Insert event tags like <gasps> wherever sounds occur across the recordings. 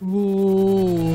Uh,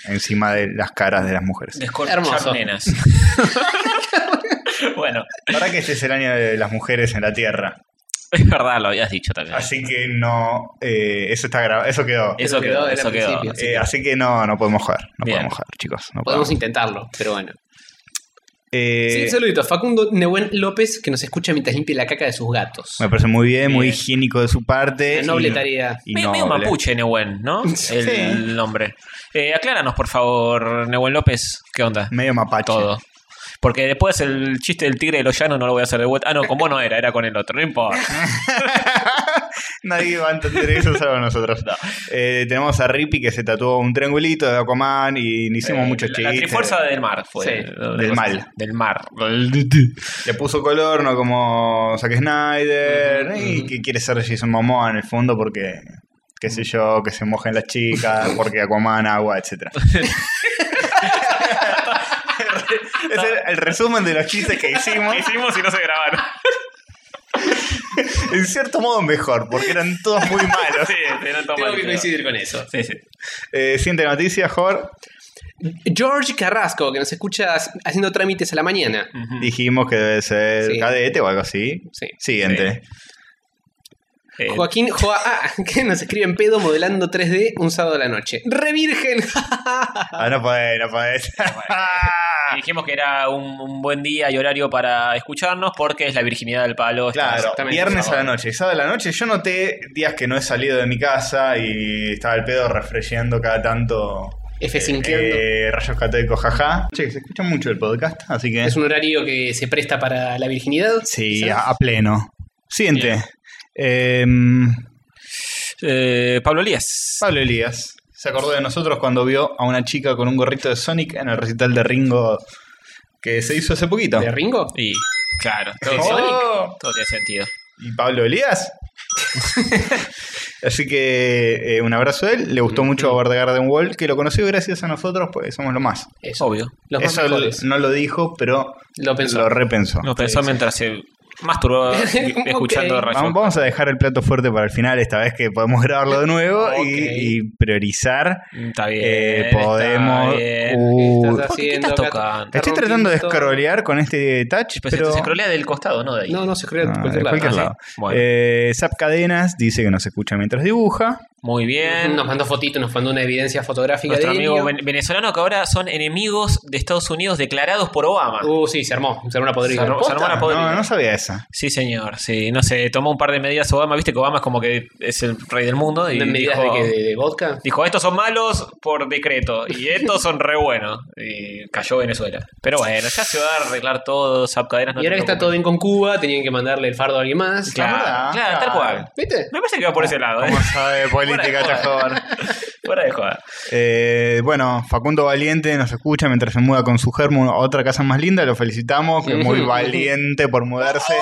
encima de las caras de las mujeres. Descorchar Hermoso. <laughs> nenas. bueno, Para que este es el año de las mujeres en la Tierra. es verdad, lo habías dicho también. Así que no... eh, eso está grabado, eso quedó. Eso Creo quedó, que eso era quedó. principio. Eh, así que no, no podemos jugar. No Bien. podemos jugar, chicos. No Podemos podemos. intentarlo, pero bueno. Eh, Sí, saluditos. Facundo Neuwen López, que nos escucha mientras limpia la caca de sus gatos. me parece muy bien, muy Bien. higiénico de su parte. Una noble y- tarea. y medio, medio noble. mapuche, Nehuen, <laughs> ¿no? El, Sí. el nombre. Eh, acláranos, por favor, Nehuen López, ¿qué onda? Medio mapache. Todo. Porque después el chiste del tigre de los llanos no lo voy a hacer de vuelta. Ah, no, con vos no era, era con el otro, no importa. <laughs> Nadie va a entender eso, salvo nosotros. Eh, tenemos a Rippy que se tatuó un triangulito de Aquaman y <laughs> hicimos Eh, muchos La, chistes. la trifuerza del mar fue. Sí, la del cosa- mal. Del mar. Le puso color, no como Zack Snyder. Y que quiere ser Jason Momoa en el fondo porque, qué sé yo, que se mojen <laughs> las chicas, porque Aquaman, agua, etc. es el, el resumen de los chistes que <laughs> hicimos. ¿Qué hicimos y no se <laughs> grabaron? En cierto modo mejor, porque eran todos muy malos. sí, eran todo Tengo mal, que pero- coincidir con eso. Sí, sí. Eh, siguiente noticia, Jor. George Carrasco, que nos escucha haciendo trámites a la mañana. Mm. Dijimos que debe ser Mm. Sí. cadete o algo así. Sí. Siguiente. Eh, Joaquín Joa ah, <laughs> que nos escribe en pedo modelando 3D un sábado a la noche. <laughs> ¡Revirgen! Ah, no podés, no podés. y dijimos que era un, un buen día y horario para escucharnos porque es la virginidad del palo. claro, Estamos- Exactamente. viernes a la noche. Y sábado a la noche yo noté días que no he salido de mi casa y estaba el pedo refresheando cada tanto. F5. eh, rayos católicos, jaja. Che, que se escucha mucho el podcast, así que. Es un horario que se presta para la virginidad. Sí, quizás. a, a pleno. Siguiente. Eh, Eh, Pablo Elías. Pablo Elías se acordó de nosotros cuando vio a una chica con un gorrito de Sonic en el recital de Ringo que se hizo hace poquito. ¿De Ringo? Y claro, todo, Oh. todo tiene sentido. ¿Y Pablo <laughs> Elías? Así que eh, un abrazo a él. Le gustó mucho Over the Garden Wall, que lo conoció gracias a nosotros, porque somos lo más. Eso. Obvio. Los más Eso mejores. no lo dijo, pero Lo pensó. lo repensó. Lo pensó mientras se masturbado Ok. escuchando Rayo. Vamos, vamos a dejar el plato fuerte para el final, esta vez que podemos grabarlo de nuevo y- <laughs> Ok. y, priorizar. Está bien. Eh, está podemos. bien. Uh, Estás ¿Por qué haciendo, estás gato? tocando? Estás estoy tratando de rompiendo- scrollear con este touch, Pues pero. se scrollea del costado, no de ahí. No, no, se escribe Ah, de cualquier lado. cualquier Ah, sí. lado. Bueno. Eh, Zap Cadenas dice que nos escucha mientras dibuja. Muy bien. Nos mandó fotitos, nos mandó una evidencia fotográfica Nuestro de amigo Indio. ven- venezolano que ahora son enemigos de Estados Unidos declarados por Obama. Uh, sí, se armó, se armó una podrida. Se armó- se armó ¿Posta? una podrida. Ah, No, no sabía esa. Sí, señor. Sí, no sé, tomó un par de medidas Obama. Viste que Obama es como que es el rey del mundo. Y ¿No medidas dijo, de, que- de- de vodka? dijo, estos son malos por decreto y estos son re buenos. Y cayó Venezuela. Pero bueno, ya se va a arreglar todo, zap cadenas. no y te ahora que está todo preocupes. bien con Cuba, tenían que mandarle el fardo a alguien más. Claro, Ah, claro, claro. tal cual. ¿Viste? Me parece que va por ese lado, ¿eh? ¿Cómo sabe política, Fuera de joda. Chajón? <laughs> Fuera de joda. Eh, bueno, Facundo Valiente nos escucha mientras se muda con su germo a otra casa más linda. Lo felicitamos, que es muy valiente por mudarse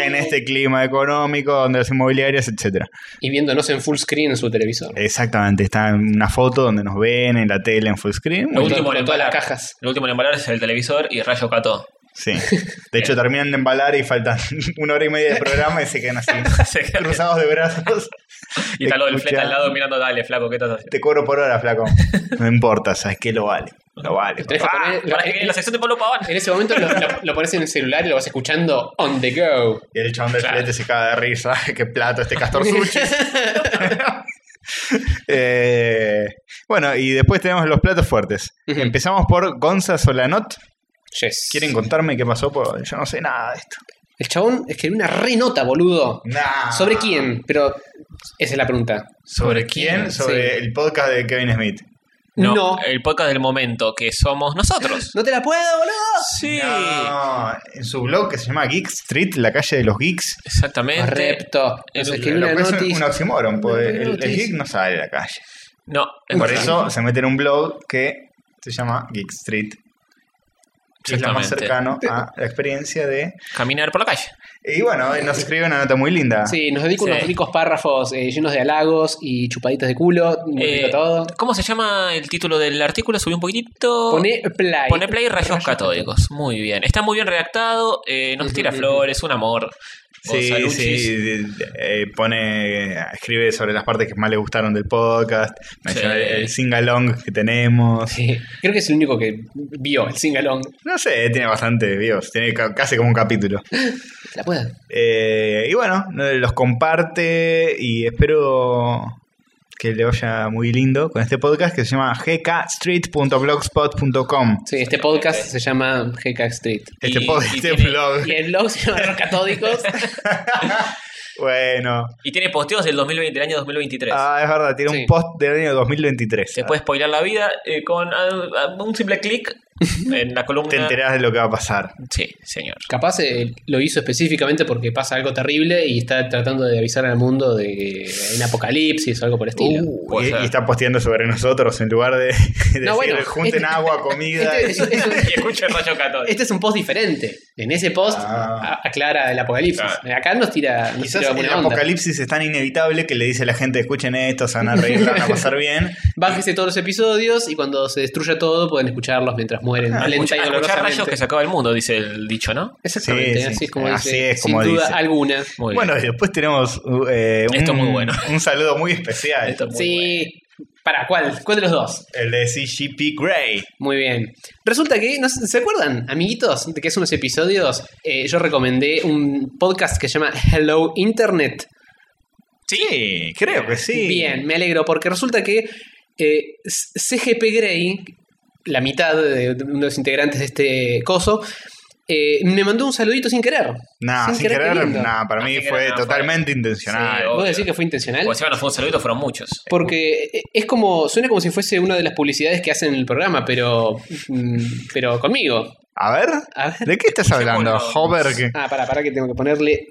en este clima económico donde las inmobiliarias, etcétera. Y viéndonos en full screen en su televisor. Eh. Exactamente, está en una foto donde nos ven en la tele en full screen. Lo Con último todo- en con todas las embalar. cajas. Lo último en embalar es el televisor y Rayo Cato. <laughs> Sí. De hecho, terminan de embalar y faltan <laughs> una hora y media de programa y se <laughs> quedan así, Se queda- cruzados de brazos. y está lo del Escucha. fleta al lado mirando, dale, flaco, ¿qué estás haciendo? Te cobro por hora, flaco. No importa, sabes que lo vale. Lo vale. Tenés que Ah, poner- para que en la sección de Pablo Pavón. En ese momento lo, lo- lo pones en el celular y lo vas escuchando on the go. Y el chabón del Claro. filete se caga de risa. <laughs> Qué plato <laughs> este castor sushi. Eh, bueno, y después tenemos los platos fuertes. Ujú. Empezamos por Gonza Solanot. Yes. ¿Quieren contarme qué pasó? Por... Yo no sé nada de esto. El chabón escribió una re nota, boludo. Nah. ¿Sobre quién? Pero esa es la pregunta. ¿Sobre quién? Sobre Sí. el podcast de Kevin Smith. No, Eh. No. el podcast del momento que somos nosotros. ¡No te la puedo, boludo! Sí. No, en su blog que se llama Geek Street, la calle de los geeks. Exactamente. Correcto. Es Es un- escribió Lo una que es un- noticia. un oxímoron, porque Una el, el noticia. geek no sale a la calle. No, es Por verdad. eso se mete en un blog que se llama Geek Street. que Es lo más Exactamente. cercano a la experiencia de. Caminar por la calle. Y bueno, nos escribe una nota muy linda. Sí, nos dedica Sí. unos ricos párrafos eh, llenos de halagos y chupaditas de culo. Muy Eh, rico todo. ¿Cómo se llama el título del artículo? Subí un poquitito. Pone play. Pone play rayos, catódicos. Muy bien. Está muy bien redactado. eh, nos tira flores, un amor. Sí, Gonzaluchis. sí, de- de- eh, pone, escribe sobre las partes que más le gustaron del podcast, menciona Sí. el, el singalong que <laughs> tenemos. Sí. Creo que es el único que vio el singalón. No sé, tiene bastante views, tiene ca- casi como un capítulo. La puedo. Eh, y bueno, eh, los comparte y espero que le vaya muy lindo con este podcast que se llama gkstreet.blogspot.com. Sí, este podcast se llama GK Street. Este Y- podcast, y este tiene- blog. Y el blog se llama Los Catódicos. Bueno. Y tiene posteos del, 2020, del año 2023. Ah, es verdad, tiene Sí. un post del año 2023. Te puede spoilear la vida eh, con ah, ah, un simple <laughs> clic en la columna. Ah, Te enterás de lo que va a pasar. Sí, señor. <laughs> Capaz eh, lo hizo específicamente porque pasa algo terrible y está tratando de avisar al mundo de que hay un apocalipsis o algo por el estilo. puede Uh, y, ser. y está posteando sobre nosotros en lugar de, <laughs> de Uh. No, decir, bueno, junten este- agua, <laughs> comida. este- este- <laughs> <laughs> este- Y escucha el rayo católico. Este es un post diferente. En ese post Ah. a- aclara el apocalipsis. Eh, Acá nos tira. nos Quizás tira el buena onda. apocalipsis es tan inevitable que le dice a la gente, escuchen esto, se van a reír, la van a pasar <laughs> bien. Bájese todos los episodios y cuando se destruya todo pueden escucharlos mientras mueren. A lenta escuchar, y a escuchar Ah, rayos que dolorosamente. se acaba el mundo, dice el dicho, ¿no? Exactamente, Sí, sí. así es como Así dice. es como sin duda dice. alguna. Muy bueno, bien. y después tenemos uh, eh, un, Esto es muy bueno. un saludo muy especial. Esto es muy bueno. sí. Para, ¿cuál? ¿Cuál de los dos? El de CGP Grey. Muy bien. Resulta que, ¿no se se acuerdan, amiguitos, de que hace unos episodios eh, yo recomendé un podcast que se llama Hello Internet? Sí, creo que sí. Bien, me alegro, porque resulta que eh, C- CGP Grey, la mitad de, de uno de los integrantes de este coso, eh, me mandó un saludito sin querer. Nah, sin, querer, queriendo. nah, para No, mí Ah, sin fue querer, no, fue- totalmente intencional. Sí, obvio. ¿Vos decís que fue intencional? Porque encima no fue un saludito, fueron muchos. Porque es como, suena como si fuese una de las publicidades que hacen en el programa, pero, mm, pero conmigo. A ver, A ver. ¿de qué estás hablando? Escuchémoslo. Hover, que- Ah, para, para que tengo que ponerle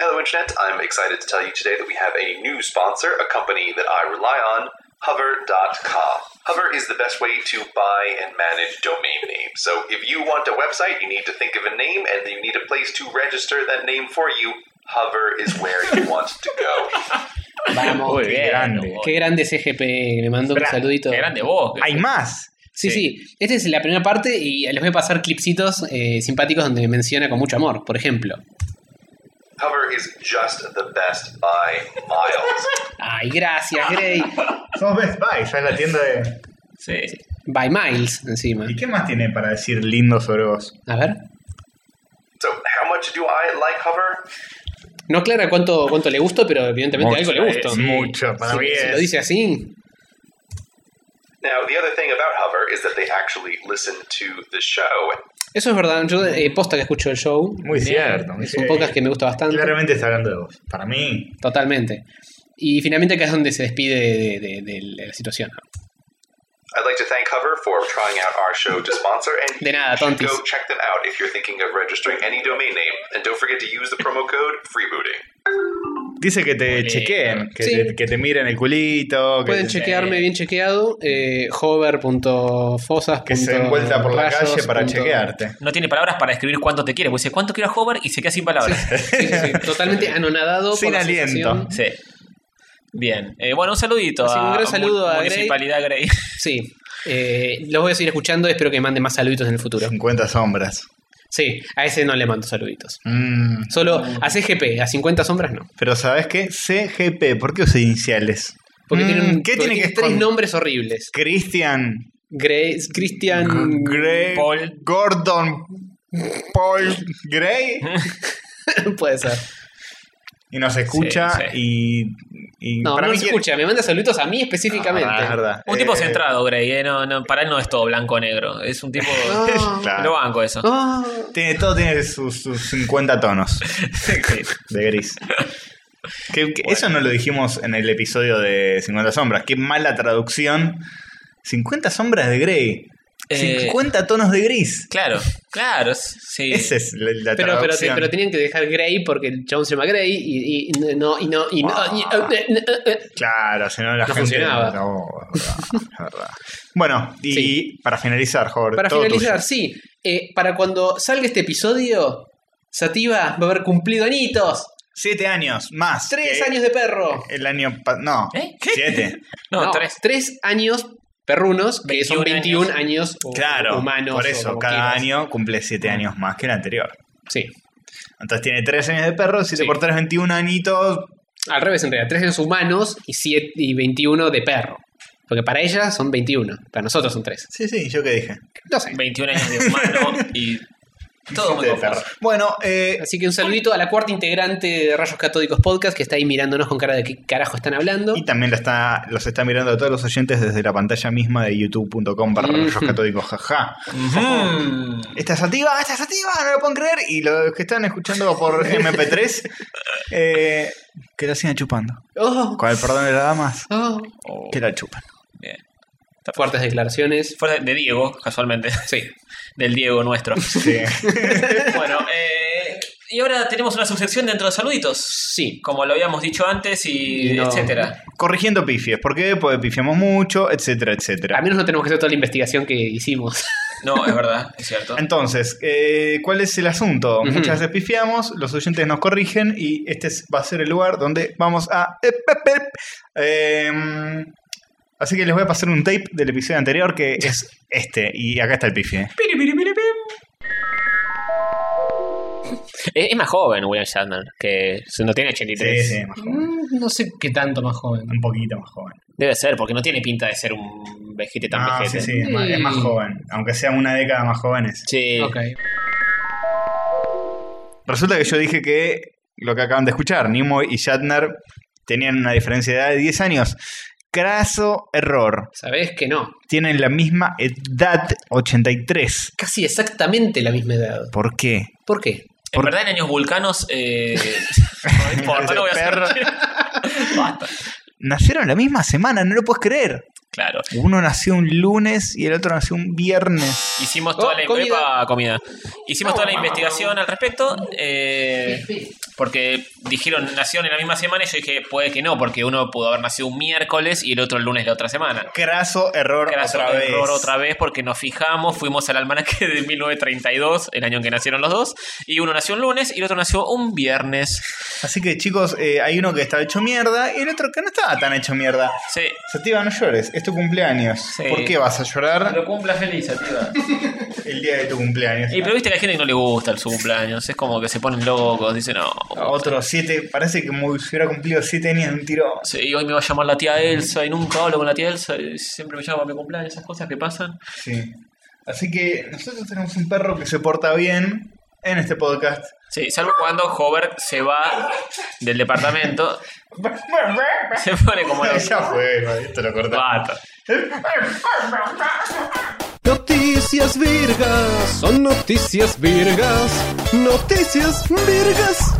Hello, Internet. I'm excited to tell you today that we have a new sponsor, a company that I rely on, Hover.com. Hover is the best way to buy and manage domain names. So if you want a website, you need to think of a name and you need a place to register that name for you. Hover is where you want to go. Vamos. Oh, Qué grande. Qué grande CGP, le mando un Bra- saludito. Qué grande vos. Hay más. Sí, sí, Esta es la primera parte y les voy a pasar clipsitos eh, simpáticos donde menciona con mucho amor. Por ejemplo. Hover is just the best by miles. Ay, gracias, <laughs> Grey. Somos Best Buy, ya es la tienda de. Sí. By Miles, encima. ¿Y qué más tiene para decir lindo sobre vos? A ver. So, how much do I like Hover? No aclara cuánto, cuánto le gustó, pero evidentemente Mucho, algo le gustó. es mucho, para Si- mí si es- lo dice así. Now, the other thing about Hover is that they actually listen to the show. Eso es verdad. Yo, eh, posta que escucho el show. Muy cierto. muy Es un cierto. podcast que me gusta bastante. Claramente está hablando de vos. Para mí. Totalmente. Y finalmente acá es donde se despide de, de- de la situación. I'd like to thank Hover for trying out our show to sponsor, and De nada, you should tontis. go check them out if you're thinking of registering any domain name. And don't forget to use the promo code freebooting. Dice que te chequeen, que, Sí. te, que te miren el culito. Que Pueden te- chequearme bien chequeado. Eh, hover.fosas. Que se den vuelta por la calle para chequearte. No tiene palabras para escribir cuánto te quiere. Porque dice cuánto quiero a Hover y se queda sin palabras. Sí, sí, sí. <laughs> Totalmente anonadado. Sin por la aliento. sensación. Sí. Bien. Eh, bueno, un saludito. Así que un a, gran saludo mu- a Grey. Municipalidad Grey. <laughs> Sí. Eh, los voy a seguir escuchando. Espero que manden más saluditos en el futuro. 50 sombras. Sí, a ese no le mando saluditos. Mm. Solo a CGP, a 50 sombras no. Pero ¿sabes qué? CGP, ¿por qué usa iniciales? Porque Mm, tienen, ¿Qué porque tiene que tienen tres Mm, escon- nombres horribles. Christian. Grace, Christian. Grey. Paul. Gordon. Paul Grey. <laughs> Puede ser. Y nos escucha Sí, sí. y. y No, no se quiere- escucha, me manda saludos a mí específicamente. Ah, es verdad. Un tipo Eh, <laughs> centrado, Grey. eh. No, no, para él no es todo blanco o negro. Es un tipo. Claro. Lo banco <laughs> eso. Ah, Tiene, todo tiene sus, sus 50 tonos Sí. de gris. Que- que Eso no lo dijimos en el episodio de 50 sombras. Qué mala traducción. 50 sombras de Grey. Eh, 50 tonos de gris. Claro, claro. Sí. Esa es la, la pero, pero, traducción. pero tenían que dejar Grey porque el chabón se llama Grey y, y no, y no, y no. Ah. y- eh, Claro, si no No la gente... funcionaba. No, verdad, es verdad. Bueno, y Sí. para finalizar, Jorge. para todo finalizar, tuyo. sí. eh, para cuando salga este episodio, Sativa va a haber cumplido añitos. Siete años más. Tres que años de perro. El año... pa- No, ¿Eh? ¿Qué? siete. No, No, tres. años perrunos, que son 21 21 años, o Claro, humanos. por o eso, como cada quieras. año cumple siete años más que el anterior. Sí. Entonces tiene 3 años de perro, 7 Sí. por 3, 21 añitos. Al revés, en realidad. Tres años humanos y, siete, y 21 de perro. Porque para ella son 21. Para nosotros son tres. Sí, sí, yo qué dije. No sé. 21 años de humano y. Todo muy Siete de confuso. perro. Bueno, eh, Así que un saludito a la cuarta integrante de Rayos Catódicos Podcast que está ahí mirándonos con cara de qué carajo están hablando. y también la está, los está mirando a todos los oyentes desde la pantalla misma de youtube.com barra rayos Ujú. catódicos, jaja. Mm. Esta es activa, esta es activa, no lo pueden creer. Y los que están escuchando <laughs> por MP3, eh, que la sigan chupando. Oh, Con el perdón de las damas, oh. Oh, que la chupan. bien. Fuertes declaraciones. Fuera de Diego, casualmente. <laughs> Sí. Del Diego <laughs> nuestro. Sí. bueno, eh, y ahora tenemos una subsección dentro de saluditos. Sí. Como lo habíamos dicho antes y Y no. etcétera. Corrigiendo pifies, ¿por qué? Porque pifiamos mucho, etcétera, etcétera. Al menos no tenemos que hacer toda la investigación que hicimos. No, es verdad, es cierto. Entonces, eh, ¿cuál es el asunto? Ujú. Muchas veces pifiamos, los oyentes nos corrigen y este es- va a ser el lugar donde vamos a... eh, ep, ep, ep. Em, así que les voy a pasar un tape del episodio anterior que es este. Y acá está el pifi. ¿eh? Es, es más joven William Shatner, que se- no tiene 83. más joven. Mm, no sé qué tanto más joven. Un poquito más joven. Debe ser, porque no tiene pinta de ser un vejete tan Ah, sí, vejete. sí, es más, es más joven. Aunque sea una década más jóvenes. Sí. Ok. Resulta que yo dije que lo que acaban de escuchar, Nimoy y Shatner tenían una diferencia de edad de 10 años. Craso error. Sabés que no. Tienen la misma edad 83. Casi exactamente la misma edad. ¿Por qué? ¿Por qué? En Por- verdad, en años vulcanos. eh, <laughs> <laughs> no importa, no voy a hacer. Basta. Nacieron la misma semana, no lo puedes creer. <laughs> Claro. Uno nació un lunes y el otro nació un viernes. Hicimos toda Oh, la comida. Epa, comida. Hicimos toda la investigación al respecto. eh, porque dijeron nacieron en la misma semana y yo dije, puede que no, porque uno pudo haber nacido un miércoles y el otro el lunes de la otra semana. Craso error Craso otra vez. error otra vez porque nos fijamos, fuimos al almanaque de 1932, el año en que nacieron los dos, y uno nació un lunes y el otro nació un viernes. Así que chicos, eh, hay uno que está hecho mierda y el otro que no estaba tan hecho mierda. Sí. Sativa, no llores, es tu cumpleaños. Sí. ¿Por qué vas a llorar cumpla feliz, Ativa. el día de tu cumpleaños? Y pero viste que hay gente que no le gusta el su cumpleaños, es como que se ponen locos, dicen, no. Otro siete, parece que muy- si hubiera cumplido siete años de un tiro. Sí, hoy me va a llamar la tía Elsa y nunca hablo con la tía Elsa, y siempre me llama para mi cumpleaños, esas cosas que pasan. Sí. Así que nosotros tenemos un perro que se porta bien en este podcast. Sí, salvo cuando Hover se va del departamento, <laughs> se pone como los <laughs> ya fue, no, esto lo cortamos. patos. Noticias virgas, son noticias virgas, noticias virgas.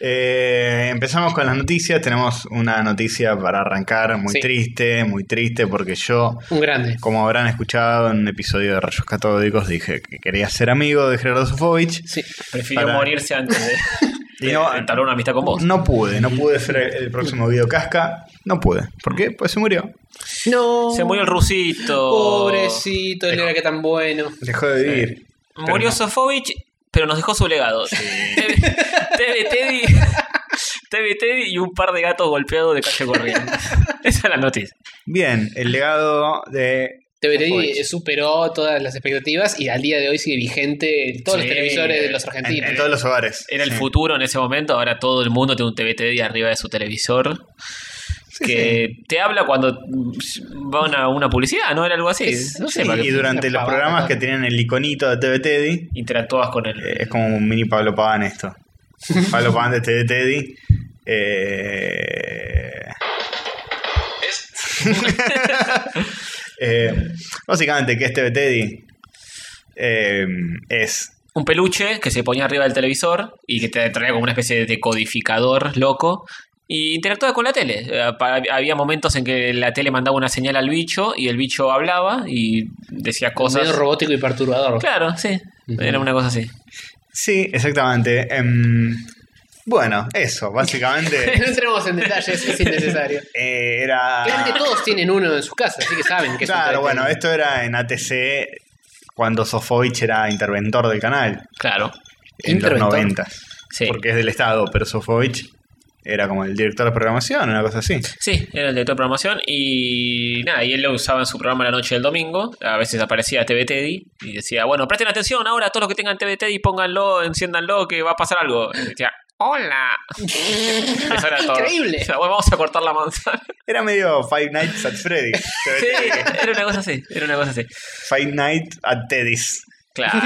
Eh, empezamos con las noticias. Tenemos una noticia para arrancar muy Sí. triste, muy triste, porque yo, Un grande. como habrán escuchado en un episodio de Rayos Catódicos, dije que quería ser amigo de Gerardo Sofovich. Sí. Prefirió Para- morirse antes de, Y no- de entablar una amistad con vos. No pude, no pude ser el, el próximo Guido Casca. No pude. ¿Por qué? Pues se murió. No. Se murió el rusito. Pobrecito, él era que tan bueno. Dejó de vivir. Murió Sofovich, pero nos dejó su legado. Teddy, Teddy, Teddy, Teddy, Teddy y un par de gatos golpeados de calle <laughs> corriente. Esa es la noticia. Bien, el legado de. TVT eh, superó todas las expectativas y al día de hoy sigue vigente en todos Sí. los televisores de los En, argentinos. en todos los hogares. Era el Sí. futuro en ese momento, ahora todo el mundo tiene un TV Teddy arriba de su televisor. que te habla cuando van a una publicidad, ¿no? Era algo así. No sé, Sí, para y qué- durante los pavada, programas ¿no? que tienen el iconito de TV Teddy, interactuabas con él. eh, es como un mini Pablo Pagan <laughs> esto. Pablo Pagan de TV Teddy. eh, <laughs> eh, básicamente, ¿qué es TV Teddy? Eh, es un peluche que se ponía arriba del televisor y que te traía como una especie de decodificador loco. Y interactuaba con la tele. Eh, pa- Había momentos en que la tele mandaba una señal al bicho y el bicho hablaba y decía cosas. Medio robótico y perturbador. Claro, sí. Era una cosa así. Sí, exactamente. Em, bueno, eso, <laughs> básicamente. <laughs> no entremos en detalles, <laughs> es innecesario. eh, era. Claramente todos tienen uno en su casa, así que saben que es un <laughs> Claro, TVT. bueno, esto era en ATC cuando Sofovich era interventor del canal, Claro. en los Interventor. 90. Sí. Porque es del Estado, pero Sofovich era como el director de programación, una cosa así. Sí, era el director de programación y nada, y él lo usaba en su programa la noche del domingo. A veces aparecía TV Teddy y decía, bueno, presten atención ahora, todos los que tengan TV Teddy, pónganlo, enciéndanlo, que va a pasar algo. Y decía, hola. Eso era todo. Increíble. Decía, bueno, vamos a cortar la <laughs> manzana. Era medio Five Nights <laughs> at Freddy's. Sí, era una cosa así, era una cosa así. Five Nights at Teddy's. Claro.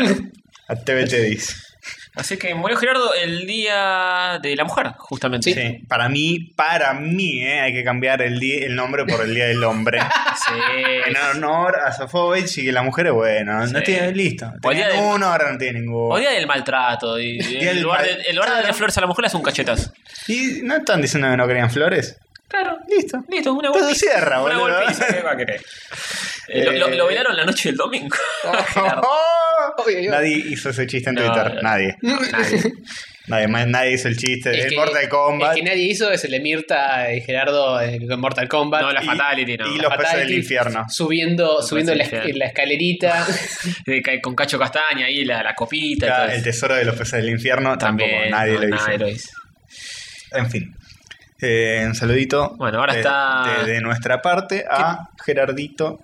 At TV Teddy's. Así que murió Gerardo el día de la mujer, justamente. Sí. Para mí, para mí, eh, hay que cambiar el, di- el nombre por el Día del Hombre. <laughs> <laughs> Sí. En honor a Sofovich y que la mujer es buena. No Sí. tiene listo. O el día Tenía del- uno, ahora no tiene ninguno. O día del maltrato. Y, y Día el del lugar, mal- de, el lugar de darle flores a la mujer es un cachetazo. ¿Y no están diciendo que no querían flores? Claro. Listo. Listo, una Todo golpiza. cierra, una boludo. golpiza, ¿qué va a querer? Eh, lo, lo- lo velaron la noche del <laughs> domingo. <laughs> Claro. Obvio, yo. Nadie hizo ese chiste en No, Twitter. no. <laughs> Nadie. Nadie. más- Nadie hizo el chiste. El el que- este Mortal Kombat. El que nadie hizo es el de Mirta y Gerardo eh, con Mortal Kombat. No, la y- fatality, no. Y los peces Fatality, del infierno. Subiendo, subiendo la, infierno. la <laughs> escalerita. Eh, ca- Con Cacho Castaña ahí, la, la copita. y todo Está eso. El tesoro de los peces del infierno. También. tampoco nadie no, lo hizo. nadie lo hizo. En fin. Eh, un saludito. Bueno, ahora de, está- De, de nuestra parte a Gerardito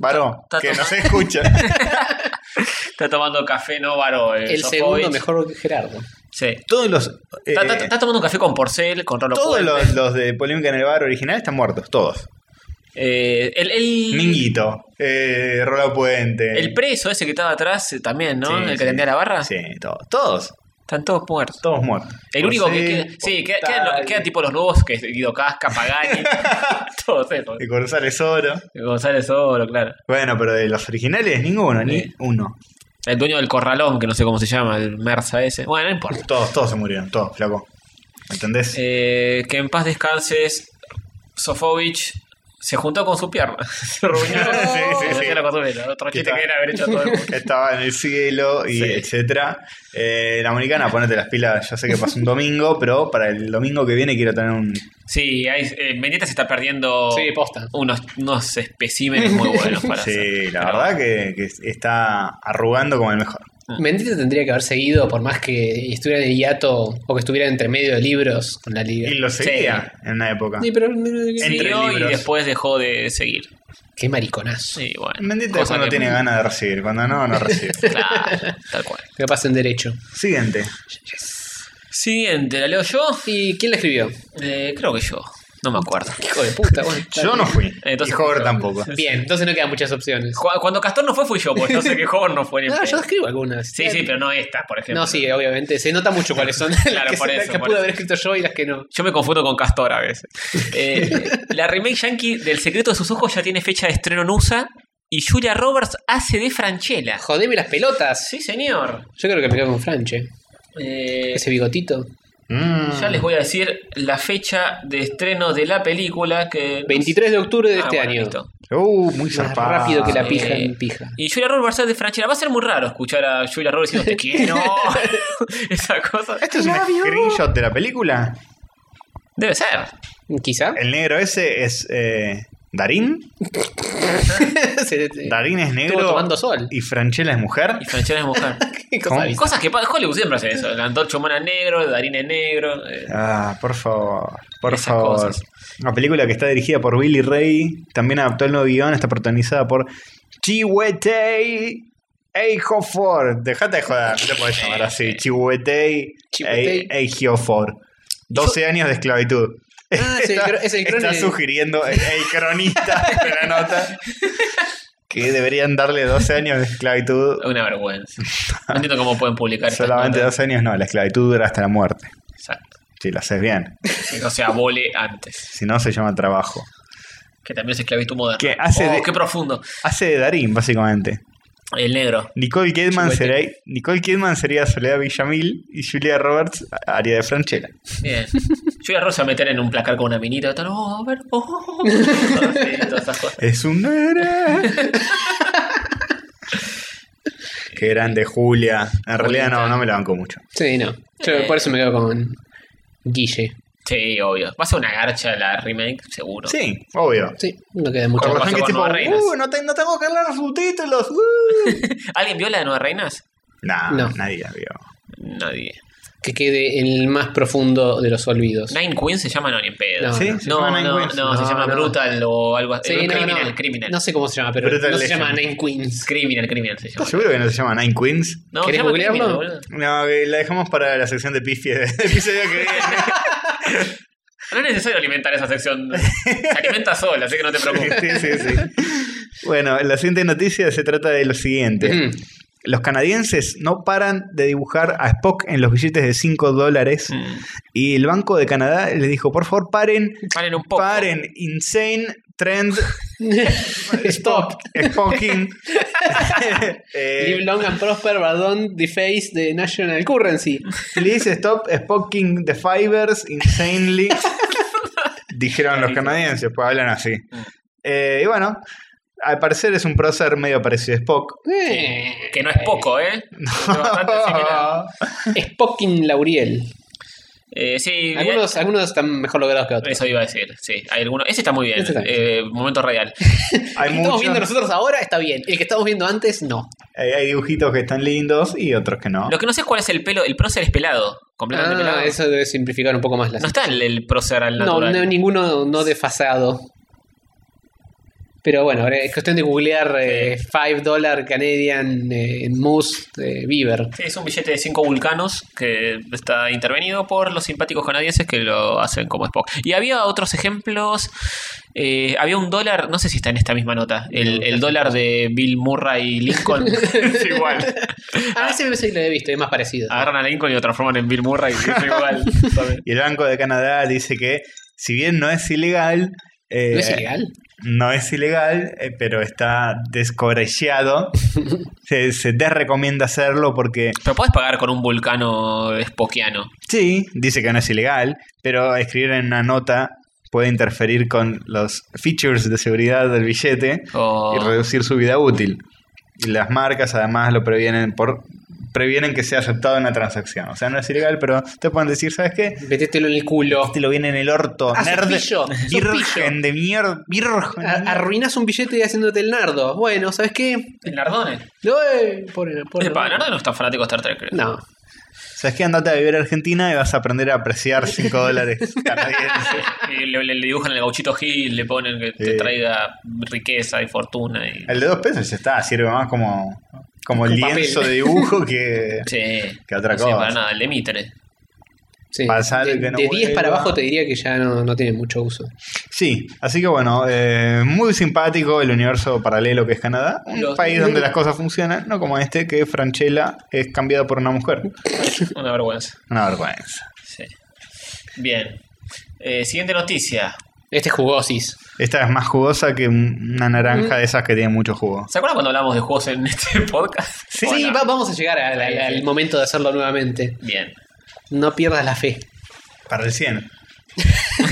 Baró, Está que tomando- nos escucha. <laughs> Está tomando café, no varó. eh, <laughs> el Sofovich. segundo mejor que Gerardo. Sí. Todos los. eh, Está, está- está tomando un café con Porcel, con Rolo todos Puente. los, los de Polémica en el Bar original están muertos, todos. Eh, el, el, Minguito, eh, Rolao Puente. el preso ese que estaba atrás eh, también, ¿no? Sí, el que sí. tendía la barra. Sí, todos. Todos. Están todos muertos. Todos muertos. El único que José, queda. Sí, queda- quedan, Portal, los- quedan tipo los nuevos, que es Guido Casca, <laughs> Pagani. <laughs> todos esos. de eh, González Oro. González Oro, claro. Bueno, pero de los originales, ninguno, Sí. ni uno. El dueño del corralón, que no sé cómo se llama, el Mersa ese. Bueno, no importa. Todos, todos se murieron, todos, flaco. ¿Entendés? Eh, que en paz descanses, Sofovich, se juntó con su pierna. <laughs> Se reunió. <laughs> Sí, sí, Hacía sí. la costumbre, Otro ¿Qué chiste tal? que era haber hecho todo el <laughs> mundo. Estaba en el cielo y etcétera. Eh, la americana, ponete las pilas. Ya sé que pasó un domingo, pero para el domingo que viene quiero tener un. Sí, hay, eh, Mendieta se está Oh. perdiendo Sí, posta. unos, unos especímenes muy buenos para hacer. <laughs> Sí, la Pero- verdad que, que está arrugando como el mejor. Bendito tendría que haber seguido, por más que estuviera de hiato o que estuviera entre medio de libros con la liga. Y lo seguía en una época. Sí, pero- Siguió y libros. después dejó de seguir. Qué mariconazo. Sí, bueno. Mendita Cosa cuando que- tiene ganas de recibir, cuando no, <laughs> no recibe. Claro, tal cual. Que pasen derecho. Siguiente. Siguiente, ¿la leo yo? ¿Y quién la escribió? Eh, creo que yo. No me acuerdo. Hijo de puta, bueno. Yo no fui. Entonces- y Hover tampoco. Bien, entonces no quedan muchas opciones. Ah, Ju- Cuando Castor no fue, fui yo, pues no sé qué juego no fue ni en No, pedo. yo escribo algunas. Sí, sí, pero no esta, por Eh, ejemplo. No, sí, obviamente. Se nota mucho cuáles son <laughs> las Claro, que, por se- las eso, que por pude eso. haber escrito yo y las que no. Yo me confundo con Castor a veces. Eh, la remake yankee del secreto de sus ojos ya tiene fecha de estreno en USA y Julia Roberts hace de Franchella. Jodeme las pelotas. Sí, señor. Yo creo que me quedo con Franche. Eh, Ese bigotito. Mm. ya les voy a decir la fecha de estreno de la película que... 23 de octubre de Ah, este bueno, año. listo. Uh, muy Más zarpado. rápido que la pija Eh, en pija. Y Julia Roberts va a ser de Franchella. Va a ser muy raro escuchar a Julia Roberts diciendo te <laughs> quiero. <laughs> Esa cosa. ¿Esto es un screenshot de la película? Debe ser. Quizá. El negro ese es. eh, ¿Darín? <laughs> Se- se- Darín es negro. tomando sol. ¿Y Franchella es mujer? Y Franchella es mujer. qué cosa ¿Cómo? avisa. Cosas que pa- Hollywood siempre hace eso. La antorcha humana es negro, el darín es negro. eh, Ah, por favor. Por Esas favor. cosas. Una película que está dirigida por Billy Ray. También adaptó el nuevo guión. Está protagonizada por Chiwetel Ejiofor. Dejate de joder. No te podés llamar así. Chiwetel Eh, Chiwetel. Ej- Ejiofor. 12 años de esclavitud. Ah, es el cro- es el está crone. sugiriendo el, el cronista de la nota que deberían darle 12 años de <laughs> esclavitud. Una vergüenza. No entiendo cómo pueden publicar estas Solamente notas. 12 años no, la esclavitud dura hasta la muerte. Exacto. Si lo haces bien. Que no se abole antes. Si no, se llama trabajo. Que también es esclavitud moderna. Que hace Oh, de- qué profundo. Hace de Darín, básicamente. El negro. Nicole Kidman, Chihuete. sería, Nicole Kidman sería Soledad Villamil y Julia Roberts haría de Franchella. Bien. Yo voy a Rosa a meter en un placar con una minita. Tal, oh, a ver. oh. Sí, todas esas cosas. Es un héroe. Qué grande Julia. En realidad no, no me la banco mucho. Sí, no. Yo Eh. por eso me quedo con Guille. Sí, obvio. Va a ser una garcha la remake, seguro. Sí, obvio. Sí, no queda mucho. Por Como razón pasa que con es tipo, Nuevas Reinas. "Uh, no, te- no tengo que hablar subtítulos. uh". ¿Alguien vio la de Nuevas Reinas? <laughs> Nah, No. nadie la vio. Nadie. Que quede en el más profundo de los olvidos. Nine Queen se llama no ni en pedo. No, ¿Sí? no. ¿Se No, llama no, Nine no, Queens? se No, llama no. Brutal o algo así. Sí, no, criminal, no. criminal. No sé cómo se llama, pero Brutal no se Legend. llama Nine Queens. Criminal, criminal se llama. ¿Estás seguro que no se llama Nine Queens? No, ¿Querés se llama googlearlo? criminal, boludo. No, que la dejamos para la sección de Pifi del episodio que viene. No es necesario alimentar esa sección. Se alimenta sola, así que no te preocupes. sí, sí, sí. <laughs> Bueno, la siguiente noticia se trata de lo siguiente. Mm. Los canadienses no paran de dibujar a Spock en los billetes de 5 dólares Mm. y el Banco de Canadá les dijo, por favor, paren, Paren un poco. paren, insane trend <laughs> Stop. Spocking. <laughs> Eh, Live long and prosper, Badon, the face de National Currency. Please stop spoking the fibers insanely. Dijeron los canadienses, pues hablan así. Eh, y bueno, al parecer es un prócer medio parecido a Spock. Eh. Que no es poco, ¿eh? Es bastante similar. Spocking Lauriel. Eh, sí, Algunos, algunos están mejor logrados que eh, otros. eso iba a decir. Sí, hay algunos. Ese está muy bien. Ese está eh, momento radial. <laughs> Hay, El que estamos muchos, viendo nosotros ahora está bien. El que estamos viendo antes, no. hay, hay dibujitos que están lindos y otros que no. Lo que no sé es cuál es el pelo. El prócer es pelado. Completamente pelado. Ah, eso debe simplificar un poco más la No está el, el prócer al No, natural. no, ninguno no desfasado. Pero bueno, ahora es cuestión de googlear eh, 5 dollar Canadian eh, Moose eh, Beaver. Sí, es un billete de cinco vulcanos que está intervenido por los simpáticos canadienses que lo hacen como Spock. Y había otros ejemplos. eh, había un dólar, no sé si está en esta misma nota, el, el dólar de Bill Murray y Lincoln. es igual. Ah, ese me parece que lo he visto, es más parecido. Ah, Agarran a Lincoln y lo transforman en Bill Murray. Es igual. Y el Banco de Canadá dice que, si bien no es ilegal, eh, ¿No es ilegal? no es ilegal, eh, pero está <laughs> descorecheado. se, se desrecomienda hacerlo porque Pero puedes pagar con un vulcano spokiano. Sí, dice que no es ilegal, pero escribir en una nota puede interferir con los features de seguridad del billete Oh. y reducir su vida útil. Y las marcas además lo previenen por previenen que sea aceptado en la transacción. O sea, no es ilegal, pero te pueden decir, ¿sabes qué? Métetelo en el culo. Te lo viene en el orto, Ah, nerd. sos pillo, sos pillo. virgen de mierda, virgen. de A- mierda. Arruinás un billete haciéndote el nardo. Bueno, ¿sabes qué? El Nardone. No, eh, pobre- pobre- Epa, Nardone no es tan fanático de Star Trek, creo. No. ¿Sabes qué? Andate a vivir a Argentina y vas a aprender a apreciar 5 dólares canadienses. Y le, le- le dibujan el gauchito Gil, le ponen que te Sí. traiga riqueza y fortuna. Y... El de dos pesos ya está, sirve más como, como Como lienzo papel. de dibujo que. <laughs> Sí. <laughs> Que otra no sé, cosa. para nada, el de <laughs> Mitre. Sí. Pasale de que no de 10 para vuelva. abajo te diría que ya no, no tiene mucho uso. Sí, así que bueno, eh, muy simpático el universo paralelo que es Canadá. Un Los- país donde las cosas funcionan, no como este que Franchella es cambiado por una mujer. Una vergüenza. Una vergüenza. Sí. Bien. Eh, siguiente noticia. Este es jugosis. Esta es más jugosa que un- una naranja de esas que tiene mucho jugo. ¿Se acuerdan cuando hablamos de juegos en <laughs> este podcast? Sí, Bueno, va- vamos a llegar al, al- al momento de hacerlo nuevamente. Bien. No pierdas la fe. Para el 100. <laughs>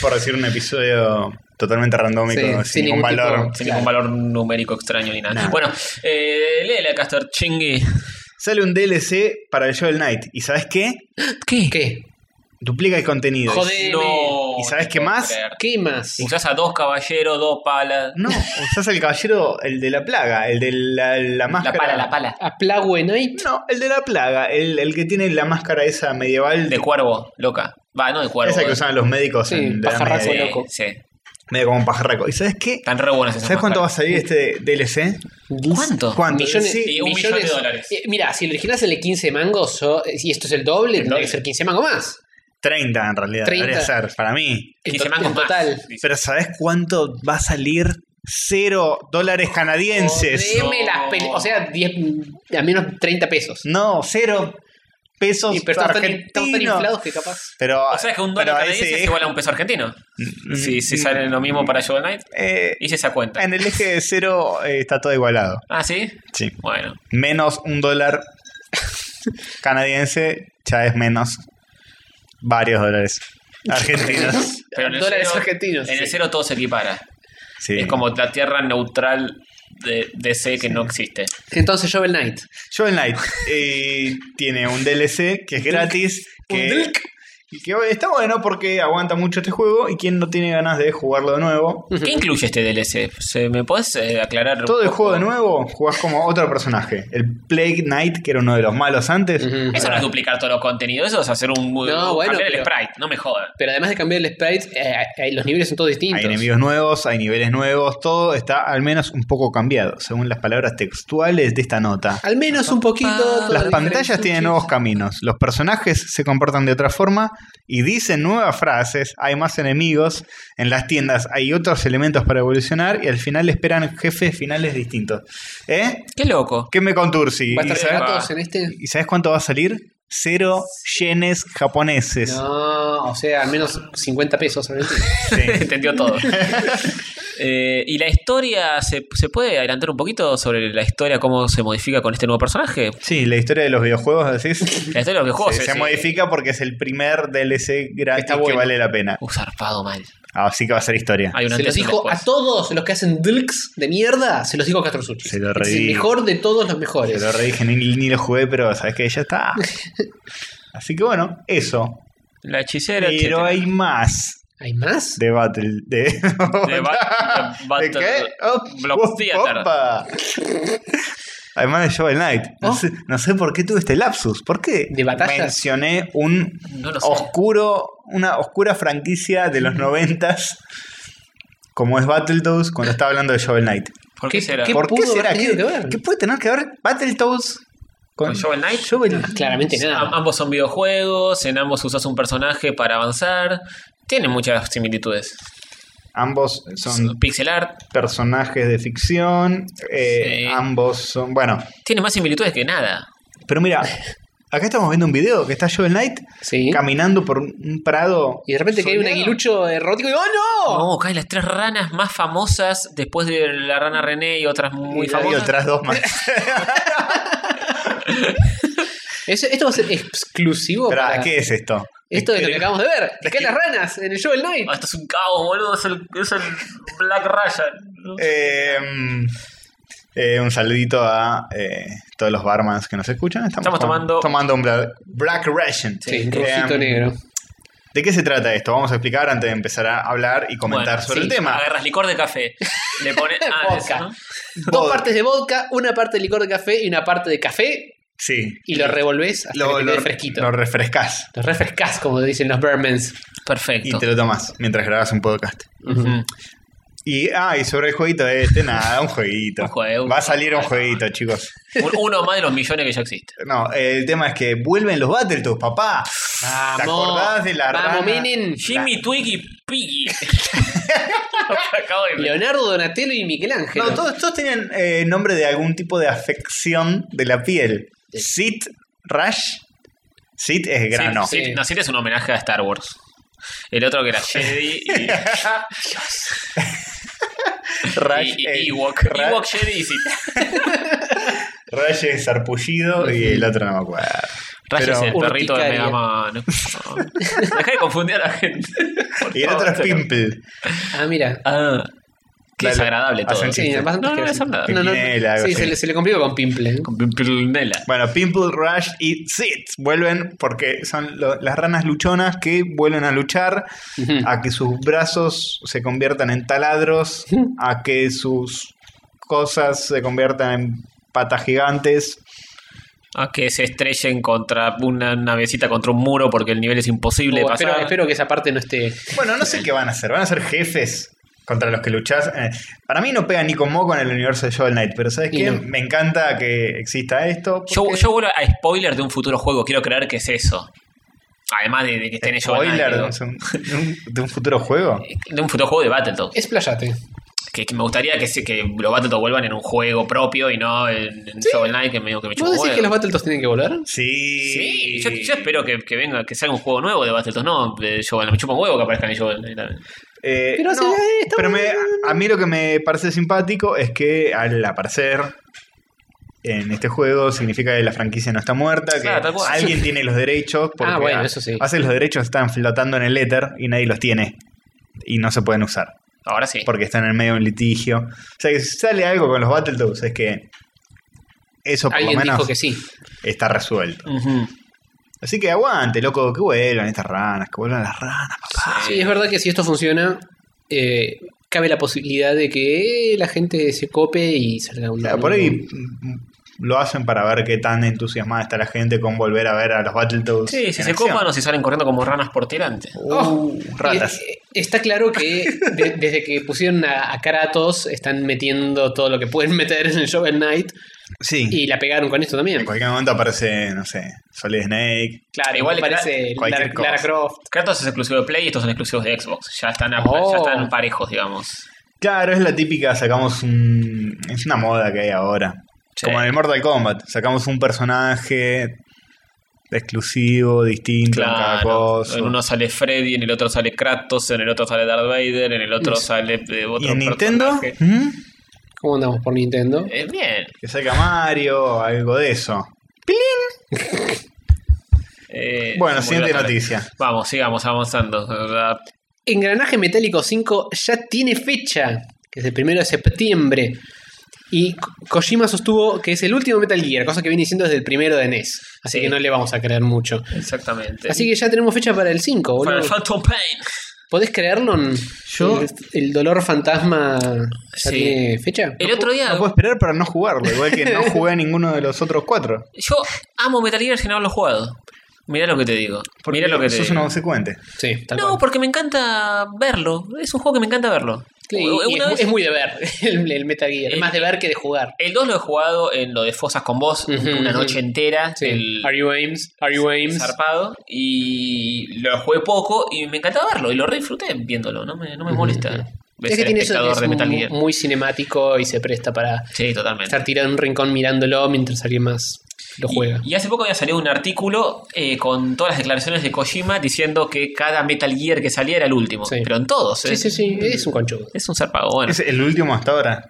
por decir un episodio totalmente randómico, Sí, sin, sin ningún ningún tipo- valor. Sin Claro. ningún valor numérico extraño ni nada. Nada. Bueno, eh, léela, Caster Chingui. Sale un DLC para el Shovel Knight. ¿Y sabes qué? ¿Qué? ¿Qué? Duplica el contenido. Joder. <laughs> No. ¿Y sabes no qué puedo más? creer. ¿Qué más? Usás a dos caballeros, dos palas. No, usás el caballero, el de la plaga, el de la, la La máscara. pala, la pala. ¿A Plague Knight? No, el de la plaga, el, el que tiene la máscara esa medieval. De cuervo, loca. Va, no de cuervo. esa que eh. usaban los médicos Sí, en de la pajarraco, media, Sí, loco. sí. medio como un pajarraco. ¿Y sabes qué? Están re buenas esas ¿Sabes cuánto va a máscaras. salir este DLC? ¿Cuánto? ¿Cuánto? Millones, Sí, Y eh, un millón de dólares. Eh, mira, si el original sale 15 mangos, yo- eh, y esto es el doble, tendría doble. que ser 15 mangos más. 30 en realidad, 30. debería ser para mí. El 15 to- mangos el más. total. Dice. Pero ¿sabes cuánto va a salir? Cero dólares canadienses. Jodeme No. las pel- o sea, 10, mm, a menos 30 pesos. No, cero pesos Y pero estamos tan, argentinos. estamos tan inflados que capaz. Pero, O sea que un pero dólar canadiense ese- es igual a un peso argentino. Si, si sale lo mismo para Shovel Knight, eh, hice esa cuenta. Mm, en el eje de cero eh, está todo igualado. Ah, ¿sí? Sí. Bueno. Menos un dólar canadiense ya es menos varios dólares <laughs> argentinos. Pero en el Dólares cero, argentinos, En el sí. cero todo se equipara. Sí. Es como la tierra neutral de DC que no existe. Entonces, Jovel Knight. Shovel Knight eh, tiene un DLC que es gratis. Que, y que está bueno porque aguanta mucho este juego y quien no tiene ganas de jugarlo de nuevo. ¿Qué incluye este DLC? ¿Se- ¿Me podés eh, aclarar? un Todo el poco? juego de nuevo jugás como otro personaje. El Plague Knight, que era uno de los malos antes. Ujú. Eso no es duplicar todos los contenidos, eso es hacer un. No, No, bueno, cambiar el pero- sprite, no me jodas. Pero además de cambiar el sprite, eh, eh, los niveles son todos distintos. Hay enemigos nuevos, hay niveles nuevos, todo está al menos un poco cambiado, según las palabras textuales de esta nota. Al menos un poquito. Las pantallas tienen nuevos caminos, los personajes se comportan de otra forma y dicen nuevas frases, hay más enemigos, en las tiendas hay otros elementos para evolucionar y al final esperan jefes finales distintos. ¿Eh? Qué loco. ¿Qué me contursi? ¿Va a ¿Y estar de sabes, va. gatos en este? y sabes cuánto va a salir? Cero yenes japoneses. No, o sea, al menos 50 pesos. <laughs> argentinos. Sí. <laughs> Entendió todo. Eh, ¿Y la historia? ¿se, se puede adelantar un poquito sobre la historia, cómo se modifica con este nuevo personaje? Sí, la historia de los videojuegos, decís. La historia de los videojuegos. se, eh, se sí. modifica porque es el primer DLC gratis Está bueno. que vale la pena. Uh, zarpado mal. Así que va a ser historia. Hay un Se antes los y un dijo después. a todos los que hacen Dlks de mierda, se los dijo Castro Suchi. Se lo Este es el redije. mejor de todos los Te mejores. lo redije, ni, ni lo jugué, pero sabes que ya está. Así que bueno, eso. La hechicera. Pero etcétera. hay más ¿Hay más? de Battle. <laughs> ¿De, de Bat- de ¿De Battle qué? Oh, Block oh, Theater. opa. Además de Shovel Knight. No, Oh. sé, no sé por qué tuve este lapsus. ¿Por qué ¿De batallas? mencioné un No lo sé. oscuro, una oscura franquicia <laughs> de los noventas como es Battletoads cuando estaba hablando de Shovel Knight? ¿Por qué, ¿Qué- será? qué- ¿Por qué pudo haber será? tenido ¿Qué, que ver? qué puede tener que ver Battletoads ¿Con Shovel Knight? Shovel Ah, claramente Am- nada. ambos son videojuegos, en ambos usas un personaje para avanzar. Tienen muchas similitudes. Mm, Ambos son Pixel art. personajes de ficción. eh, Sí. Ambos son. Bueno, Tiene más similitudes que nada. pero mira, acá estamos viendo un video que está Shovel Knight Sí. caminando por un un prado. Y de repente cae un soleado. aguilucho erótico y ¡Oh no! No, caen las tres ranas más famosas después de la rana René y otras muy Y la- y famosas. otras <laughs> dos más. Eso- esto va a ser exclusivo Pero, para. ¿Qué es esto? Esto es lo que Espere. Este, acabamos de ver. ¿Qué las ranas en el show del Night? Ah, esto es un caos, boludo. Es el, es el Black Ryan. Eh, mm, eh, un saludito a eh, todos los barmans que nos escuchan. Estamos tomando- tomando un Bla- Black Ration. Sí, Eh, rojito negro. ¿De qué se trata esto? Vamos a explicar antes de empezar a hablar y comentar Bueno, sobre sí, el tema. Agarras licor de café. Le <laughs> pones. Ah, eso, Vodka. ¿no? Dos partes de vodka, una parte de licor de café y una parte de café. Sí. Y lo revolvés hasta Lo, que te lo- quede fresquito. lo Lo, refrescás refrescás, como dicen los Bermans. y Perfecto. te lo tomás mientras grabas un podcast. Ujú. Y, ah, y sobre el jueguito este, nada, un <laughs> jueguito. Un juego. Va a salir un jueguito, chicos. Un- Uno más de los millones que ya existe. No, el tema es que vuelven los Battletoads, papá. ¿Te acordás de la Vamos, rana? Minin. Jimmy, Twiggy, Piggy. Acabo de Leonardo Donatello y Michelangelo. No, todos, todos tenían eh, nombre de algún tipo de afección de la piel. Sit, Rash. Sit es grano. Sí, sí, Sí. no, sí, es un homenaje a Star Wars. El otro que era Jedi y, Rash, y- y eh, Ewok. Ra- Ewok, Jedi y Sith. Rash es sarpullido y el otro no me acuerdo. Rayo Pero- es el perrito de Urticaria. Mega Man. Deja de confundir a la gente. por Y el otro favor. es Pimple. Ah, mira. Ah, qué Claro, desagradable todo. hacen Sí, chiste. bastante No, no, asqueroso. eso nada. No, no, Pimpinela, algo sí, así. se le, se le complica con Pimple. ¿no? Con Pimpinela. Bueno, Pimple, Rush y Sit vuelven porque son lo- las ranas luchonas que vuelven a luchar, Mm. Ujú. a que sus brazos se conviertan en taladros, a que sus cosas se conviertan en patas gigantes. A que se estrellen contra una navecita contra un muro porque el nivel es imposible de Oh, pasar. espero, espero que esa parte no esté. Bueno, no sé qué van a hacer, van a ser jefes contra los que luchás. Eh, para mí no pega ni con moco en el universo de Shovel Knight, pero ¿sabes Y qué? no. Me encanta que exista esto. Yo, porque- yo vuelvo a spoiler de un futuro juego, quiero creer que es eso. Además de, de que estén ellos Spoiler ganando. de un, de un- de un futuro juego. eh, de un futuro juego de Battletoads. Esplayate. Que, que me gustaría que, se- que los Battletoads vuelvan en un juego propio y no en, en Shovel Knight, que medio que me ¿Vos chupa un decís huevo. que los Battletoads tienen que volver? Sí. Sí, yo, yo espero que, que venga, que salga un juego nuevo de Battletoads, no de Shovel Knight. Me chupa un huevo que aparezcan en Shovel Knight. Eh, Pero no, se ve, está pero me- bueno. a mí lo que me parece simpático es que al aparecer en este juego significa que la franquicia no está muerta, que Claro, tal cual. alguien tiene los derechos, porque Ah, bueno, eso sí. hace los derechos están flotando en el éter y nadie los tiene y no se pueden usar Ahora sí. porque están en medio de un litigio. O sea, que si sale algo con los Battletoads es que eso por Alguien lo menos dijo que sí. está resuelto. Ujú. Así que aguante, loco, que vuelvan estas ranas, que vuelvan las ranas, papá. Ah. Sí, es verdad que si esto funciona, eh, cabe la posibilidad de que la gente se cope y salga un. O sea, por ahí mm, lo hacen para ver qué tan entusiasmada está la gente con volver a ver a los Battletoads. Sí, si en se acción. copan o si salen corriendo como ranas por delante. Uh, ratas. Y, eh, Está claro que de- desde que pusieron a, a Kratos están metiendo todo lo que pueden meter en el Shovel Knight Sí. y la pegaron con esto también. En cualquier momento aparece, no sé, Solid Snake. Claro, Igual igual parece cualquier Lara, Lara cosa. Croft. Kratos es exclusivo de Play y estos son exclusivos de Xbox. Ya están, a- Oh. ya están parejos, digamos. Claro, es la típica, sacamos un... Es una moda que hay ahora. Sí. Como en el Mortal Kombat, sacamos un personaje exclusivo, distinto en cada Claro. cosa. En uno sale Freddy, en el otro sale Kratos, en el otro sale Darth Vader, en el otro sale eh, otro y en Nintendo, personaje. ¿Mm? ¿Cómo andamos por Nintendo? Eh, bien. que saca Mario, algo de eso. Eh, Bueno, muy siguiente bacana. noticia. Vamos, sigamos avanzando. La- Engranaje Metálico 5 ya tiene fecha, que es el primero de septiembre. Y Ko- Kojima sostuvo que es el último Metal Gear, cosa que viene diciendo desde el primero de NES. Así Sí. que no le vamos a creer mucho. Exactamente. Así que ya tenemos fecha para el 5, Final boludo. Phantom Pain. ¿Podés creerlo? Yo- ¿El, el dolor fantasma ya Sí. tiene fecha? El otro día. No puedo esperar para no jugarlo, igual que no jugué a ninguno de los otros cuatro. Yo amo Metal Gear sin haberlo jugado. Mirá lo que te digo. Porque Mirá lo que te sos digo. un consecuente. Sí, tal No, cual. porque me encanta verlo. Es un juego que me encanta verlo. Sí, y- Una y es, mu- vez- es muy de ver <laughs> el, el Metal Gear, El- más de ver que de jugar. El 2 lo he jugado en lo de Fosas con vos Ujú, una ujú. noche entera. Sí. El Are you Ames? Are you Ames? zarpado. Y lo jugué poco y me encantaba verlo. Y lo re disfruté viéndolo. No me, no me molesta. Es ser que tiene eso de espectador que es de Metal mu- Gear. muy cinemático y se presta para Sí, totalmente. estar tirado en un rincón mirándolo mientras alguien más lo Y- juega. Y, hace poco había salido un artículo eh, con todas las declaraciones de Kojima diciendo que cada Metal Gear que salía era el último. Sí. Pero en todos. sí, eh. sí, sí, es un conchudo. Es un zarpado. Bueno, Es el último hasta ahora.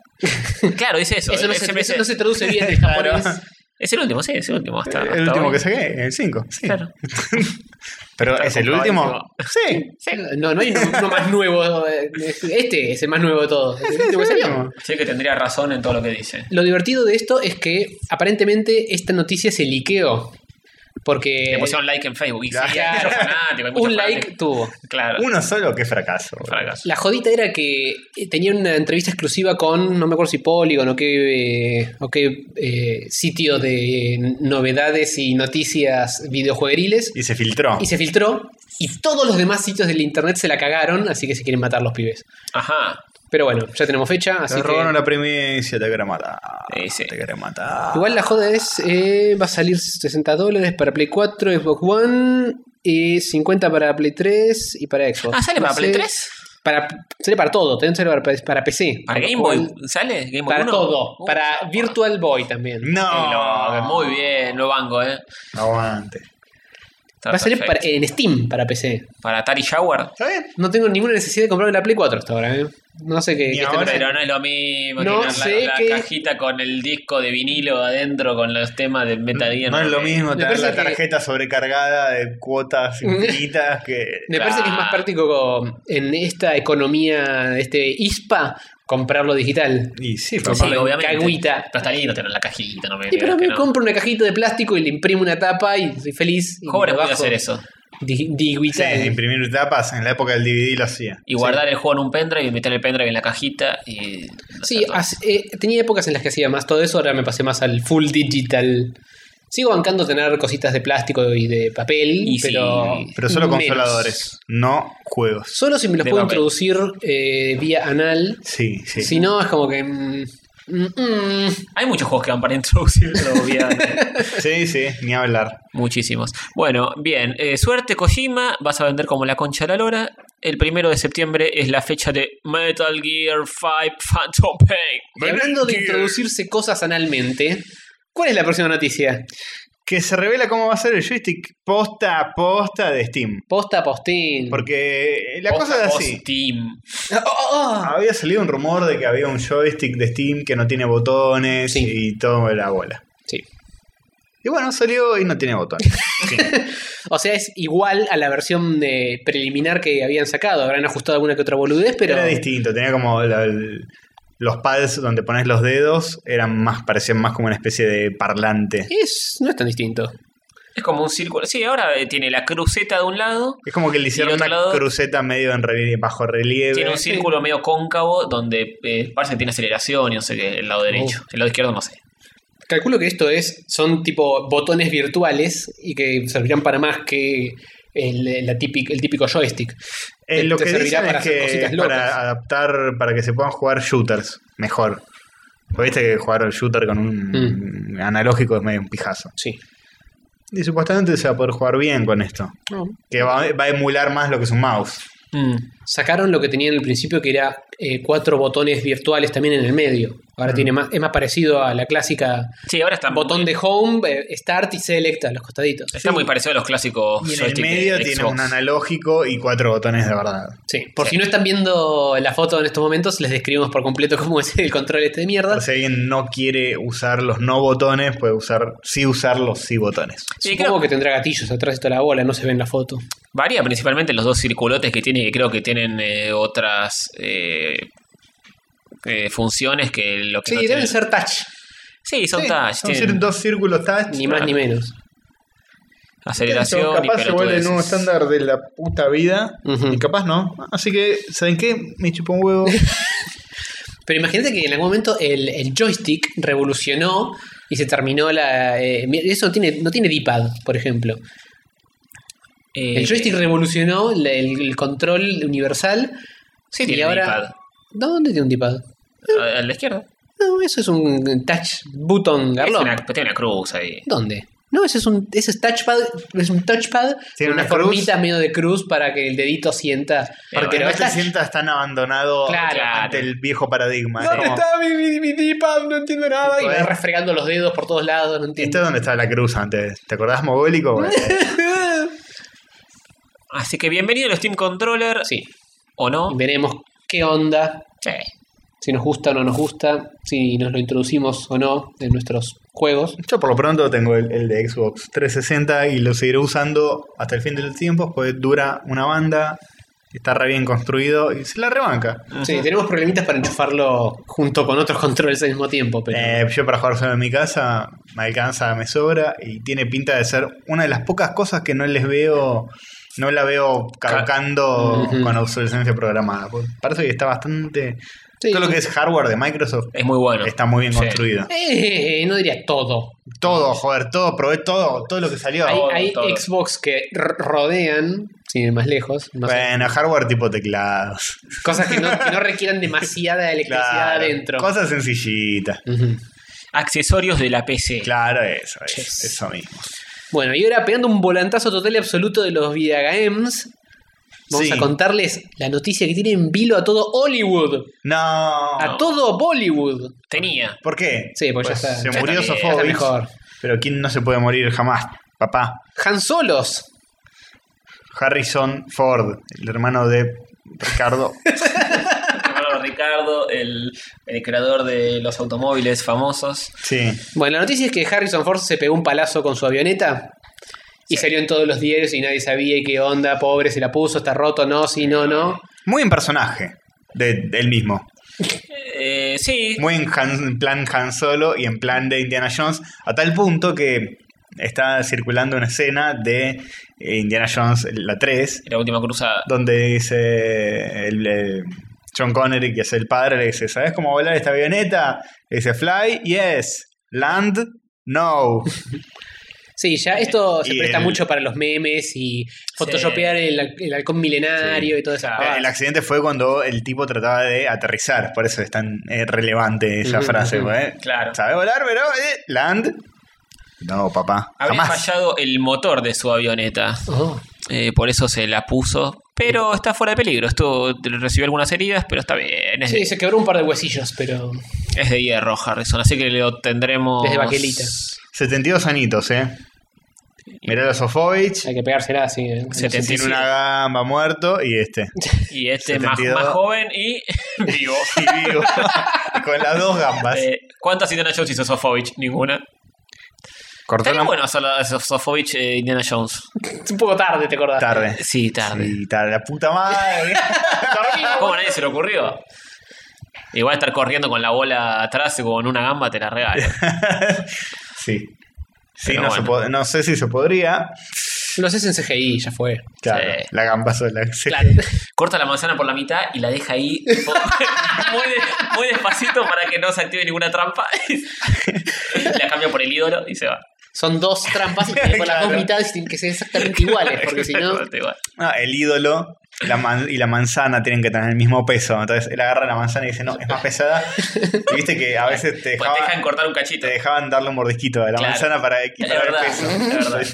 claro, dice eso. Eso no, Ese se, me eso dice- <laughs> no se traduce bien en japonés. Es el último, sí, es el último. Hasta, hasta el último hoy. que saqué, el 5. Sí. Claro. Pero Está es el ocupado, último. Sí. No, no hay uno, uno más nuevo. eh, Este es el más nuevo de todos. Es el último que sí, salió. no. Sí que tendría razón en todo lo que dice. Lo divertido de esto es que aparentemente esta noticia se liqueó. Porque Le pusieron like en Facebook. Y sí, Claro. hay muchos fanáticos, hay muchos <laughs> un like fanáticos. tuvo. Claro. Uno solo, qué fracaso. boludo. Fracaso. La jodita era que tenía una entrevista exclusiva con, no me acuerdo si Polygon o qué, eh, o qué eh, sitio de novedades y noticias videojuegriles. Y se filtró. Y se filtró. Y todos los demás sitios del internet se la cagaron, así que se quieren matar los pibes. Ajá. Pero bueno, ya tenemos fecha, así Te que- robaron la primicia, te quieren matar. Sí, sí. Te quieren matar. Igual la joda es, eh, va a salir 60 dólares para Play 4, Xbox One, y 50 para Play 3 y para Xbox. Ah, ¿sale No para Play sé, 3? Para, sale para todo, también sale para, para PC. ¿Para Lo Game Boy? cual- ¿Sale? ¿Game Boy Para 1? todo. Uh, para qué Virtual Boy también. No. loco, Muy bien, lo banco, ¿eh? Aguante. Está va a salir perfecto. para- eh, en Steam para PC. para Atari Jaguar. ¿Está bien? No tengo ninguna necesidad de comprarme la Play 4 hasta ahora, ¿eh? No sé qué. Ni qué ahora, tendrá. Pero no es lo mismo No tener la- sé la, qué- cajita con el disco de vinilo adentro con los temas de Metal Gear. No es lo mismo Me tener parece la que- tarjeta sobrecargada de <laughs> cuotas infinitas que. Me parece que es más práctico co- en esta economía, este ISPA, comprarlo digital. Y sí, Sí, papá. obviamente. Caguita. Pero está lindo tener la cajita, no me Y pero digas a mí que me no. compro una cajita de plástico y le imprimo una tapa y soy feliz. y Jóvenes lo pueden bajo. hacer eso. Dig- Sí, Digital. imprimir tapas en la época del DVD lo hacía. Y guardar el juego en un pendrive y meter el pendrive en la cajita y... Sí, hace- eh, tenía épocas en las que hacía más todo eso, ahora me pasé más al full digital. Sigo bancando tener cositas de plástico y de papel, Y sí, pero. Pero solo menos. consoladores, no juegos. Solo si me los De puedo papel. introducir eh, vía anal. Sí, sí. Si no, es como que. mm, mm, mm. Hay muchos juegos que van para introducir pero <laughs> obviamente. Sí, sí, ni hablar. Muchísimos. Bueno, bien. eh, suerte, Kojima. Vas a vender como la concha de la lora. El primero de septiembre es la fecha de Metal Gear 5 Phantom Pain. Y hablando de introducirse cosas analmente, ¿cuál es la próxima noticia? Que se revela cómo va a ser el joystick posta a posta de Steam. Posta, postín. Porque la Posta cosa es Post así. Team. Ah, ah, ah. Había salido un rumor de que había un joystick de Steam que no tiene botones Sí. y todo la bola. Sí. Y bueno, salió y no tiene botones. O sea, es igual a la versión de preliminar que habían sacado. Habrán ajustado alguna que otra boludez, pero. Era distinto, tenía como la- el- los pads donde pones los dedos, eran más, parecían más como una especie de parlante. Es, no es tan distinto. Es como un círculo. Sí, ahora eh, tiene la cruceta de un lado. Es como que le hicieron Y otro una lado- cruceta medio en relie- bajo relieve. Tiene un círculo medio cóncavo donde eh, parece que tiene aceleración y no sé qué, el lado derecho. El lado izquierdo no sé. Calculo que esto es, son tipo botones virtuales y que servirán para más que el, la típica- el típico joystick. Eh, lo Te que servirá dicen para es hacer que cositas locas. para adaptar, para que se puedan jugar shooters mejor. Porque viste que jugar al shooter con un analógico es medio un pijazo. Sí. Y supuestamente se va a poder jugar bien con esto. No. Que va, va a emular más lo que es un mouse. Mm. Sacaron lo que tenía en el principio, que era eh, cuatro botones virtuales también en el medio. Ahora tiene más, es más parecido a la clásica Sí, ahora está, botón de home, eh, start y select a los costaditos. está muy parecido a los clásicos. Y en el Oh, joystick de medio tiene Xbox. un analógico y cuatro botones de verdad. Sí. Por si no están viendo la foto en estos momentos, les describimos por completo cómo es el control este de mierda. Por si alguien no quiere usar los no botones, puede usar sí usar los sí botones. Sí, Supongo creo- que tendrá gatillos atrás de toda la bola, no se ve en la foto. Varía principalmente los dos circulotes que tiene, que creo que tienen eh, otras eh, eh, funciones que lo que Sí, no deben tienen. ser touch, Sí, son Sí, touch, son tienen cir- dos círculos touch. ni más ni menos. aceleración y capaz se vuelve el nuevo pelotudeces. estándar de la puta vida. Ujú. Y capaz no. Así que, ¿saben qué? Me chupo un huevo. Pero imagínate que en algún momento el, el joystick revolucionó y se terminó la. eh, mi- eso no tiene, no tiene D-pad, por ejemplo. Eh, El joystick revolucionó la- el, el control universal. Sí, y tiene ahora- D-pad. ¿Dónde tiene un D-pad? A, a la izquierda. No, eso es un touch button, Es Garlón. una- tiene una cruz ahí. ¿Dónde? No, ese es un, ese es touchpad, es un touchpad con una, Tiene una cruz. formita medio de cruz para que el dedito sienta. Porque pero no es te touch. sientas tan abandonado Claro. ante el viejo paradigma. Es como, mi, mi, mi D-pad? No entiendo nada. Y Tipo, va eh. refregando los dedos por todos lados, no ¿Esto es entiendo. donde estaba la cruz antes? ¿Te acordás mogólico? Bueno, Así que bienvenido a los Team Controller. Sí. ¿O no? Y veremos qué onda, Sí. si nos gusta o no nos gusta, si nos lo introducimos o no en nuestros juegos. Yo por lo pronto tengo el, el de Xbox 360 y lo seguiré usando hasta el fin de los tiempos, pues dura una banda, está re bien construido y se la rebanca. Sí, tenemos problemitas para enchufarlo junto con otros <laughs> controles al mismo tiempo, pero Eh, yo para jugar solo en mi casa me alcanza, me sobra y tiene pinta de ser una de las pocas cosas que no les veo, no la veo cargando Ujú. con obsolescencia programada. Pues, Parece que está bastante... Sí. Todo lo que es hardware de Microsoft Es muy bueno. está muy bien Sí. construido. Eh, eh, eh, no diría todo. Todo, joder, todo, probé todo, todo lo que salió. Hay, Todo, hay todo. Xbox que r- rodean, sin ir más lejos, más- bueno, hardware tipo teclados. cosas que no, que no requieran <laughs> demasiada electricidad Claro, adentro. Cosas sencillitas. Ujú. Accesorios de la PC. Claro, eso, eso, eso mismo. Bueno, y ahora pegando un volantazo total y absoluto de los videogames, vamos Sí. a contarles la noticia que tiene en vilo a todo Hollywood, No. a todo Bollywood. Tenía. ¿Por qué? Sí, pues ya está. Se Ya está murió bien, ya está Sofovich. mejor. Pero ¿quién no se puede morir jamás? Papá. Han Solos. Harrison Ford, el hermano de <laughs> Ricardo. Hermano Ricardo, el, el creador de los automóviles famosos. Sí. Bueno, la noticia es que Harrison Ford se pegó un palazo con su avioneta y salió en todos los diarios y nadie sabía qué onda, pobre, se la puso, está roto, no, sí, no, no. Muy en personaje. De, él mismo. Eh, sí, Muy en, Han- en plan Han Solo y en plan de Indiana Jones. A tal punto que está circulando una escena de eh, Indiana Jones, la 3, la última cruzada. donde dice el, el John Connery, que es el padre, le dice, ¿sabes cómo volar esta avioneta? Le dice, fly, yes, land, no. Sí, ya esto se Eh, Y presta el- mucho para los memes y photoshopear el, el halcón milenario Sí. y todo eso. Ah, el accidente fue cuando el tipo trataba de aterrizar, por eso es tan eh, relevante esa Ujú, frase. ujú. ¿eh? Claro. ¿Sabe volar, pero eh, land? No, papá. Había Jamás. fallado el motor de su avioneta. Eh, por eso se la puso. Pero está fuera de peligro. Esto recibió algunas heridas, pero está bien. Es, de- Eh. Sí, se quebró un par de huesillos, pero es de hierro, Harrison. Así que lo tendremos. Desde baquelita. 72 años, ¿eh? Mirá a Sofovich, hay que pegársela así. ¿eh? Setenta- tiene una gamba muerto y este. Y este más, 72. más joven y <laughs> vivo. Y <laughs> vivo. <laughs> Y con las dos gambas. Eh, ¿Cuántas Indiana Jones hizo Sofovich? Ninguna. Cortó Estaría la bueno hacer la- Sofovich eh, Indiana Jones. Es un poco tarde, te acordás. tarde. Sí, tarde. Y tal, la puta <laughs> madre. ¿Cómo a nadie se le ocurrió? Igual estar corriendo con la bola atrás y con una gamba te la regalo. sí. Sí, Pero no, bueno. se pod- no sé si se podría. Lo haces en CGI, ya fue. Claro, Sí. la gamba sola. <laughs> sí. Claro. Corta la manzana por la mitad y la deja ahí tipo, <laughs> muy, de- muy despacito para que no se active ninguna trampa. <laughs> la cambia por el ídolo y se va. Son dos trampas <laughs> y tenés por las dos Claro. mitades tienen que ser exactamente iguales, porque <laughs> si no. Exactamente <laughs> igual. Ah, el ídolo la man- y la manzana tienen que tener el mismo peso. Entonces él agarra la manzana y dice, no, es más <laughs> pesada. Y viste que a veces te Pues te dejan dejaban, cortar un cachito. te dejaban darle un mordisquito de la Claro. manzana para La quitar el verdad, peso. la verdad.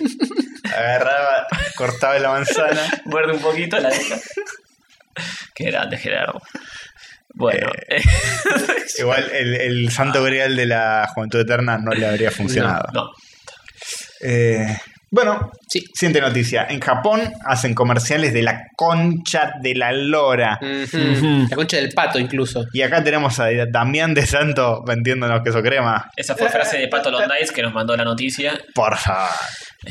Agarraba, cortaba <laughs> la manzana. Muerde un poquito la deja. Qué grande, Gerardo. Bueno, Eh, eh, Igual el, el santo grial de la juventud eterna no le habría funcionado. no. Eh, bueno, Sí. siguiente noticia. En Japón hacen comerciales de la concha de la lora. Mm. Ujú. La concha del pato, incluso. Y acá tenemos a Damián de Santo vendiéndonos queso crema. Esa fue frase de Pato Londice que nos mandó la noticia. Por favor.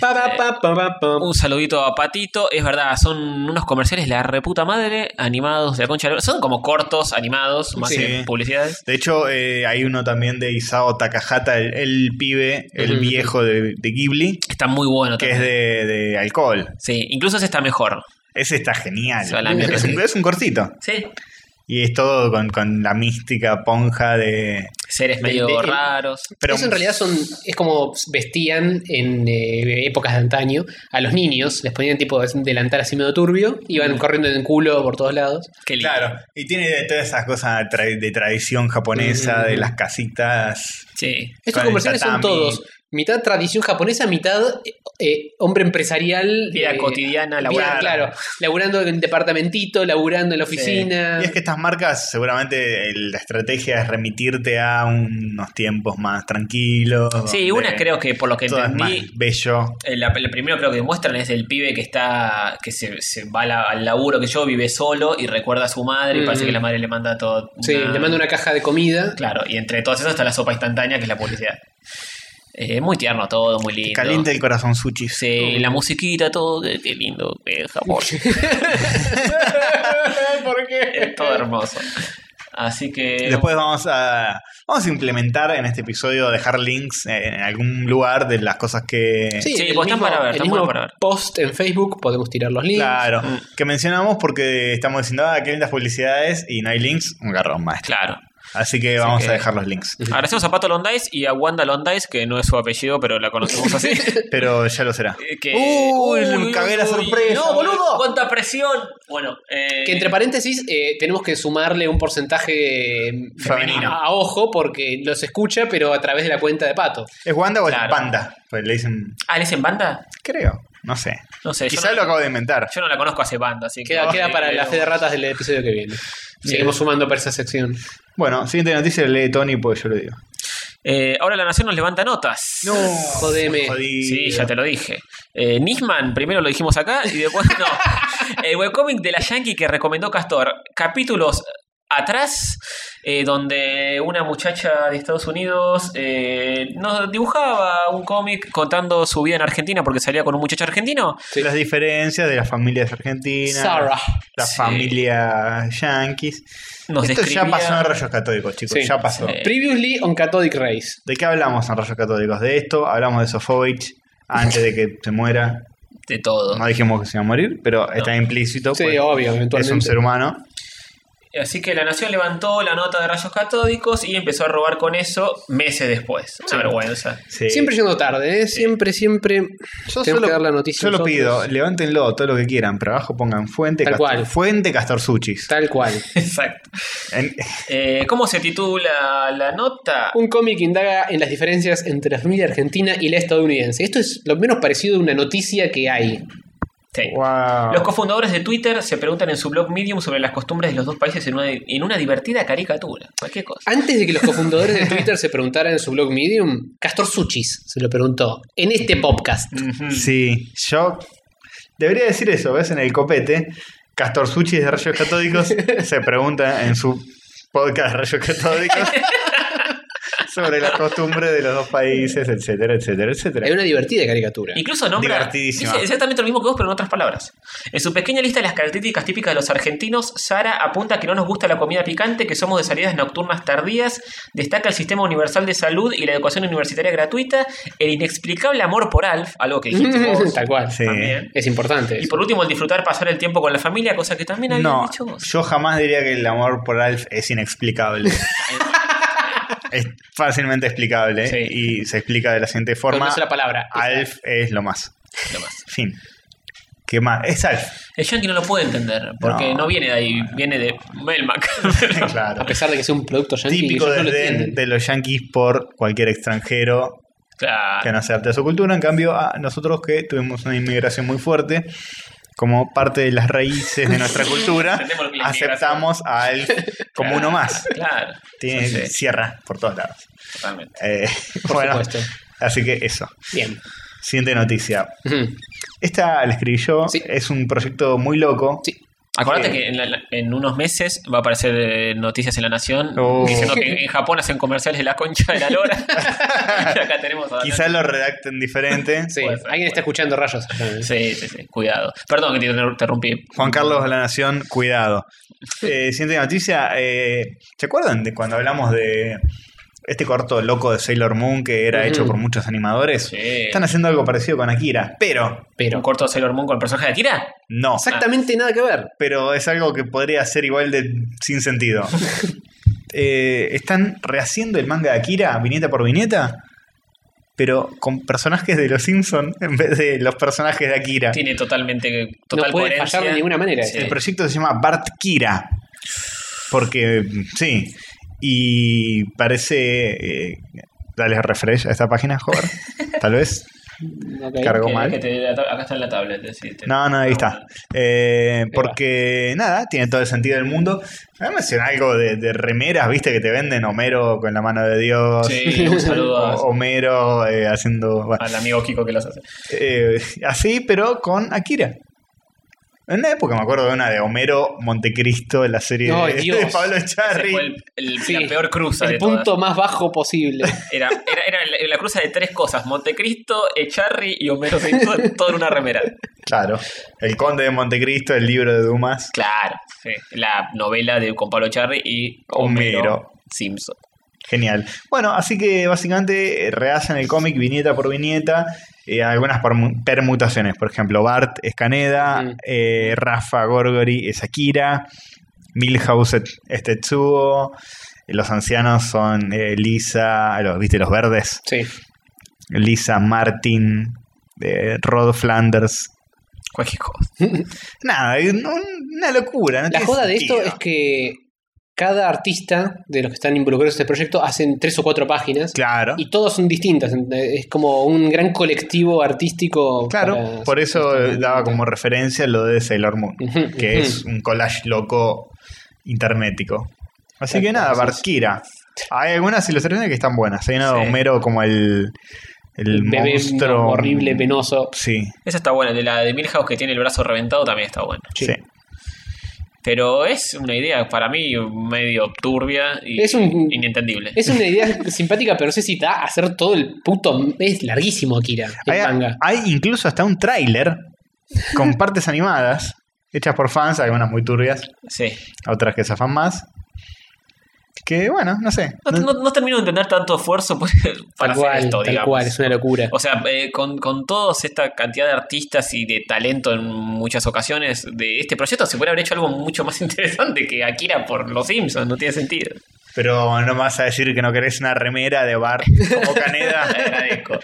Pa, pa, pa, pa, pa, pa. Un saludito a Patito. Es verdad, son unos comerciales la reputa madre, animados de la concha de la lora. Son como cortos, animados, más Sí. que publicidades. De hecho, eh, hay uno también de Isao Takahata, el, el pibe, el Ujú. viejo de, de Ghibli, Está muy bueno que es también. de, de alcohol. Sí, incluso ese está mejor. Ese está genial. Se va la mierda. Es un, es un cortito. Sí. Y es todo con, con la mística ponja de... Seres De- medio de- raros. Pero Eso en realidad son, es como vestían en eh, épocas de antaño a los niños, les ponían tipo un delantal así medio turbio, iban corriendo en el culo por todos lados. Qué lindo. Claro, y tiene de todas esas cosas tra- de tradición japonesa, de las casitas. Sí. Estos Con el comerciales son tatami. todos mitad tradición japonesa, mitad eh, eh, hombre empresarial. Vida eh, cotidiana, vida, laburar. claro, laburando en el departamentito, laburando en la oficina. Y es que estas marcas, seguramente el- la estrategia es remitirte a unos tiempos más tranquilos. Sí, una creo que por lo que todo es más entendí, bello. El, el primero creo que muestran es el pibe que está que se, se va a la- al laburo que yo vive solo y recuerda a su madre y parece Mm. que la madre le manda todo Sí, le manda una caja de comida. claro y entre todas esas está la sopa instantánea que es la publicidad Eh, muy tierno todo, muy lindo. Caliente el corazón, Sushi. Mm. Sí, la musiquita, todo, qué, qué lindo, eh, Japón. <laughs> <laughs> ¿Por qué? Es todo hermoso. Así que. Después vamos a, vamos a implementar en este episodio, dejar links en en algún lugar de las cosas que... Sí, el pues están mismo- para ver, el están bueno mismo para ver. Post en Facebook, podemos tirar los links. Claro, Mm. que mencionamos porque estamos diciendo, ah, qué lindas publicidades y no hay links, un garrón maestro. Claro. Así que vamos que- a dejar los links. Agradecemos a Pato Londice y a Wanda Londice, que no es su apellido, pero la conocemos <laughs> así. Pero ya lo será. Eh, que, Uy, cagué la sorpresa, ¡No, boludo! boludo. ¡Cuánta presión! Bueno, eh, Que entre paréntesis, eh, tenemos que sumarle un porcentaje eh, Femenino. A, a ojo, porque los escucha, pero a través de la cuenta de Pato. ¿Es Wanda o Claro. es Panda? Pues le dicen, ¿Ah, ¿le dicen banda? creo, no sé. No sé. yo Quizás no- lo acabo de inventar. Yo no la conozco hace banda, así que. Queda, Eh, queda para eh, la fe de ratas del episodio que viene. Seguimos sumando para esa sección. Bueno, siguiente noticia la lee Tony, pues yo lo digo. Eh, ahora la nación nos levanta notas. No, Jodeme. jodido. Sí, ya te lo dije. Eh, Nisman, primero lo dijimos acá y después no. El webcomic de la Yankee que recomendó Castor. Capítulos atrás, eh, donde una muchacha de Estados Unidos eh, nos dibujaba un cómic contando su vida en Argentina porque salía con un muchacho argentino. Las diferencias de las familias argentinas. Sarah. La Sí. familia yankees. Nos Esto describía- ya pasó en Rayos Catódicos, chicos. Sí. Ya pasó. Sí. Previously on Catholic Race. ¿De qué hablamos en Rayos Catódicos? De esto, hablamos de Sofovich antes de que se muera. de todo. No dijimos que se iba a morir, pero está implícito. Sí, pues, obvio, es eventualmente. un ser humano. Así que la nación levantó la nota de rayos catódicos y empezó a robar con eso meses después. Una vergüenza. <laughs> Sí. Siempre yendo tarde, ¿eh? Siempre, siempre. Yo tenemos solo- que dar la noticia. Yo lo nosotros. pido, levántenlo todo lo que quieran, pero abajo pongan fuente, Tal Castor- cual. fuente Castor Suchis. Tal <laughs> cual. Exacto. En- Eh, ¿Cómo se titula la nota? Un cómic indaga en las diferencias entre la familia argentina y la estadounidense. Esto es lo menos parecido a una noticia que hay. Sí. Wow. Los cofundadores de Twitter se preguntan en su blog Medium sobre las costumbres de los dos países en una, en una divertida caricatura. Cualquier cosa. Antes de que los cofundadores de Twitter se preguntaran en su blog Medium, Castor Suchis se lo preguntó en este podcast. Sí, yo debería decir eso, ¿ves? En el copete, Castor Suchis de <laughs> Rayos Catódicos se pregunta en su podcast de <laughs> Rayos Catódicos sobre las costumbres de los dos países, etcétera, etcétera, Hay etcétera. una divertida caricatura. Incluso nombra Divertidísima. dice exactamente lo mismo que vos, pero en otras palabras. En su pequeña lista de las características típicas de los argentinos, Sara apunta que no nos gusta la comida picante, que somos de salidas nocturnas tardías, destaca el sistema universal de salud y la educación universitaria gratuita, el inexplicable amor por Alf, algo que <laughs> dijiste vos. <laughs> Tal cual. Sí. También. Es importante. Y eso. por último, el disfrutar pasar el tiempo con la familia, cosa que también habías No, dicho vos. yo jamás diría que el amor por Alf <laughs> es inexplicable. es fácilmente explicable Sí. y se explica de la siguiente Pero no forma. es la palabra. Alf es lo más. Lo más. Fin. ¿Qué más? Es <laughs> Alf. El yankee no lo puede entender, porque no, No. viene de ahí, viene de <laughs> Melmac. <laughs> claro. A pesar de que sea un producto yankee, típico ellos no lo desdén entienden. de los yanquis por cualquier extranjero que Ah. claro. no se adapte a su cultura. En cambio, a nosotros que tuvimos una inmigración muy fuerte, como parte de las raíces <laughs> de nuestra cultura, Entendemos lo que es la aceptamos a Alf como uno más. Claro. Tiene Sí, sí, sierra por todos lados. totalmente. Eh, <laughs> Por bueno, supuesto. Así que eso. Bien. Siguiente noticia. Ujú. Esta la escribí yo. Sí. Es un proyecto muy loco. Sí. Acordate Sí. que en, la- en unos meses va a aparecer eh, noticias en La Nación Oh. diciendo que en Japón hacen comerciales de la concha de la lora. <laughs> Y acá tenemos a Quizás lo redacten <laughs> diferente. Sí, Puede alguien ser, está escuchando rayos. allá, ¿eh? Sí, sí, sí. Cuidado. Perdón que te interrumpí. Juan Carlos de la Nación, cuidado. Eh, siguiente noticia. eh, ¿Se acuerdan de cuando hablamos de este corto loco de Sailor Moon que era hecho por muchos animadores? Sí. Están haciendo algo parecido con Akira, pero Pero. Pero ¿Un corto de Sailor Moon con el personaje de Akira? no. exactamente nada que ver. Pero es algo que podría ser igual de sin sentido. Eh, están rehaciendo el manga de Akira, viñeta por viñeta, pero con personajes de los Simpsons en vez de los personajes de Akira. Tiene totalmente total no puede coherencia. fallar de ninguna manera. este Sí. El proyecto se llama Bart Kira. Porque, sí. Y parece. eh, dale refresh a esta página, joder. Tal vez. Ok. Cargo Que- mal. que te- acá está en la tablet. sí, te- No, no, ahí está. Eh, porque, nada, tiene todo el sentido del mundo. Me menciona algo de, de remeras, viste, que te venden Homero con la mano de Dios. Sí, un saludo a- O- Homero eh, haciendo. bueno, al amigo Kiko que los hace. eh, así, pero con Akira. En una época me acuerdo de una de Homero Montecristo, la serie Ay, <laughs> de, Dios. de Pablo Ese Charri. fue el, el- Sí. la peor cruza El de punto todas. más bajo <laughs> posible. Era, era, era la, la cruza de tres cosas: Montecristo, Echarri y Homero Simpson, todo en una remera. Claro. El Conde de Montecristo, el libro de Dumas. Claro, sí. la novela de con Pablo Echarri y Homero. Homero, Simpson. Genial. Bueno, así que básicamente eh, rehacen el cómic viñeta por viñeta. eh, algunas permu- permutaciones. Por ejemplo, Bart es Caneda, Ujú. eh, Rafa Gorgori es Akira, Milhouse es- es Tetsuo, eh, los ancianos son eh, Lisa, los, ¿viste? Los verdes. Sí. Lisa Martin, eh, Rod Flanders. Cualquier cosa. Nada, es un- una locura. no La tiene joda de esto sentido. es que cada artista de los que están involucrados en este proyecto hacen tres o cuatro páginas. Claro. Y todas son distintas. ent- Es como un gran colectivo artístico. Claro, para- por eso eh, para- daba como referencia lo de Sailor <laughs> Moon, Ujú, que ujú. es un collage loco internetico. Así que Exacto, nada, sí, Barkira. Hay algunas ilustraciones que están buenas. Hay una de Sí. Homero como el, el El bebé monstruo. horrible, penoso. Sí, Esa está buena. De la de Milhouse que tiene el brazo reventado también está buena. sí. Sí. Pero es una idea para mí medio turbia y Es un- inentendible. Es una idea <laughs> simpática, pero no sé si da a hacer todo el puto. Es larguísimo, Akira. El Hay, manga. hay incluso hasta un tráiler <laughs> con partes animadas hechas por fans, algunas muy turbias, Sí. otras que zafan más. Que bueno, no sé. No, No- no- no termino de entender tanto esfuerzo por- <laughs> para Tal hacer cual, esto, tal digamos. cual, es una locura. O sea, eh, con, con toda esta cantidad de artistas y de talento en muchas ocasiones de este proyecto, se puede haber hecho algo mucho más <laughs> interesante que Akira por los Simpsons, no tiene sentido. Pero no me vas a decir que no querés una remera de Bart <laughs> como Caneda. Te agradezco.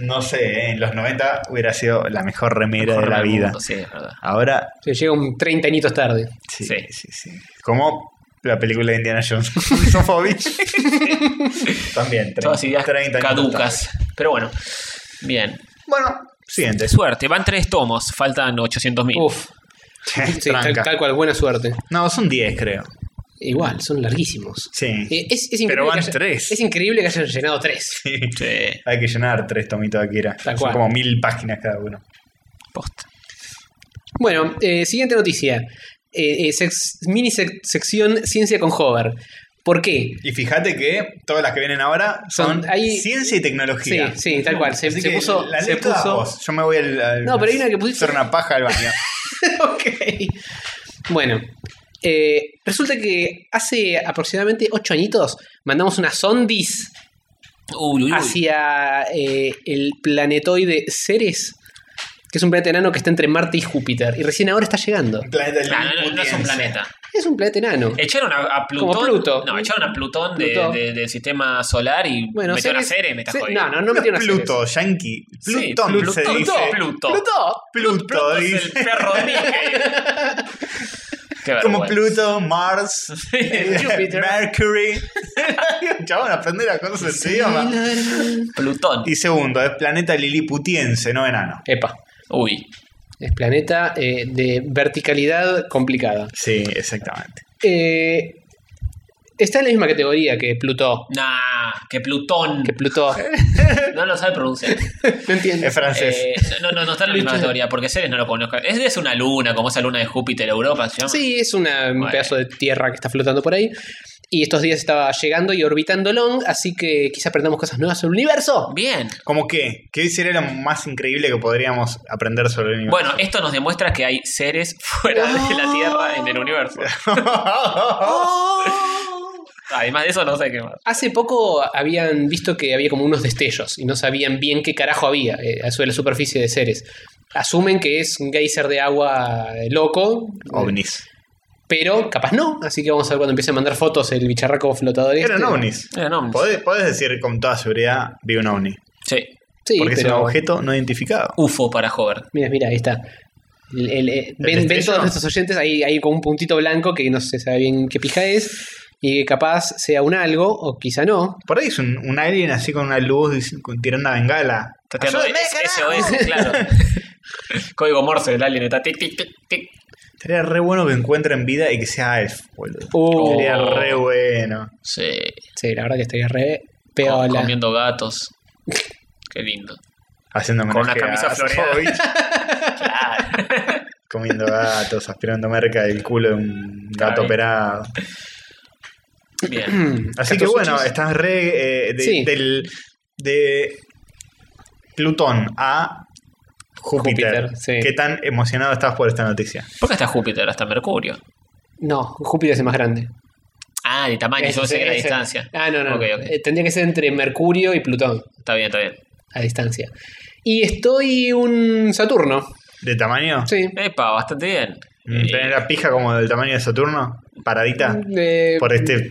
No sé, ¿eh? en los 90 hubiera sido la mejor remera Mejor de la del vida. mundo, sí, es verdad. Ahora, Se llega un 30 añitos tarde. sí, sí, Sí. sí, Como la película de Indiana Jones. <laughs> Sofovich. También, tre- Todas ideas 30 años caducas. tarde. Pero bueno, bien. Bueno, siguiente. Suerte, van tres tomos, faltan 800.000. Uf. Sí, tal, Tranca. tal cual, buena suerte. No, son 10 creo. Igual, son larguísimos. Sí. Eh, Es, es increíble Pero van que haya- tres. Es increíble que hayan llenado tres. Sí, Hay que llenar tres tomitos de Akira. Tal Son cual. como mil páginas cada uno. posta. Bueno, eh, siguiente noticia. Eh, eh, sex- mini sec- sección Ciencia con Hover. ¿Por qué? Y fíjate que todas las que vienen ahora son, Son- hay- ciencia y Sí, tecnología. sí, tal cual. Se, Así se que puso. la se leo todas puso- vos. Yo me voy al, al- No, pero hay una que pusiste- hacer una paja <laughs> al baño. ok. Bueno, eh, resulta que hace aproximadamente ocho añitos mandamos unas sondis Uy, uy, uy. hacia eh, el planetoide Ceres, que es un planeta enano que está entre Marte y Júpiter. Y recién ahora está llegando. Un planeta No, no, no, no es un liliputiense. planeta. Es un planeta enano. Echaron a, a Plutón. Como Pluto. No, echaron a Plutón, de- Plutón. De, del sistema solar y Bueno, metieron Ceres- a Ceres, me estás Ce- jodiendo. No, no, no metieron a Ceres. Pluto, Yankee. Sí, Plutón Pluto, se dice. Pluto. Pluto. Pluto, Pluto es el dice. perro de Mickey. <laughs> Qué Como vergüenza. <laughs> Pluto, Mars, eh, Júpiter. Mercury. Chabón, aprender a conocer ese idioma. Plutón. Y segundo, es planeta liliputiense, no enano. Epa. Uy. Es planeta eh, de verticalidad complicada. Sí, exactamente. Eh, está en la misma categoría que Plutó. Nah, que Plutón. Que Plutó. No lo sabe pronunciar. <laughs> No entiendo. Es francés. Eh, no, no, no está en la misma Pluto. categoría, porque Ceres no lo conozco. Es, es una luna, como esa luna de Júpiter, Europa, se llama. Sí, es una- un Bueno. pedazo de tierra que está flotando por ahí. Y estos días estaba llegando y orbitando Long, así que quizá aprendamos cosas nuevas sobre el universo. Bien. ¿Cómo qué? ¿Qué sería lo más increíble que podríamos aprender sobre el universo? Bueno, esto nos demuestra que hay seres fuera de Oh. la Tierra en el <laughs> universo. Además de eso, no sé qué más. Hace poco habían visto que había como unos destellos y no sabían bien qué carajo había eh, sobre la superficie de seres. Asumen que es un geyser de agua eh, loco, ovnis. pero capaz no. Así que vamos a ver cuando empiece a mandar fotos el bicharraco flotador. este. Eran ovnis. Eran ovnis. Podés, podés decir con toda seguridad, vi un ovni. Sí. Sí, Porque es pero- un objeto no identificado. UFO para Hover. Mira, mira, ahí está. El- el- eh, ven, ven destello? todos nuestros oyentes, ahí, ahí con un puntito blanco que no se sabe bien qué pija es. Y que capaz sea un algo, o quizá no. Por ahí es un, un alien así con una luz dic- con- tirando una bengala. Está tirando carajo! SOS, claro. Código Morse del alien está tic, tic, tic, tic. Estaría re bueno que encuentren vida y que sea elf, boludo. Oh. Uh, Estaría re bueno. Sí. Sí, la verdad que estaría re Co- peola. <clears throat> Comiendo gatos. Qué lindo. Haciendo Con una <laughs> homenaje camisa a floreada. Sofovich. comiendo gatos, aspirando merca del culo de un gato Ay. operado. Bien. Así que bueno, estás re eh, de, Sí. del, de Plutón a Júpiter. Júpiter, sí. ¿Qué tan emocionado estás por esta noticia? ¿Por qué está Júpiter hasta Mercurio? No, Júpiter es el más grande. Ah, de tamaño, yo Ese- sé que la ese- distancia. Ah, no, no. Ok, no. ok. Eh, tendría que ser entre Mercurio y Plutón, Está bien, está bien. a distancia. Y estoy un Saturno. ¿De tamaño? Sí. Epa, bastante bien. Eh, Mm, ¿Tenés la pija como del tamaño de Saturno? ¿Paradita? Eh, Por este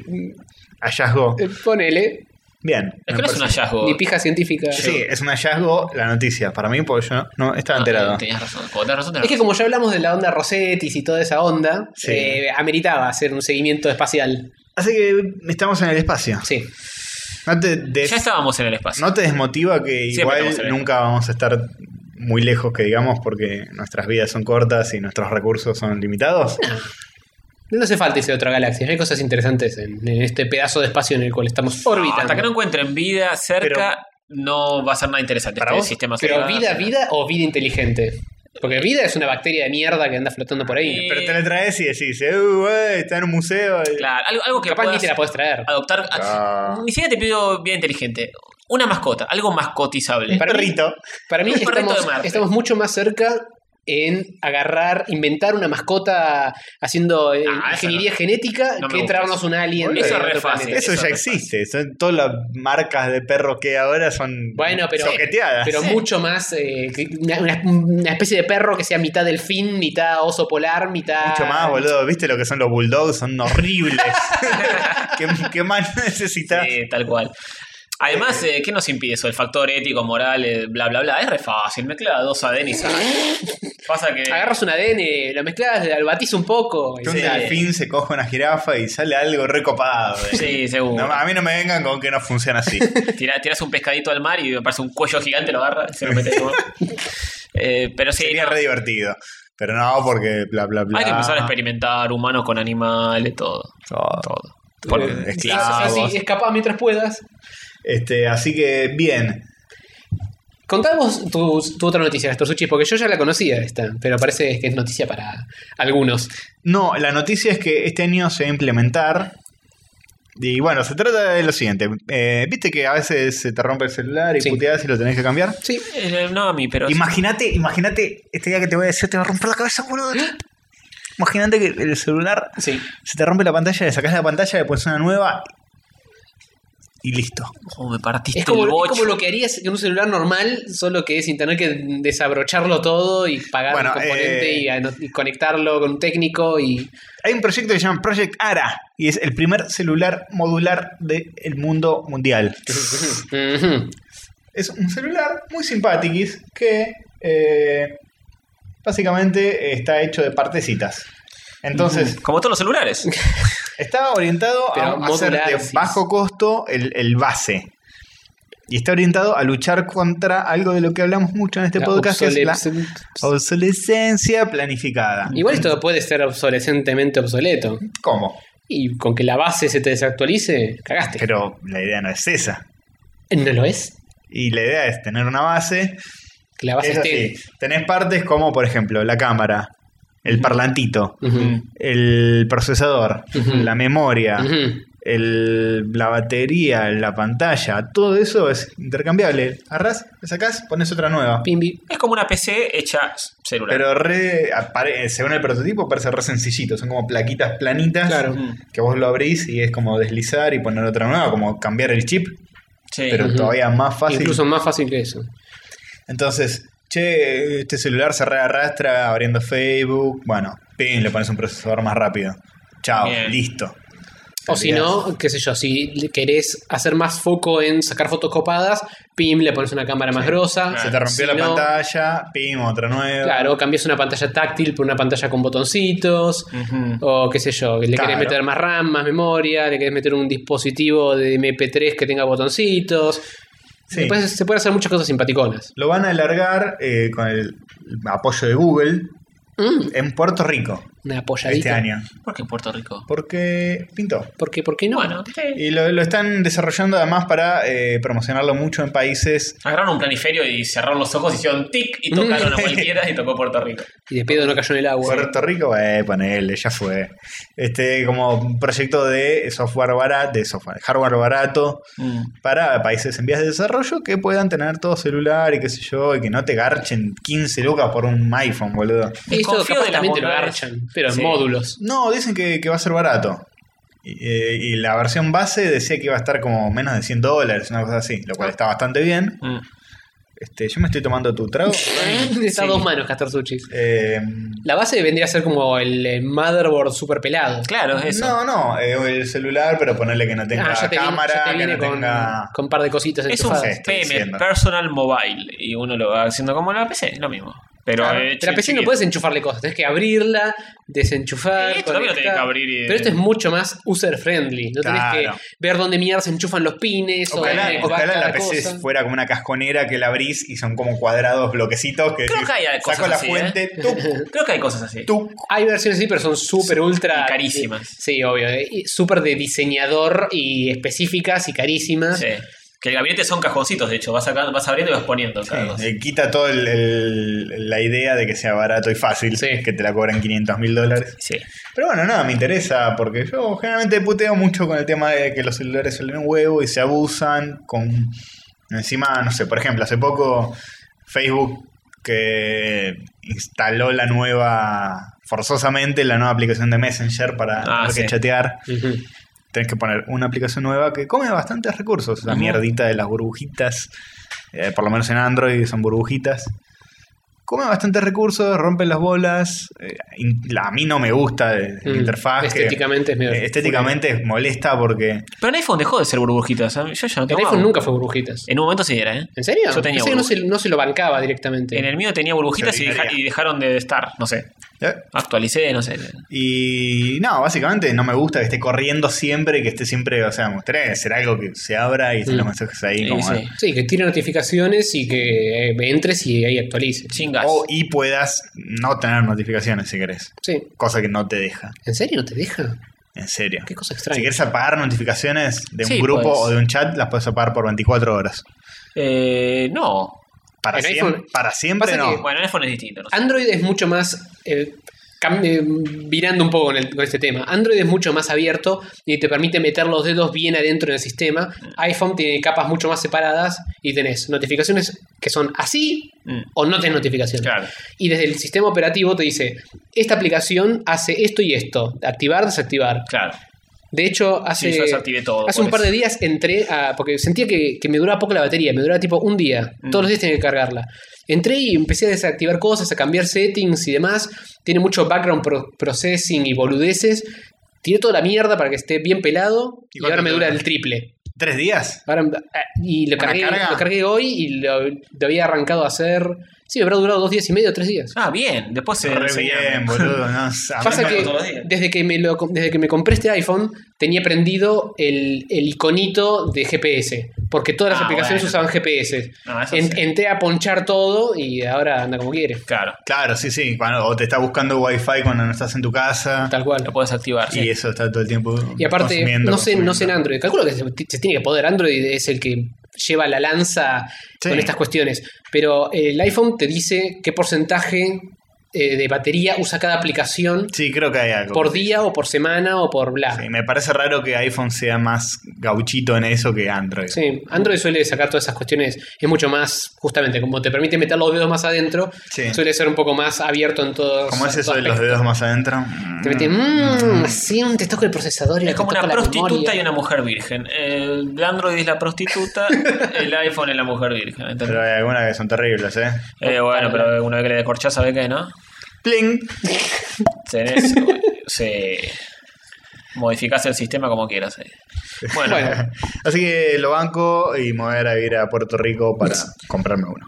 hallazgo. eh, Ponele. Bien. Es que me no es parece. un hallazgo. Mi pija científica. Sí, es un hallazgo la noticia. Para mí, porque yo no, no estaba enterado. Ah, tenías razón. Cuando tenés razón, tenés Es que razón. como ya hablamos de la onda Rosettis y toda esa onda, Sí. eh, ameritaba hacer un seguimiento espacial. Así que estamos en el espacio. Sí. No te, des- Ya estábamos en el espacio. no te desmotiva que Siempre igual estamos en el- nunca vamos a estar muy lejos, que digamos, porque nuestras vidas son cortas y nuestros recursos son limitados. No hace falta irse a otra galaxia. Hay cosas interesantes en, en este pedazo de espacio en el cual estamos orbitando. Hasta Ah, que no encuentren vida cerca, no va a ser nada interesante ¿Para este vos? sistema Pero solar. vida, vida o vida inteligente. Porque vida es una bacteria de mierda que anda flotando por ahí. Sí. Pero te la traes y decís, "Eh, güey, está en un museo. eh". Claro, algo, algo que Capaz ni puedas te la podés traer. adoptar. Ah. Ni siquiera te pido vida inteligente. Una mascota, algo mascotizable. Para mí- Perrito. Para mí Un perrito estamos, de Marte. estamos mucho más cerca en agarrar, inventar una mascota haciendo eh, Ah, eso ingeniería genética No me que gusta traernos un alien. de Eso es re otro fácil. planeta. Eso, eso ya no pasa. existe. Son todas las marcas de perros que hay ahora son Bueno, pero, soqueteadas. pero Sí. mucho más. eh, que una, una- una especie de perro que sea mitad delfín, mitad oso polar, mitad. Mucho más, boludo. ¿Viste lo que son los bulldogs? Son horribles. <laughs> ¿Qué, qué más necesitas? Sí, eh, tal cual. Además, eh, ¿qué nos impide eso? El factor ético, moral, eh, bla, bla, bla. Es re fácil. Mezcla dos ADN y <laughs> sale. Pasa que. Agarras un ADN, lo mezclas, lo albatís un poco. y Que un sí. delfín se coge una jirafa y sale algo recopado. eh. Sí, seguro. No, a mí no me vengan con que no funciona así. Tira- tirás un pescadito al mar y aparece un cuello gigante, lo agarra y se lo <laughs> mete. eh, pero sí, Sería no. re divertido. Pero no, porque bla, bla, bla. hay que Ah. empezar a experimentar humanos con animales, todo. Todo. todo. Por- Eh, Sí, sí, esclavos. sí, escapá mientras puedas. Este, así que, bien. Contá vos tu, tu otra noticia, Gastor Suchi, porque yo ya la conocía esta, pero parece que es noticia para algunos. No, la noticia es que este año se va a implementar. Y bueno, se trata de lo siguiente. Eh, Viste que a veces se te rompe el celular y Sí. puteás y lo tenés que cambiar. Sí. Eh, no a mí, pero. Imagínate, imagínate, este día que te voy a decir te va a romper la cabeza, boludo. ¿Eh? Imagínate que el celular Sí. se te rompe la pantalla, le sacás la pantalla, le pones una nueva y listo. Oh, me partiste Es como, el es bocho. como lo que harías en un celular normal, solo que sin tener que desabrocharlo todo y pagar Bueno, un componente eh, y, ano- y conectarlo con un técnico y Hay un proyecto que se llama Project ARA y es el primer celular modular del mundo <laughs> mundial. Ujú. Es un celular muy simpático que eh, básicamente está hecho de partecitas. Entonces, Como todos los <laughs> celulares. está orientado a Pero hacer modular, de sí. bajo costo el, el base. Y está orientado a luchar contra algo de lo que hablamos mucho en este la podcast, que es la obsolesc- obsolescencia planificada. Igual esto puede ser obsolescentemente obsoleto. ¿Cómo? Y con que la base se te desactualice, cagaste. Pero la idea no es esa. ¿No lo es? Y la idea es tener una base Que la base Eso esté. sí, tenés partes como, por ejemplo, la cámara, el parlantito, Ujú. el procesador, Ujú. la memoria, Ujú. el- la batería, la pantalla, todo eso es intercambiable. Arras, le sacás, pones otra nueva. Pimbi. Es como una PC hecha celular. Pero re, apare- eh, según el prototipo parece re sencillito, son como plaquitas planitas Claro. que vos lo abrís y es como deslizar y poner otra nueva, como cambiar el chip, Sí. pero Ujú. todavía más fácil. Incluso más fácil que eso. Entonces, che, este celular se rearrastra abriendo Facebook. Bueno, pin, le pones un procesador más rápido. Chao, Bien. listo. O si no, qué sé yo, si le querés hacer más foco en sacar fotos copadas, pim, le pones una cámara más grosa. Se te rompió Si la no, pantalla, pim, otra nueva. Claro, cambias una pantalla táctil por una pantalla con Mm. botoncitos. Ujú. O qué sé yo, le Claro. querés meter más RAM, más memoria, le querés meter un dispositivo de MP3 que tenga botoncitos. Sí. Después se puede hacer muchas cosas simpaticonas. Lo van a alargar eh, con el apoyo de Google Mm, en Puerto Rico. Una polladita. este año. ¿Por qué Puerto Rico? Porque pintó. Porque, ¿por qué no? Bueno, Y lo, lo están desarrollando además para eh, promocionarlo mucho en países. agarraron un planiferio y cerraron los ojos, hicieron tic y <laughs> tocaron a cualquiera y tocó Puerto Rico. Y de pedo no cayó en el agua. Puerto Rico, eh, ponele, ya fue. Este, como un proyecto de software barato, de software, hardware barato, Mm. para países en vías de desarrollo que puedan tener todo celular y qué sé yo, y que no te garchen 15 lucas por un iPhone, boludo. Y esto Desconfío capaz de las también te lo bondades. garchan, pero en Sí. módulos. No, dicen que, que va a ser barato. Y, eh, y la versión base decía que iba a estar como menos de 100 dólares, una cosa así, Ah. lo cual está bastante bien. Mm. Este, yo me estoy tomando tu trago. <laughs> Está a dos manos, Castor Suchi. Eh, La base vendría a ser como el eh, motherboard super pelado. Claro, es eso. no, no, eh, el celular, pero ponerle que no tenga Ah, ya te viene, cámara, ya te que viene no con, tenga... con un par de cositas es un enchufadas. Sí, estoy PM, diciendo. Personal Mobile. Y uno lo va haciendo como la PC, lo mismo. Pero, Claro, eh, pero la PC no chiquito. puedes enchufarle cosas, tenés que abrirla, desenchufar. Esto también lo tenés conectar. que abrir y- Pero esto es mucho más user-friendly. No tenés Claro. que ver dónde mierda se enchufan los pines o Ojalá, dónde va ojalá cada la PC cosa. fuera como una casconera que la abrís y son como cuadrados bloquecitos que Creo decís, que hay cosas saco la ¿eh? así, fuente, <laughs> tuc, Creo que hay cosas así. tuc. Hay versiones así, pero son súper ultra. Y carísimas. Sí, obvio. eh, y Súper de diseñador y específicas y carísimas. Sí. Que el gabinete son cajoncitos, de hecho. Vas, sacando, vas abriendo y vas poniendo cada cosa. Sí, eh, quita todo el- el- la idea de que sea barato y fácil, Sí. que te la cobran 500 mil dólares. Sí. Pero bueno, nada, me interesa porque yo generalmente puteo mucho con el tema de que los celulares salen un huevo y se abusan con... Encima, no sé, por ejemplo, hace poco Facebook que instaló la nueva, forzosamente, la nueva aplicación de Messenger para Ah, tener sí. que chatear. Ujú. Tenés que poner una aplicación nueva que come bastantes recursos. La Ajá. mierdita de las burbujitas. eh, por lo menos en Android son burbujitas. Come bastantes recursos, rompe las bolas. eh, in- la- a mí no me gusta de- de la Mm. interfaz. que, Estéticamente es medio. eh, estéticamente es molesta porque. Pero en iPhone dejó de ser burbujitas. ¿eh? Yo ya no El tengo iPhone más. nunca fue burbujitas. En un momento sí era, ¿eh? ¿En serio? Yo tenía Pensé que no se, no se lo bancaba directamente. En el mío tenía burbujitas y, Ordinaria. deja- y dejaron de estar. No sé. eh, Actualicé, no sé. Y no, básicamente no me gusta que esté corriendo siempre, que esté siempre, o sea, me gustaría hacer algo que se abra y estén Mm. los mensajes ahí. Sí, como, sí. Sí, que tire notificaciones y que eh, entres y ahí actualices. Sin gas. o- Oh, y puedas no tener notificaciones si querés. Sí. Cosa que no te deja, ¿En serio no te deja? en serio. Qué cosa Si extraña. quieres apagar notificaciones de un Sí, grupo puedes. o de un chat, las puedes apagar por 24 horas. Eh, no. Para, En siem- iPhone- para siempre pasa no. que- Bueno, en iPhone es distinto. no sé. Android es mucho más. eh, cam- eh, virando un poco con, el- con este tema. Android es mucho más abierto y te permite meter los dedos bien adentro del sistema. iPhone tiene capas mucho más separadas y tenés notificaciones que son así Mm. o no tenés notificaciones. Claro. Y desde el sistema operativo te dice: Esta aplicación hace esto y esto. Activar, desactivar. Claro. De hecho, hace, Sí, yo desactivé todo, hace por un par eso. de días entré a. Porque sentía que, que me duraba poco la batería, me duraba tipo un día. Mm. Todos los días tenía que cargarla. Entré y empecé a desactivar cosas, a cambiar settings y demás. Tiene mucho background pro- processing y boludeces. Tiré toda la mierda para que esté bien pelado y, ¿Y cuánto ahora me te dura dura? el triple. ¿Tres días? Ahora, ah, y lo ¿Una cargué, carga? lo cargué hoy y lo, lo había arrancado a hacer. Sí, me habrá durado dos días y medio, tres días. Ah, bien. Después se Re enseñaron. bien, boludo. <laughs> no, a mí Pasa me- que todos los días. desde que, me lo, desde que me compré este iPhone tenía prendido el, el iconito de GPS, porque todas las Ah, aplicaciones bueno. usaban GPS. Ah, eso En- sí. Entré a ponchar todo y ahora anda como quiere, Claro. Claro, sí, sí. Cuando, o te está buscando wifi cuando no estás en tu casa. tal cual. Lo puedes activar. Y sí. eso está todo el tiempo. Y aparte, consumiendo, no sé, no sé en consumiendo. Android, calculo que se, se tiene que poder, Android es el que lleva la lanza Sí. con estas cuestiones, pero el iPhone te dice qué porcentaje eh, de batería usa cada aplicación Sí, creo que hay algo. por día o por semana o por bla. Sí, me parece raro que iPhone sea más gauchito en eso que Android. Sí, Android suele sacar todas esas cuestiones. Es mucho más, justamente, como te permite meter los dedos más adentro, Sí. suele ser un poco más abierto en todos. ¿Cómo es en eso todo de los aspecto. dedos más adentro? mm, Te mete, mmm, así un te toco el procesador y Es te como una toco la prostituta memoria". y una mujer virgen. El Android es la <laughs> prostituta, el iPhone es la mujer virgen. ¿entendés? Pero hay algunas que son terribles, ¿eh? Eh, bueno, pero una vez que le descorchás, ¿sabes qué, no? ¡Pling! <laughs> Tenés. sí. Modificás el sistema como quieras. eh. Bueno, Bueno. <laughs> Así que lo banco y me voy a ir a ir a Puerto Rico para comprarme uno.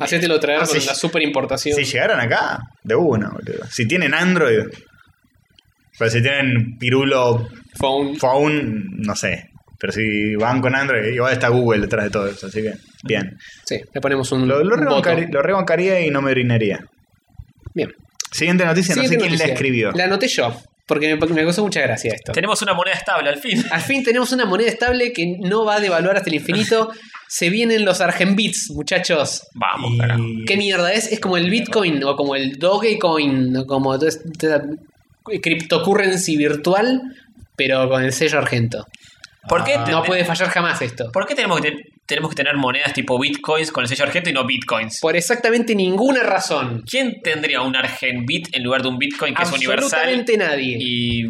Hacételo traer Ah, con sí. la super importación. Si llegaran acá, de una, boludo. Si tienen Android. Pero si tienen Pirulo Phone. Phone, no sé. Pero si van con Android, igual está Google detrás de todo eso, así que bien. Sí, le ponemos un. Lo, lo un voto. rebancari- lo rebancaría y no me orinaría. Bien. Siguiente noticia, Siguiente no sé quién noticia. la escribió. La anoté yo, porque me, me causó mucha gracia esto. Tenemos una moneda estable al fin. Al fin tenemos una moneda estable que no va a devaluar hasta <laughs> el infinito. Se vienen los Argenbits, muchachos. Vamos, Y- carajo. ¿Qué mierda es? Es como el Bitcoin o como el Dogecoin o como toda esta cryptocurrency virtual, pero con el sello argento. ¿Por Ah. qué, te- No puede fallar jamás esto. ¿Por qué tenemos que, ten- tenemos que tener monedas tipo bitcoins con el sello argento y no bitcoins? Por exactamente ninguna razón. ¿Quién tendría un argent bit en lugar de un bitcoin que es universal Absolutamente nadie. y,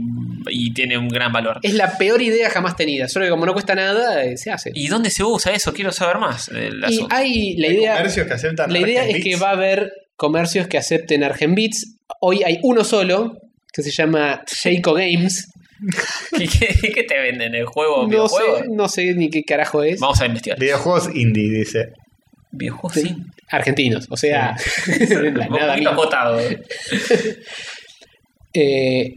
y tiene un gran valor? Es la peor idea jamás tenida. Solo que como no cuesta nada, eh, se hace. ¿Y dónde se usa eso? Quiero saber más del Y asunto. hay la idea. comercios que aceptan La idea es Argenbits. que va a haber comercios que acepten Argenbits. Hoy hay uno solo que se llama Seiko Games. <laughs> ¿Qué, qué- qué te venden? ¿El juego? No sé, ¿Videojuego? no sé ni qué carajo es. Vamos a investigar. Videojuegos indie, dice. Videojuegos, sí. Argentinos, o sea, <laughs> la Un <laughs> nada poquito mismo. acotado. Eh,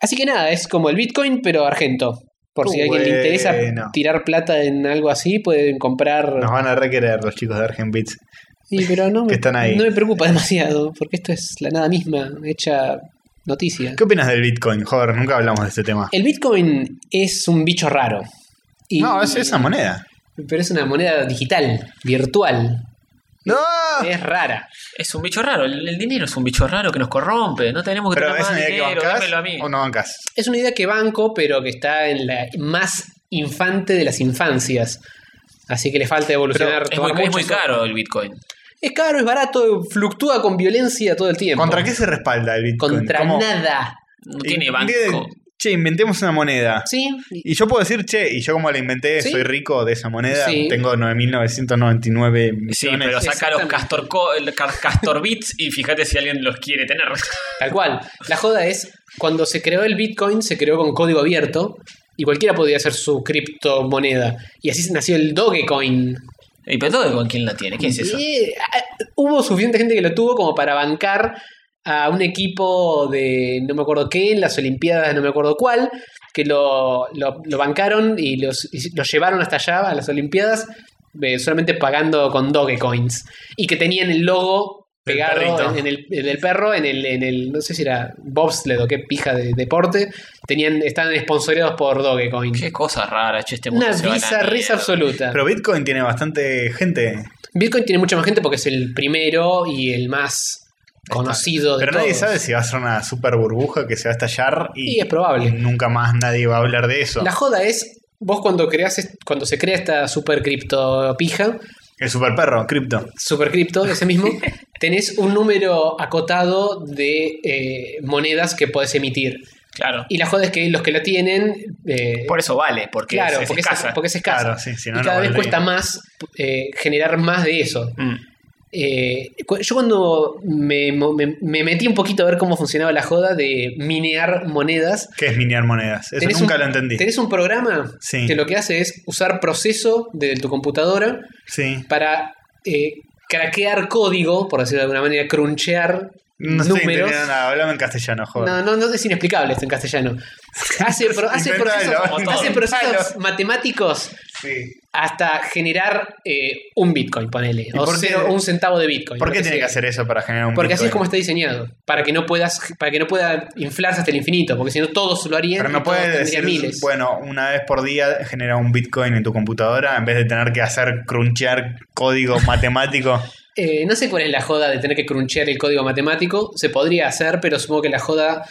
así que nada, es como el Bitcoin, pero argento. Por si a alguien le Bueno. interesa tirar plata en algo así, pueden comprar. Nos van a requerer los chicos de Argen Beats. Sí, pero no me, <laughs> que están ahí. no me preocupa <laughs> demasiado, porque esto es la nada misma, hecha noticia. ¿Qué opinas del Bitcoin, joder? Nunca hablamos de este tema. El Bitcoin es un bicho raro. Eh, Y- No, es esa moneda. Pero es una moneda digital, virtual. ¡No! Eh, Es rara. Es un bicho raro. El, el dinero es un bicho raro que nos corrompe. No tenemos que Pero tener es más una idea que dinero. bancás Dámelo a mí. o no bancás. Es una idea que banco, pero que está en la más infante de las infancias. Así que le falta evolucionar. Es muy, todavía es muy mucho. caro el bitcoin. Es caro, es barato, fluctúa con violencia todo el tiempo. ¿Contra qué se respalda el Bitcoin? Contra ¿Cómo? nada. No tiene Y- de- banco. Che, inventemos una moneda. Sí, Y yo puedo decir, che, y yo como la inventé, Sí. soy rico de esa moneda, Sí. tengo 9.999 millones. Sí, pero saca los Exactamente. castor, co- el ca- castor bits y fíjate si alguien los quiere tener. <laughs> tal cual. La joda es, cuando se creó el Bitcoin, se creó con código abierto y cualquiera podía hacer su criptomoneda. Y así nació el Dogecoin. ¿Y pero todo con quién la tiene? ¿Qué es eso? Y, ah, hubo suficiente gente que lo tuvo como para bancar a un equipo de no me acuerdo qué, en las Olimpiadas no me acuerdo cuál, que lo, lo- lo bancaron y los, y los llevaron hasta allá, a las Olimpiadas, eh, solamente pagando con Dogecoins. Y que tenían el logo Del pegado perrito. en, en el, en el perro, en el, en el, no sé si era bobsled o qué pija de deporte, tenían, estaban sponsoreados por Dogecoin. Qué cosa rara, che, este mundo. Una se va a la bizarreza mierda. absoluta. Pero Bitcoin tiene bastante gente. Bitcoin tiene mucha más gente porque es el primero y el más conocido de Pero nadie todos. sabe si va a ser una super burbuja que se va a estallar y, Y es probable. y nunca más nadie va a hablar de eso. La joda es, vos cuando creas est- cuando se crea esta super cripto pija, El super perro, cripto. super cripto, ese <laughs> mismo, tenés un número acotado de eh, monedas que podés emitir. Claro. Y la joda es que los que la tienen... eh, Por eso vale, porque claro, es, es porque, escasa. Es, porque es escasa. Claro, sí, si no, y no cada vez valdría. cuesta más eh, generar más de eso. Mm. Eh, cu- yo cuando me, mo- me- me metí un poquito a ver cómo funcionaba la joda de minear monedas, ¿Qué es minear monedas? Eso Tenés nunca un- lo entendí. tenés un programa Sí. que lo que hace es usar proceso de tu computadora Sí. para eh, craquear código, por decirlo de alguna manera, crunchear No estoy números. entendiendo nada. Hablame en castellano, joder. No, no, no es inexplicable esto en castellano. Hace, <laughs> pro- hace Inventalo, procesos, inventalo. hace procesos matemáticos Sí. hasta generar eh, un Bitcoin, ponele. ¿Y O por qué- cero- un centavo de Bitcoin. ¿Por lo qué tiene que sea. hacer eso para generar un Porque así es como Bitcoin? está diseñado, para que no puedas, para que no pueda inflarse hasta el infinito, porque si no todos lo harían Pero y no todos puedes tendrían decir, miles. bueno, una vez por día genera un Bitcoin en tu computadora en vez de tener que hacer crunchear <laughs> código matemático. Eh, no sé cuál es la joda de tener que crunchear el código matemático, se podría hacer, pero supongo que la joda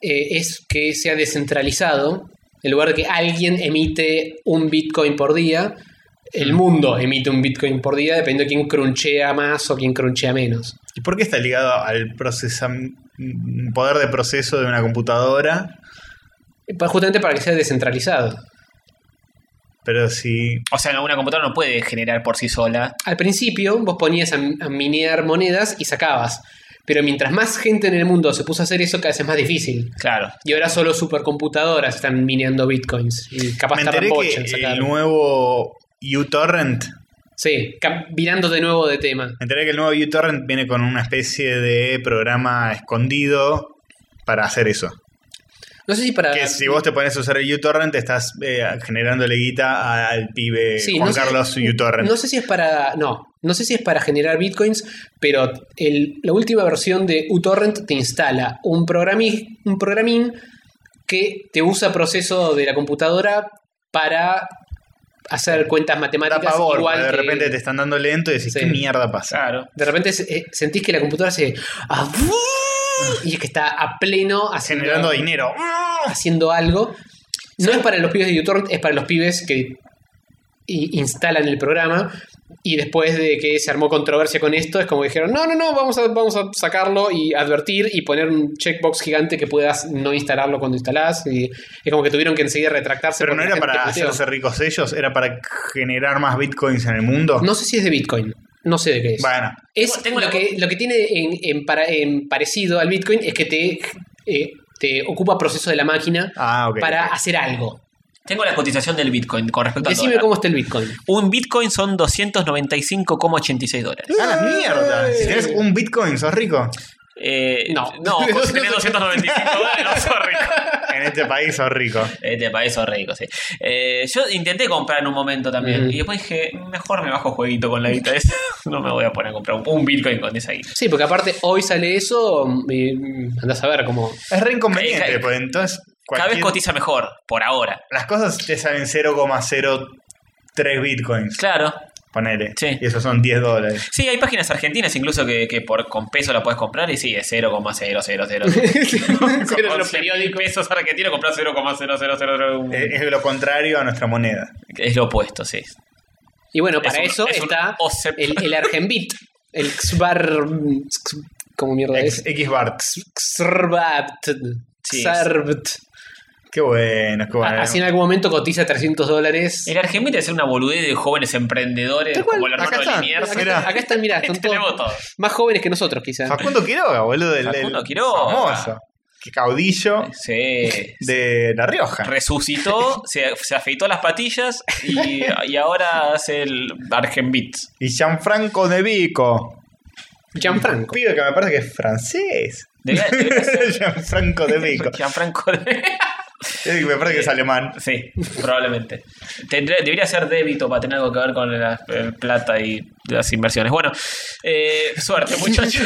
eh, es que sea descentralizado, en lugar de que alguien emite un Bitcoin por día, Mm. el mundo emite un Bitcoin por día, dependiendo de quién crunchea más o quién crunchea menos. ¿Y por qué está ligado al procesam- mm, poder de proceso de una computadora? Eh, pa- Justamente para que sea descentralizado. Pero si O sea, una computadora no puede generar por sí sola. Al principio vos ponías a, a minear monedas y sacabas. Pero mientras más gente en el mundo se puso a hacer eso, cada vez es más difícil. Claro. Y ahora solo supercomputadoras están mineando bitcoins. Y capaz me tardan enteré bocha en que el sacarlo. nuevo uTorrent, Sí, cam- virando de nuevo de tema. me enteré que el nuevo uTorrent viene con una especie de programa escondido para hacer eso. No sé si para. Que si vos te pones a usar el uTorrent, estás eh, generándole guita al pibe Sí, Eh, Juan no sé- Carlos uTorrent. No sé si es para. No. No sé si es para generar bitcoins, pero el- la última versión de uTorrent te instala un, programi- un programín que te usa proceso de la computadora para hacer cuentas da matemáticas pavor, igual de que- repente te están dando lento y decís, Sí. ¿qué mierda pasa? Claro. de repente se- eh, sentís que la computadora se ah, y es que está a pleno haciendo, Generando dinero. haciendo algo. No es para los pibes de YouTube, es para los pibes que i- instalan el programa. Y después de que se armó controversia con esto, es como que dijeron, no, no, no, vamos a, vamos a sacarlo y advertir y poner un checkbox gigante que puedas no instalarlo cuando instalás. Y es como que tuvieron que enseguida retractarse. Pero no porque era la para gente puteó. hacerse ricos ellos, era para generar más bitcoins en el mundo. No sé si es de Bitcoin, no sé de qué es. Bueno, Es Tengo- tengo lo, la- que, lo que tiene en, en para- en parecido al Bitcoin es que te, eh, te ocupa proceso de la máquina Ah, ok, para ok. hacer algo. Tengo la cotización del Bitcoin con respecto al Decime dólar. cómo está el Bitcoin. Un Bitcoin son 295,86 dólares. a la mierda. Si tienes un bitcoin, sos rico. Eh, No. No, si tenés 295 dólares, no sos rico. En este país sos rico. Este país sos rico, sí. Eh, yo intenté comprar en un momento también. Mm. Y después dije, mejor me bajo jueguito con la guita esa. No me voy a poner a comprar un- un Bitcoin con esa guita. Sí, porque aparte hoy sale eso, y, mm, andás a ver cómo. Es re Ca- inconveniente, ca- porque entonces Cada vez cualquier- cotiza mejor, por ahora. las cosas te salen 0,03 bitcoins. Claro. Ponele. Sí. Y esos son 10 dólares. Sí, hay páginas argentinas incluso que, que por, con peso la puedes comprar y sí, es 0,000. Pero con 100.000 los periódicos. pesos argentinos compras 0,0001. Eh, Es, lo contrario a nuestra moneda. Es lo opuesto, sí. Y bueno, para un- eso es un está OCEP. el, el Argenbit, el Xbar. mm, X- ¿Cómo mierda X, es? Bart. Xrbat. Sí, es- Xrbt. Qué bueno, qué bueno. Ah, Así en algún momento cotiza 300 dólares. El Argemite es una boludez de jóvenes emprendedores Tal cual. como el hermano Acá de están. Liniers. <laughs> Acá, Mirá. acá están, mirá, son Tenemos todos todo. más jóvenes que nosotros, quizás. Facundo Quiroga, boludo. del- del Facundo Quiroga. Famoso. Que caudillo Sí. de La Rioja. <laughs> Resucitó, se, se afeitó las patillas y, y ahora hace el Argenbit. Y Gianfranco De Vico. Gianfranco. Pibe que me parece que es francés. Debería- debería ser- <laughs> Gianfranco <laughs> De Vico. Gianfranco de- <laughs> Es que me parece que es alemán. Sí, probablemente. Tendré- debería ser débito para tener algo que ver con la el plata y las inversiones. Bueno, eh, <laughs> suerte, muchachos.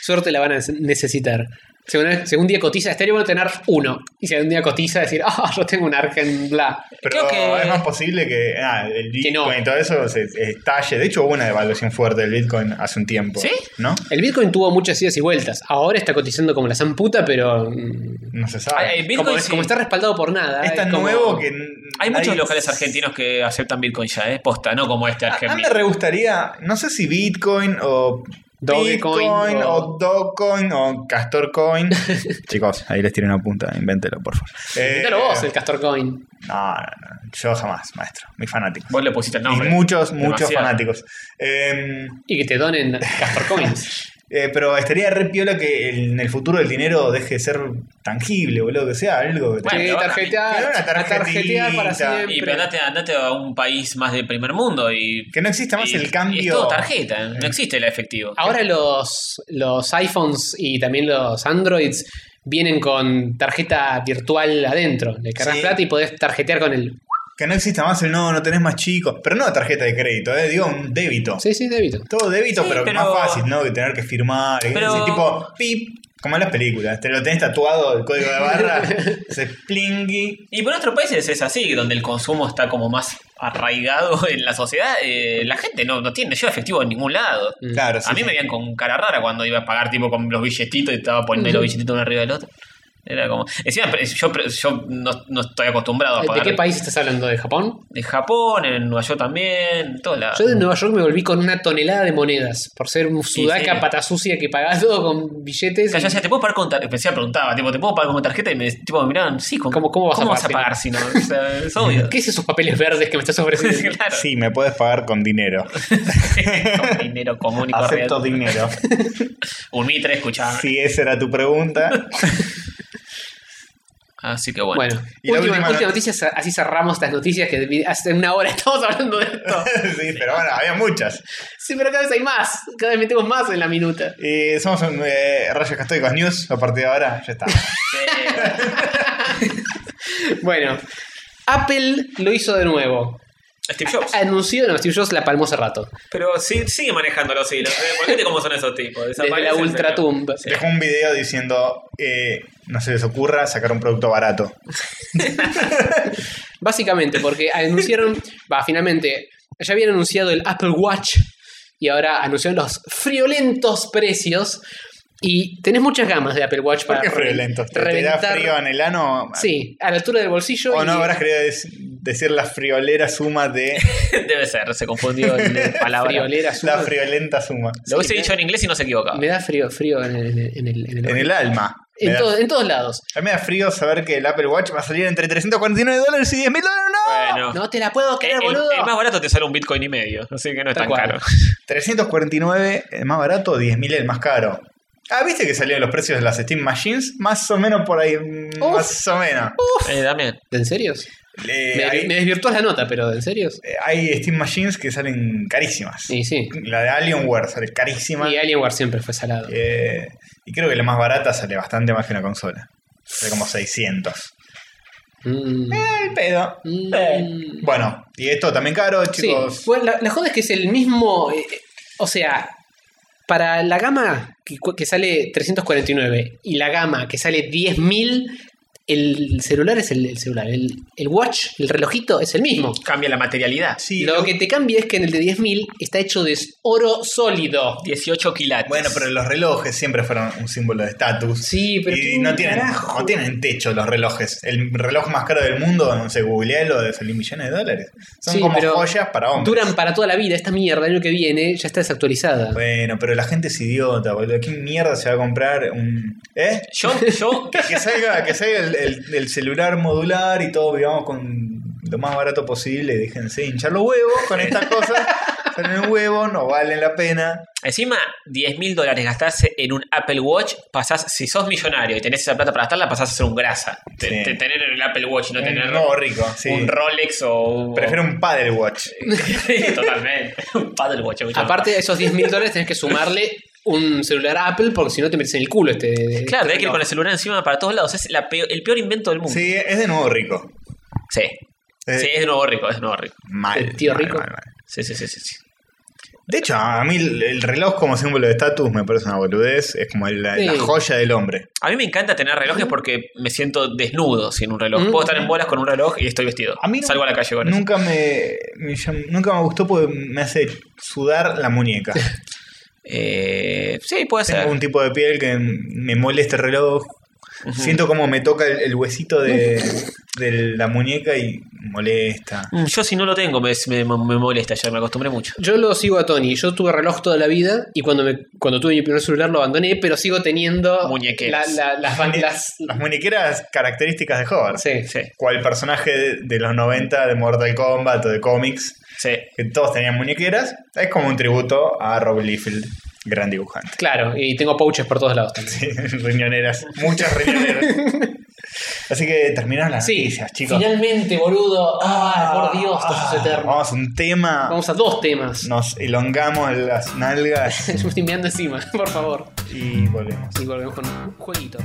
Suerte la van a necesitar. Según, según día cotiza, estaría bueno tener uno. Y si algún día cotiza, decir, ah, yo tengo un Argen bla. Creo Pero que- es más posible que ah, el Que Bitcoin no. y todo eso se estalle. De hecho, hubo una devaluación fuerte del Bitcoin hace un tiempo. ¿Sí? ¿No? El Bitcoin tuvo muchas idas y vueltas. Ahora está cotizando como la zamputa, pero. mm, No se Ay, sabe. ay, Bitcoin, como, sí. como está respaldado por nada. es tan como- nuevo que. Hay nadie- muchos locales argentinos que aceptan Bitcoin ya, ¿eh? Posta, no como este A a mí argentino. me re gustaría, no sé si Bitcoin o. Dogecoin Bitcoin o- o... Dogecoin o Castorcoin. Chicos, ahí les tiré una punta, invéntelo, por favor. Eh, Inventalo vos, el Castor Coin. No, no, no, yo jamás, maestro. Muy fanático. Vos le pusiste el y nombre. muchos, muchos Demasiado. fanáticos. Em, Y que te donen <laughs> Castor Coins. Eh, pero estaría re piola que el- en el futuro el dinero deje de ser tangible, boludo, que sea algo que te- Bueno, Sí, pero tarjetear. ahora- a tarjetear para Tarjetita. siempre. Y pero andate, andate a un país más de primer mundo y. que no exista más y- el y cambio. Ah. es todo tarjeta, ¿eh? no existe el efectivo. Ahora los, los iPhones y también los Androids vienen con tarjeta virtual adentro. Le cargas Sí. plata y podés tarjetear con el. Que no exista más el no, no tenés más chicos. Pero no tarjeta de crédito, eh, digo un débito. Sí, sí, débito. Todo débito, Sí, pero, pero- más fácil, ¿no? Que tener que firmar. que Pero- ese tipo, pip, como en las películas. Te lo tenés tatuado el código <laughs> de barra, se plingui. Y por otros países es así, donde el consumo está como más arraigado <laughs> en la sociedad. eh, la gente no, no tiene, lleva efectivo en ningún lado. Claro, sí, a mí sí. me veían con cara rara cuando iba a pagar tipo con los billetitos y estaba poniendo los billetitos uno arriba del otro. Era como. Encima, pre- yo, pre- yo no, no estoy acostumbrado a ¿De pagar. qué país estás hablando? ¿De Japón? De Japón, en Nueva York también, en todos lados. Yo de Nueva York me volví con una tonelada de monedas por ser un Sí, sudaca sí. pata sucia que pagás todo con billetes. Callá, y- ya, ¿te puedo pagar con tarjeta? Pensé, preguntaba, tipo, ¿te puedo pagar con tarjeta? Y me, tipo, me miraban, sí, con- ¿Cómo- cómo vas a pagar si no? O sea, es obvio. <laughs> <laughs> ¿Qué es esos papeles verdes que me estás ofreciendo? claro. Sí, me puedes pagar con dinero. Con dinero común y Acepto corriente. dinero. Un mitre, escuchá. si esa era <laughs> tu pregunta. Así que <laughs> bueno. Bueno, Y la última, última última not- noticia, sa- así cerramos estas noticias que vi- hace una hora <laughs> estamos hablando de esto. sí, pero bueno, había muchas. Sí, pero cada vez hay más, cada vez metemos más en la minuta. eh, <laughs> Y somos un, eh, Rayos Católicos News a partir de ahora, ya está. Sí. Bueno, Apple lo hizo de nuevo. Steve Jobs. Anunció, no, Steve Jobs la palmó hace rato. Pero sí, sigue manejando los hilos. ¿eh? Porque cómo son esos tipos. Desde la Desaparecen, pero- ultratumba. Dejó un video diciendo, eh, no se les ocurra sacar un producto barato. Básicamente, porque <laughs> anunciaron, va, finalmente, ya habían anunciado el Apple Watch y ahora anunciaron los friolentos precios. Y tenés muchas gamas de Apple Watch ¿Por para qué re- friolentos? ¿Te, te da frío en el ano? Sí, a la altura del bolsillo. O y- no habrás querido des- decir la friolera suma de <laughs> Debe ser, se confundió el palabra. <laughs> friolera la azul. friolenta suma. Lo hubiese Sí, dicho en inglés y no se equivocaba. Me da frío, frío en el, en el- en el- En el alma. Me en da- todo- en todos lados. a mí me da frío saber que el Apple Watch va a salir entre 349 dólares y 10 mil dólares. ¡No! Bueno, No te la puedo el, creer, boludo. el más barato te sale un bitcoin y medio, así que no es Tal tan cual. caro. 349 el más barato, 10 mil el más caro. Ah, viste que salieron los precios de las Steam Machines? Más o menos por ahí. mm, Uf. Más o menos. Eh, también. ¿En serio? Eh, me, hay, me desvirtuás la nota, pero ¿en serio? eh, hay Steam Machines que salen carísimas. Y sí. La de Alienware sale carísima. Y Alienware siempre fue salado. Eh, y creo que la más barata sale bastante más que una consola. Sale como 600. Mm. El pedo. Eh, Mm. Bueno, y esto también caro, Sí. chicos. Bueno, la, la joda es que es el mismo. eh, eh, o sea, para la gama que, cu- que sale 349 y la gama que sale 10.000, el celular es el, el celular. El, el watch, el relojito, es el mismo. Cambia la materialidad. Sí, lo lo- que te cambia es que en el de 10.000 está hecho de oro sólido. 18 kilates. Bueno, pero los relojes siempre fueron un símbolo de estatus. Sí, pero y tú, no tienen, carajo. no tienen techo los relojes. El reloj más caro del mundo, no sé, googlealo, de salir millones de dólares. Son Sí, como pero joyas para hombres. Duran para toda la vida. Esta mierda, el año que viene, ya está desactualizada. Bueno, pero la gente es idiota, boludo. ¿Quién mierda se va a comprar un. ¿Eh? Yo, yo, Que salga, que salga el, el- el celular modular y todo, digamos, con lo más barato posible. Déjense hinchar los huevos con <laughs> estas cosas. Son un huevo, no valen la pena. encima, 10 mil dólares gastarse en un Apple Watch, pasás, si sos millonario y tenés esa plata para gastarla, pasás a ser un grasa. Te- Sí. te- tener el Apple Watch y no Un tener nuevo rico, sí. un Rolex o un... Prefiero un paddle watch. <laughs> Sí, totalmente. <laughs> un paddle watch. mucho más. Aparte de esos 10 mil dólares, tenés que sumarle un celular Apple porque si no te metes en el culo este. Claro, hay este que ir con el celular encima para todos lados. Es la peor- el peor invento del mundo. Sí, es de nuevo rico. Sí. Eh. Sí, es de nuevo rico, es de nuevo rico. Mal. El tío mal, rico. mal, mal. Sí, sí, sí, sí. sí. De hecho, a mí el, el reloj como símbolo de estatus me parece una boludez. Es como el- la, Sí. la joya del hombre. A mí me encanta tener relojes porque me siento desnudo sin un reloj. Ujú. Puedo estar en bolas con un reloj y estoy vestido. A mí Salgo a la calle con eso. nunca me, me llam- nunca me gustó porque me hace sudar <laughs> la muñeca. Eh, sí, puede ser. Tengo un tipo de piel que me molesta el reloj. Siento como me toca el, el huesito de, de la muñeca y molesta. Mm, Yo si no lo tengo me, me- me molesta, ya me acostumbré mucho. Yo lo sigo a Tony. Yo tuve reloj toda la vida y cuando me cuando tuve mi primer celular lo abandoné, pero sigo teniendo Muñequeras. la- la- las Muñe- bandas. Las muñequeras características de Hover. Sí. Sí, Cual personaje de, de los 90 de Mortal Kombat o de cómics, sí. que todos tenían muñequeras, es como un tributo a Rob Liefeld, gran dibujante. <laughs> Claro, y tengo pouches por todos lados también. Sí, riñoneras, muchas <laughs> riñoneras. Así que terminaron las Sí, noticias, chicos. finalmente, boludo. Ah, por Dios, esto Ah, es eterno. Vamos a un tema. Vamos a dos temas. Nos elongamos las <laughs> nalgas Yo me estoy mirando encima, <laughs> por favor. y volvemos. Y volvemos con jueguitos.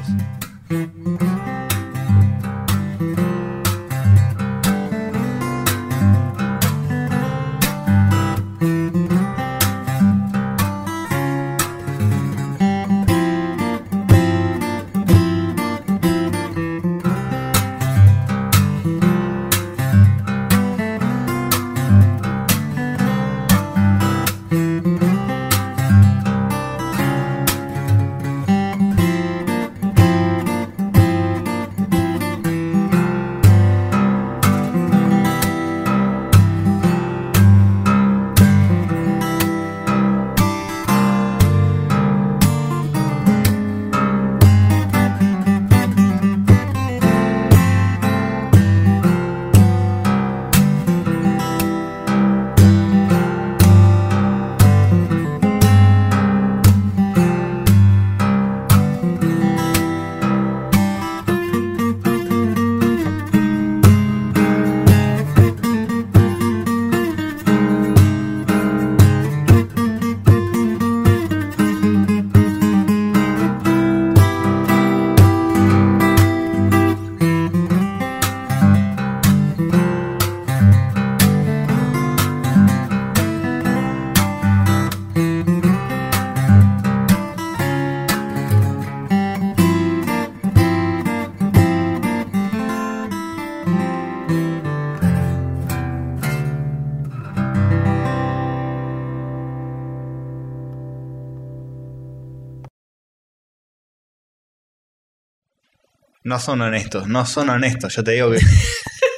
No son honestos, no son honestos. Yo te <laughs> digo que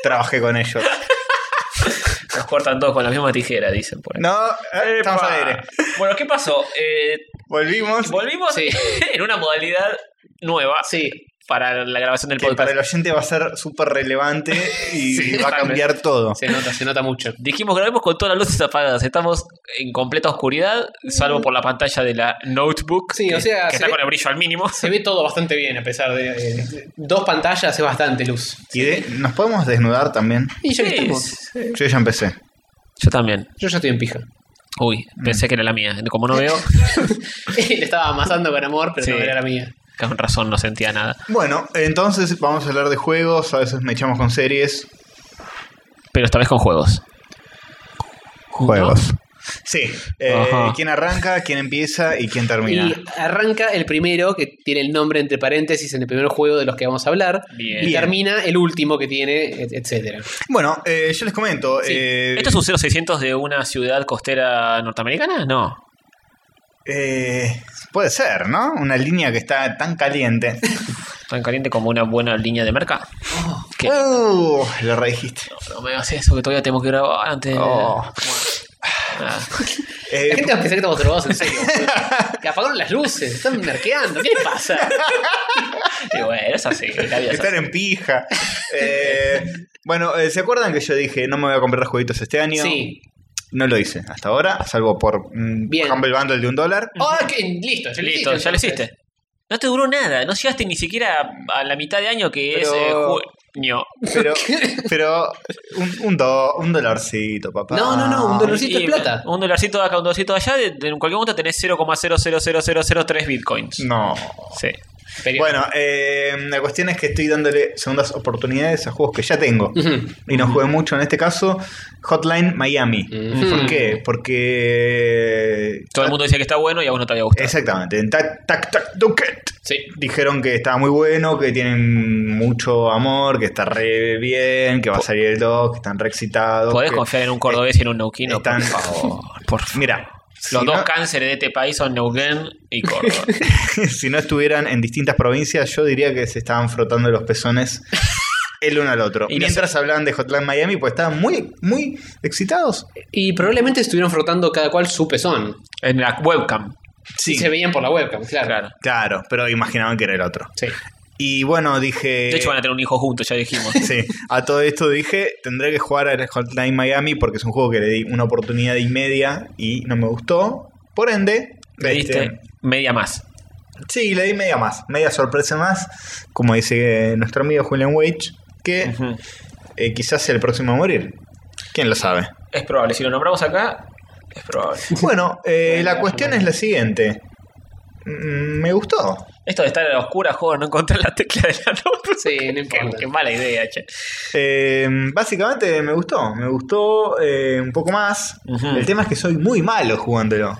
trabajé con ellos. Nos cortan todos con la misma tijera, dicen por ahí. No, eh, estamos Epa. al aire. Bueno, ¿qué pasó? Eh, Volvimos. volvimos Sí. <laughs> en una modalidad nueva Sí. para la grabación del que podcast. para el oyente va a ser súper relevante <laughs> y Sí, va a cambiar todo. Se nota, se nota mucho. Dijimos grabemos con todas las luces apagadas. Estamos en completa oscuridad, salvo por la pantalla de la notebook. Mm. Sí, que, o sea, que se está ve- con el brillo al mínimo. Se ve todo bastante bien, a pesar de. eh, dos pantallas es bastante luz. Y de- nos podemos desnudar también. Y ya que Sí, estamos. Yo ya empecé. Yo también. Yo ya estoy en pija. <laughs> Uy, Mm. pensé que era la mía. Como no veo, Le estaba amasando con amor, pero Sí. no era la mía. con razón no sentía nada. Bueno, entonces vamos a hablar de juegos. A veces me echamos con series. Pero esta vez con juegos. Juegos. Sí. Eh, Ajá. ¿Quién arranca, quién empieza y quién termina? Y arranca el primero, que tiene el nombre entre paréntesis en el primer juego de los que vamos a hablar. Bien. Y Bien. termina el último que tiene, et- etcétera. Bueno, eh, yo les comento. eh, ¿Esto es un 0600 de una ciudad costera norteamericana? No. eh, puede ser, ¿no? Una línea que está <laughs> tan caliente. Tan caliente como una buena línea de merca. ¿Qué? Uh, lo redijiste. No me hagas eso, que todavía tengo que grabar antes. de- Oh. Ah, Eh, La gente va a pensar que estamos drogados, <laughs> en serio. que apagaron las luces, están merqueando. ¿Qué les <laughs> pasa? y bueno, es así. La vida es Estar así. en pija. Eh, bueno, eh, ¿se acuerdan que yo dije no me voy a comprar los jueguitos este año? Sí. No lo hice hasta ahora, salvo por un Bien. Humble Bundle de un dólar. Ah, que- listo, ya lo hiciste, Listo, ya lo entonces. hiciste. No te duró nada, no llegaste ni siquiera a la mitad de año que es eh, Pero- junio. <laughs> Pero, pero un, un, do- un dolarcito, papá. No, no, no, un dolarcito. dolarcito Y es plata. Un dolarcito de acá, un dolarcito de allá, de- de- en cualquier momento tenés 0,00003 bitcoins. No. Sí. Pero- Bueno, eh, la cuestión es que estoy dándole segundas oportunidades a juegos que ya tengo. Ujú. Y no jugué mucho en este caso. Hotline Miami. Mm. Ujú. ¿Por qué? Porque. Todo el mundo dice que está bueno y a vos no te había gustado. Exactamente. En Tac Tac Tac Duquet. Sí. Dijeron que estaba muy bueno, que tienen mucho amor, que está re bien, que va a salir el 2, que están re excitados. Podés que- confiar en un cordobés y en un neuquino, están- por favor. <laughs> Por favor. Mira, si Los dos no- cánceres de este país son Neuquén y <laughs> Córdoba. si no estuvieran en distintas provincias, yo diría que se estaban frotando los <laughs> pezones el uno al otro. Y no Mientras hablaban de Hotline Miami, pues estaban muy, muy excitados. Y probablemente estuvieron frotando cada cual su pezón. en la webcam. Y se veían por la webcam, claro. Claro. Claro, pero imaginaban que era el otro. Sí. Y bueno, dije. De hecho, van a tener un hijo juntos, ya <laughs> dijimos. Sí, a todo esto dije, tendré que jugar al Hotline Miami porque es un juego que le di una oportunidad y media y no me gustó. Por ende, Le diste este, media más. sí, le di media más, media sorpresa más, como dice eh, nuestro amigo Julian Wage, que Ujú. eh, quizás sea el próximo a morir. ¿Quién lo sabe? Es probable. Si lo nombramos acá, es probable. Bueno, eh, la cuestión es la siguiente. Mm, Me gustó. Esto de estar a la oscura, joder, no encontrar la tecla de la <laughs> notebook. Sí, <laughs> no Qué, importa. qué mala idea, che. Eh, básicamente me gustó, me gustó eh, un poco más. Ujú. El tema es que soy muy malo jugándolo.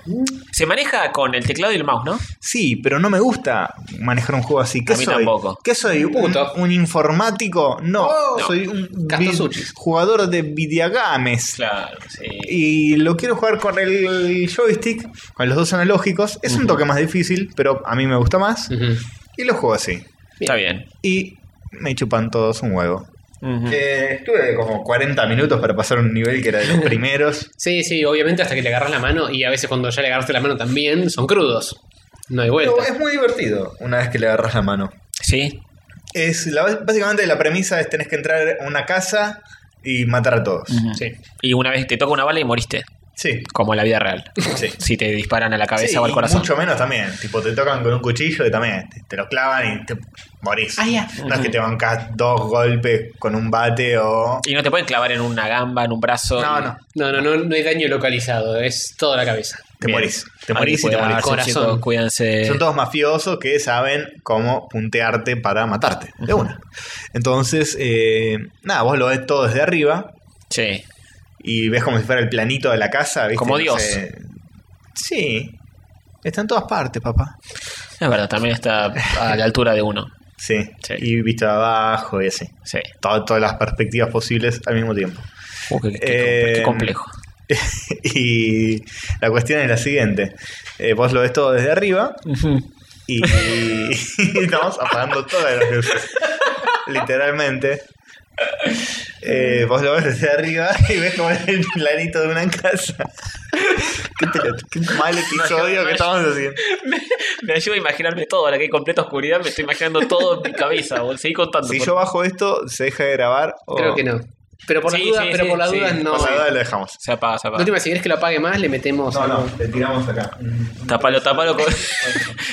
Se maneja con el teclado y el mouse, ¿no? Sí, pero no me gusta manejar un juego así. ¿Qué A mí soy? tampoco. ¿Qué soy? ¿Un, Puto. un informático? No, Oh. soy un Casto vi- sushi. jugador de videogames. Claro, sí. Y lo quiero jugar con el joystick, con los dos analógicos. Es un toque más difícil, pero a mí me gusta más. Ujú. Y lo juego así. Está bien. Y me chupan todos un huevo. Ujú. Eh, estuve como 40 minutos para pasar un nivel que era <laughs> de los primeros. Sí, sí, obviamente hasta que le agarras la mano y a veces cuando ya le agarraste la mano también son crudos. No hay Pero vuelta. es muy divertido una vez que le agarras la mano. Sí. Es la- básicamente la premisa es tenés que entrar a una casa y matar a todos. Sí. Y una vez te toca una bala y moriste. Sí. Como en la vida real. Sí. Si te disparan a la cabeza Sí, o al y corazón. Mucho menos también. Tipo, te tocan con un cuchillo y también te, te lo clavan y te morís. No es que te bancas dos golpes con un bate o. Y no te pueden clavar en una gamba, en un brazo. No, y- no. No, no, no, no hay daño localizado, es toda la cabeza. Te Bien. morís. Te Ahí morís y te cuidarse, morís. Corazón. chicos, cuídense. Son todos mafiosos que saben cómo puntearte para matarte. De una. Entonces, eh, nada, vos lo ves todo desde arriba Sí. y ves como si fuera el planito de la casa. ¿viste? Como Dios. Sí. Está en todas partes, papá. Es verdad, también está a la altura de uno. Sí. Sí. Y visto de abajo y así. Sí. Todo- todas las perspectivas posibles al mismo tiempo. Uh, qué, qué- qué Eh, complejo. <laughs> y la cuestión es la siguiente. Eh, vos lo ves todo desde arriba Y, <laughs> y estamos apagando todas las luces. Literalmente. Eh, vos lo ves desde arriba y ves como es el planito de una casa. qué, tele- qué mal episodio que estamos haciendo. Me ayuda a imaginarme todo. Ahora que hay completa oscuridad, me estoy imaginando todo en mi cabeza. boludo. Seguí contando. Si por yo bajo esto, ¿se deja de grabar? O Creo que no. Pero por Sí, las dudas, sí, pero sí, por las sí. dudas no. eh. Por la duda lo dejamos. Se apaga, se No apaga. te imaginas que lo apague más, le metemos. No, algo. no, le tiramos acá. Mm. Tapalo, tapalo con.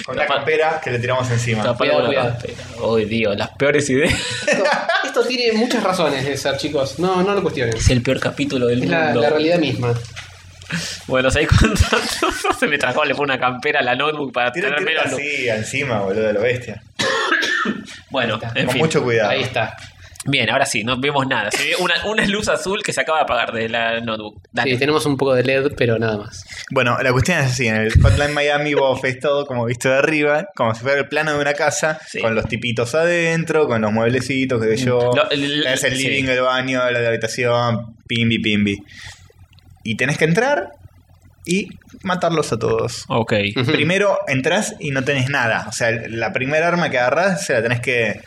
Con la campera que le tiramos encima. tapalo con la cuidado. campera. Oh, Dios, las peores ideas. Esto, esto tiene muchas razones de ser, chicos. No, no lo cuestionen. <laughs> Es el peor capítulo del Es mundo. la, la realidad misma. Bueno, seguí contando. <laughs> se me trajó, le pone una campera a la notebook para Tira, tenerme tira así encima, boludo, de lo bestia. Bueno, Está, en Con fin. mucho cuidado. Ahí está. Bien, ahora sí, no vemos nada. Se ve una, una luz azul que se acaba de apagar de la notebook. Dale. Sí, tenemos un poco de LED, pero nada más. Bueno, la cuestión es así: en el Hotline Miami vos ves todo como visto de arriba, como si fuera el plano de una casa, Sí. Mm, con los tipitos adentro, con los mueblecitos, qué sé yo. Lo- el- es el sí. living, el baño, la, la habitación, pimbi, pimbi. Y tenés que entrar y matarlos a todos. Ok. Ujú. Primero entras y no tenés nada. O sea, la primera arma que agarrás se la tenés que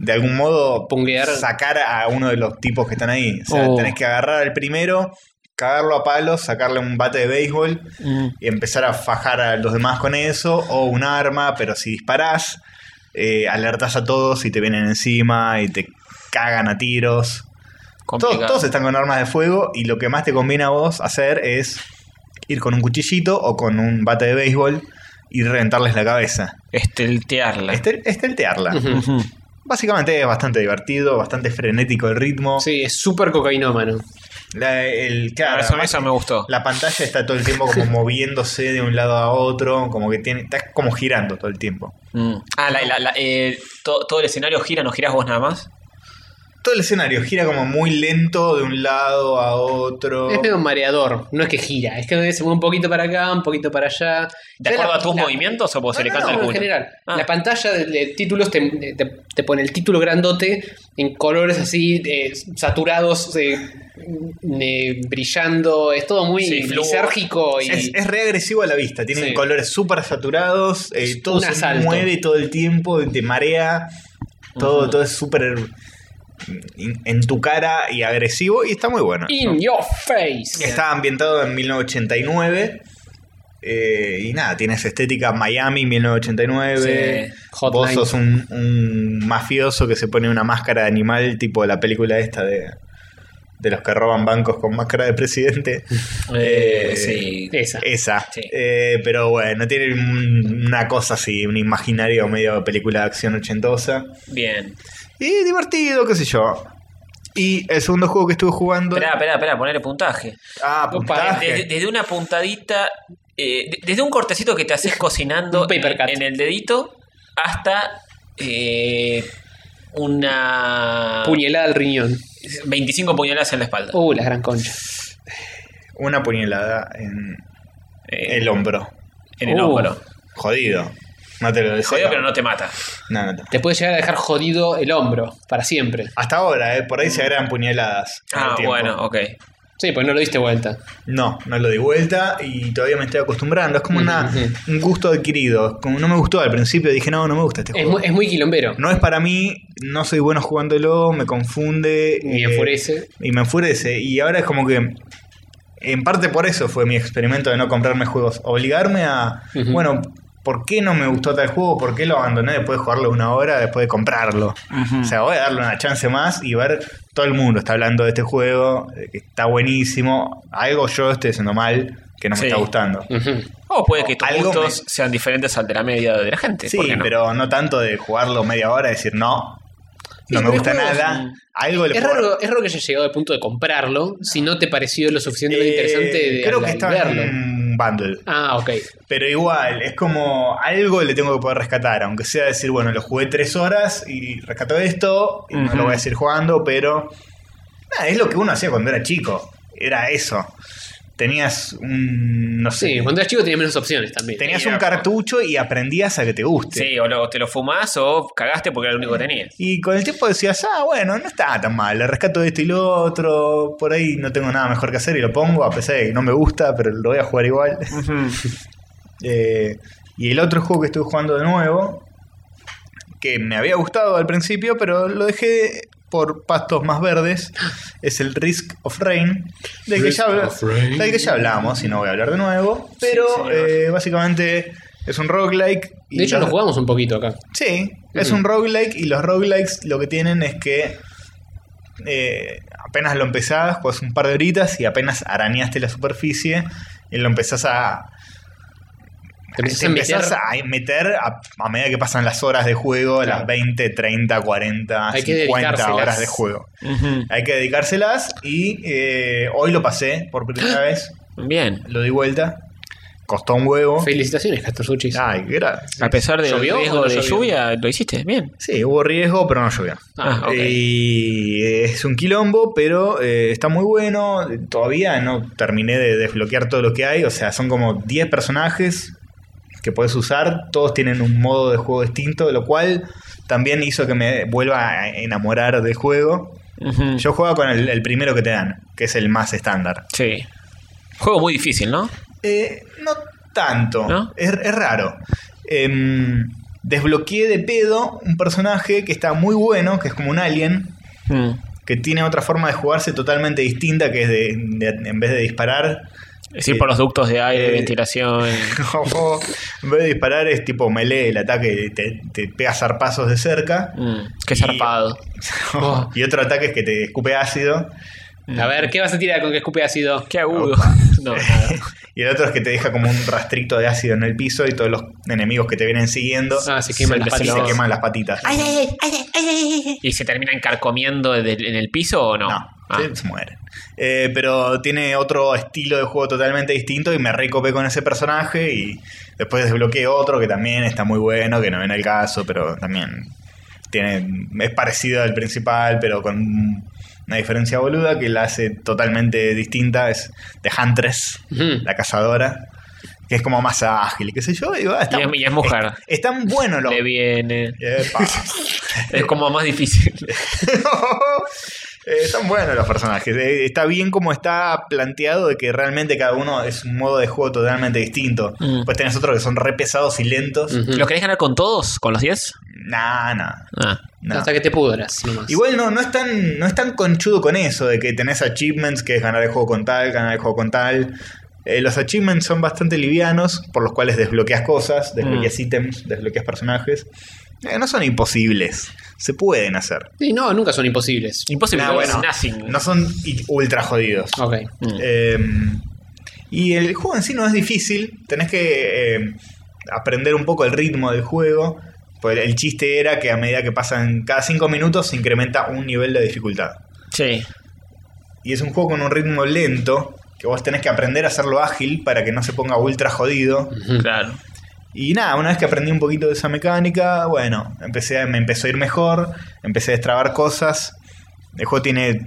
de algún modo Punguear. sacar a uno de los tipos que están ahí. O sea, Oh. tenés que agarrar al primero, cagarlo a palos, sacarle un bate de béisbol Mm. y empezar a fajar a los demás con eso. O un arma, pero si disparás, eh, alertás a todos y te vienen encima y te cagan a tiros. Todos, Complicado. todos están con armas de fuego y lo que más te conviene a vos hacer es ir con un cuchillito o con un bate de béisbol y reventarles la cabeza. Esteltearla. Mm. Estel- esteltearla. Ujú. Ujú. Básicamente es bastante divertido, bastante frenético el ritmo. Sí, es súper cocainómano. La, el, claro, Ah, eso, además, eso me gustó. la pantalla está todo el tiempo <laughs> como moviéndose de un lado a otro, como que tiene, está como girando todo el tiempo. Mm. Ah, la- la- la- eh, to- todo el escenario gira, no girás vos nada más. Todo el escenario gira como muy lento de un lado a otro. Es medio mareador, no es que gira, es que se mueve un poquito para acá, un poquito para allá. ¿De Ya acuerdo la- a tus la- movimientos o vos se No, le no, canta no, el culo? en general. Ah. La pantalla de, de títulos te, te- te pone el título grandote en colores así eh, saturados, eh, eh, brillando, es todo muy Sí, fluo. lisérgico y Es, es reagresivo a la vista, tienen Sí. colores súper saturados, eh, Es todo un se asalto. mueve todo el tiempo, te marea, todo, todo es súper in- en tu cara y agresivo y está muy bueno. in your face. Está ambientado en 1989. eh, y nada, tienes estética Miami 1989. Sí, Vos Hotline. sos un, un mafioso que se pone una máscara de animal, tipo la película esta de, de los que roban bancos con máscara <laughs> de presidente. Eh, Eh, sí. Esa. Esa. Sí. Eh, pero bueno, tiene un- una cosa así, un imaginario medio película de acción ochentosa. Bien. Y divertido, qué sé yo. Y el segundo juego que estuve jugando. Esperá, esperá, esperá, ponerle puntaje. Ah, Opa, puntaje. Desde, desde una puntadita, eh, de- desde un cortecito que te haces cocinando <laughs> Un paper cut. en, el dedito hasta eh, una Puñalada al riñón. 25 puñaladas en la espalda. Uh, la gran concha. Una puñalada en Eh, el hombro. en el Uh. óvulo. Jodido. No te lo deseo. Jodido, pero no te mata. No, no te- Te puede llegar a dejar jodido el hombro para siempre. Hasta ahora, eh, por ahí se agregan puñaladas. con el Ah, tiempo. bueno, ok. Sí, pues no lo diste vuelta. No, no lo di vuelta y todavía me estoy acostumbrando. Es como una, Ujú. un gusto adquirido. Como no me gustó al principio, dije, no, no me gusta este Es juego. muy, es muy quilombero. No es para mí, no soy bueno jugándolo, me confunde. Y eh, enfurece. Y me enfurece. Y ahora es como que. En parte por eso fue mi experimento de no comprarme juegos. Obligarme a. Ujú. Bueno, ¿por qué no me gustó tal juego? ¿Por qué lo abandoné después de jugarlo una hora, después de comprarlo? O sea, voy a darle una chance más y ver. Todo el mundo está hablando de este juego, eh, que está buenísimo. Algo yo estoy haciendo mal que no me Sí. está gustando. Ujú. O puede que tus Algo gustos me- sean diferentes al de la media de la gente. este, Sí, ¿por qué no? pero no tanto de jugarlo media hora y decir no. Sí, No me pero gusta juegos, nada. Algo le Es puedo- raro, es raro que haya llegado al punto de comprarlo si no te pareció lo suficientemente Eh, interesante de creo al- que al está verlo. en un bundle. Ah, ok. Pero igual, es como algo le tengo que poder rescatar. Aunque sea decir, bueno, lo jugué tres horas y rescató esto. Y no Ujú. lo voy a seguir jugando, pero. nada, es lo que uno hacía cuando era chico. Era eso. Tenías un. No sé. Sí, cuando eras chico tenías menos opciones también. Tenías Era- un cartucho y aprendías a que te guste. Sí, o lo- te lo fumás o cagaste porque era lo único que tenías. Y con el tiempo decías, ah, bueno, no está tan mal, le rescato esto y lo otro, por ahí no tengo nada mejor <laughs> que hacer y lo pongo, a pesar de que no me gusta, pero lo voy a jugar igual. Eh, Y el otro juego que estuve jugando de nuevo, que me había gustado al principio, pero lo dejé por pastos <laughs> más verdes, es el Risk of Rain, del, que ya, habla- del que ya hablamos y no voy a hablar de nuevo, pero eh, básicamente es un roguelike. y De hecho, los- lo jugamos un poquito acá. Sí, es un roguelike y los roguelikes lo que tienen es que eh, apenas lo empezás, juegas un par de horitas y apenas arañaste la superficie y lo empezás a, Te te empezás a empezás meter- a meter a, a medida que pasan las horas de juego, Claro. las 20, 30, 40, Hay que 50 dedicárselas. horas de juego. Hay que dedicárselas y eh, hoy lo pasé <gasps> por primera vez, Bien. lo di vuelta, costó un huevo. Felicitaciones, Castor Suchis. Ay, gracias. A pesar del ¿Llovió o riesgo no de llovió? lluvia, lo hiciste. Bien. Sí, hubo riesgo, pero no llovió. Ah, ok. Y eh, es un quilombo, pero eh, está muy bueno. Todavía no terminé de desbloquear todo lo que hay. O sea, son como 10 personajes que puedes usar. Todos tienen un modo de juego distinto, lo cual también hizo que me vuelva a enamorar del juego. Ujú. Yo jugaba con el, el primero que te dan, que es el más estándar. Sí. Juego muy difícil, ¿no? Eh, no tanto. ¿No? Es, es raro. Em, desbloqueé de pedo un personaje que está muy bueno, que es como un alien. Mm. que tiene otra forma de jugarse totalmente distinta, que es de, de- en vez de disparar, <laughs> Es ir Eh, por los ductos de aire, eh, ventilación. o en vez de disparar es tipo melee el ataque, te, te pega zarpazos de cerca. Mm, Qué Y- zarpado. Oh. Y otro ataque es que te escupe ácido. A ver, ¿qué vas a tirar con que escupe ácido? Qué agudo. <laughs> No, nada. Y el otro es que te deja como un rastrito de ácido en el piso y todos los enemigos que te vienen siguiendo Ah, se queman Se las empezó- y se patitas. queman las patitas. ¿Y se terminan carcomiendo desde el- en el piso o no? No, Ah. se- se mueren. Eh, pero tiene otro estilo de juego totalmente distinto y me recopé con ese personaje y después desbloqueé otro que también está muy bueno, que no viene el caso, pero también tiene es parecido al principal, pero con una diferencia boluda que la hace totalmente distinta. Es The Huntress, Ujú. la cazadora, que es como más ágil y qué sé yo. Y, va, está- Y es, y es mujer. están buenos los... Le viene. <laughs> Epa. Es como más <laughs> difícil. Eh, Están buenos los personajes. Eh, Está bien como está planteado de que realmente cada uno es un modo de juego totalmente distinto. Mm. Pues tenés otros que son re pesados y lentos. Ujú. ¿Lo querés ganar con todos? ¿Con los 10? Nah, nah, Ah. nah. Hasta que te pudras, nomás. Igual no, no es tan, no es tan conchudo con eso, de que tenés achievements, que es ganar el juego con tal, ganar el juego con tal. Eh, los achievements son bastante livianos, por los cuales desbloqueas cosas, desbloqueas ítems, desbloqueas personajes. Eh, no son imposibles, se pueden hacer. Sí, no, nunca son imposibles. Imposible. Nah, bueno, nothing. no son i- ultra jodidos. Ok. Mm. Eh, y el juego en sí no es difícil, tenés que eh, aprender un poco el ritmo del juego. Pues el chiste era que a medida que pasan cada 5 minutos se incrementa un nivel de dificultad. Sí. Y es un juego con un ritmo lento, que vos tenés que aprender a hacerlo ágil para que no se ponga ultra jodido. Claro. Y nada, una vez que aprendí un poquito de esa mecánica, bueno, empecé a- me empezó a ir mejor, empecé a destrabar cosas. El juego tiene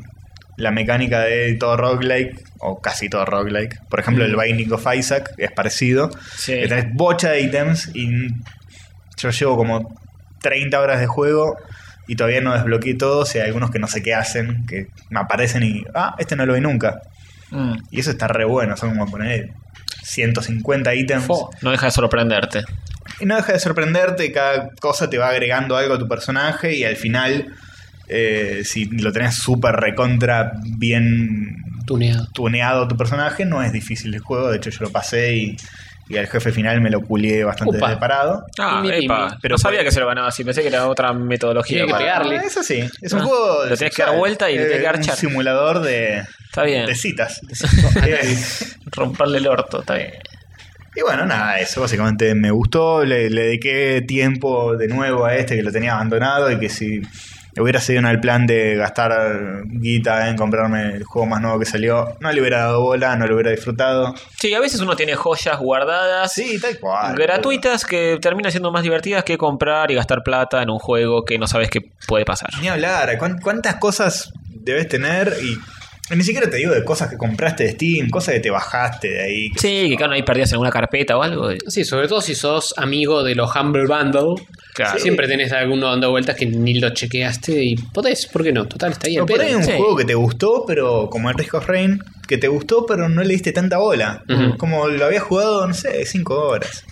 la mecánica de todo roguelike, o casi todo roguelike. Por ejemplo, el Binding of Isaac es parecido. Sí. Que tenés bocha de ítems y yo llevo como 30 horas de juego y todavía no desbloqueé todos y hay algunos que no sé qué hacen, que me aparecen y, ah, este no lo vi nunca. Mm. Y eso está re bueno, son como poner 150 ítems. Fo, No deja de sorprenderte. Y no deja de sorprenderte, cada cosa te va agregando algo a tu personaje y al final, eh, si lo tenés súper recontra bien Tuneado. tuneado tu personaje, no es difícil el juego, de hecho yo lo pasé y, y al jefe final me lo culié bastante Upa. de parado. Ah, Pimbi, pimbi. epa. Pero no sabía puede- que se lo ganaba así. Pensé que era otra metodología. Tiene que para- pegar. Pegarle. Eso sí, es un Ah, lo juego... tenés que dar sexual, vuelta y le eh, tenés que dar un chat. simulador de, Está bien. de citas. <laughs> Eh, Romperle el orto. Está bien. Y bueno, nada, eso básicamente me gustó, le, le dediqué tiempo de nuevo a este que lo tenía abandonado y que si hubiera seguido en el plan de gastar guita en comprarme el juego más nuevo que salió, no le hubiera dado bola, no lo hubiera disfrutado. Sí, a veces uno tiene joyas guardadas. Sí, tal cual. gratuitas que terminan siendo más divertidas que comprar y gastar plata en un juego que no sabes que puede pasar. Ni hablar, ¿cuán- ¿cuántas cosas debes tener? Y ni siquiera te digo de cosas que compraste de Steam, cosas que te bajaste de ahí. que Sí, que quedan ahí perdidas en una carpeta o algo. Sí, sobre todo si sos amigo de los Humble Bundle. Claro. Siempre tenés alguno dando vueltas que ni lo chequeaste y podés, ¿por qué no? Total, está ahí el O por pedo. ahí un Sí. juego que te gustó, pero como el Risk of Rain, que te gustó, pero no le diste tanta bola. Como lo había jugado, no sé, cinco horas.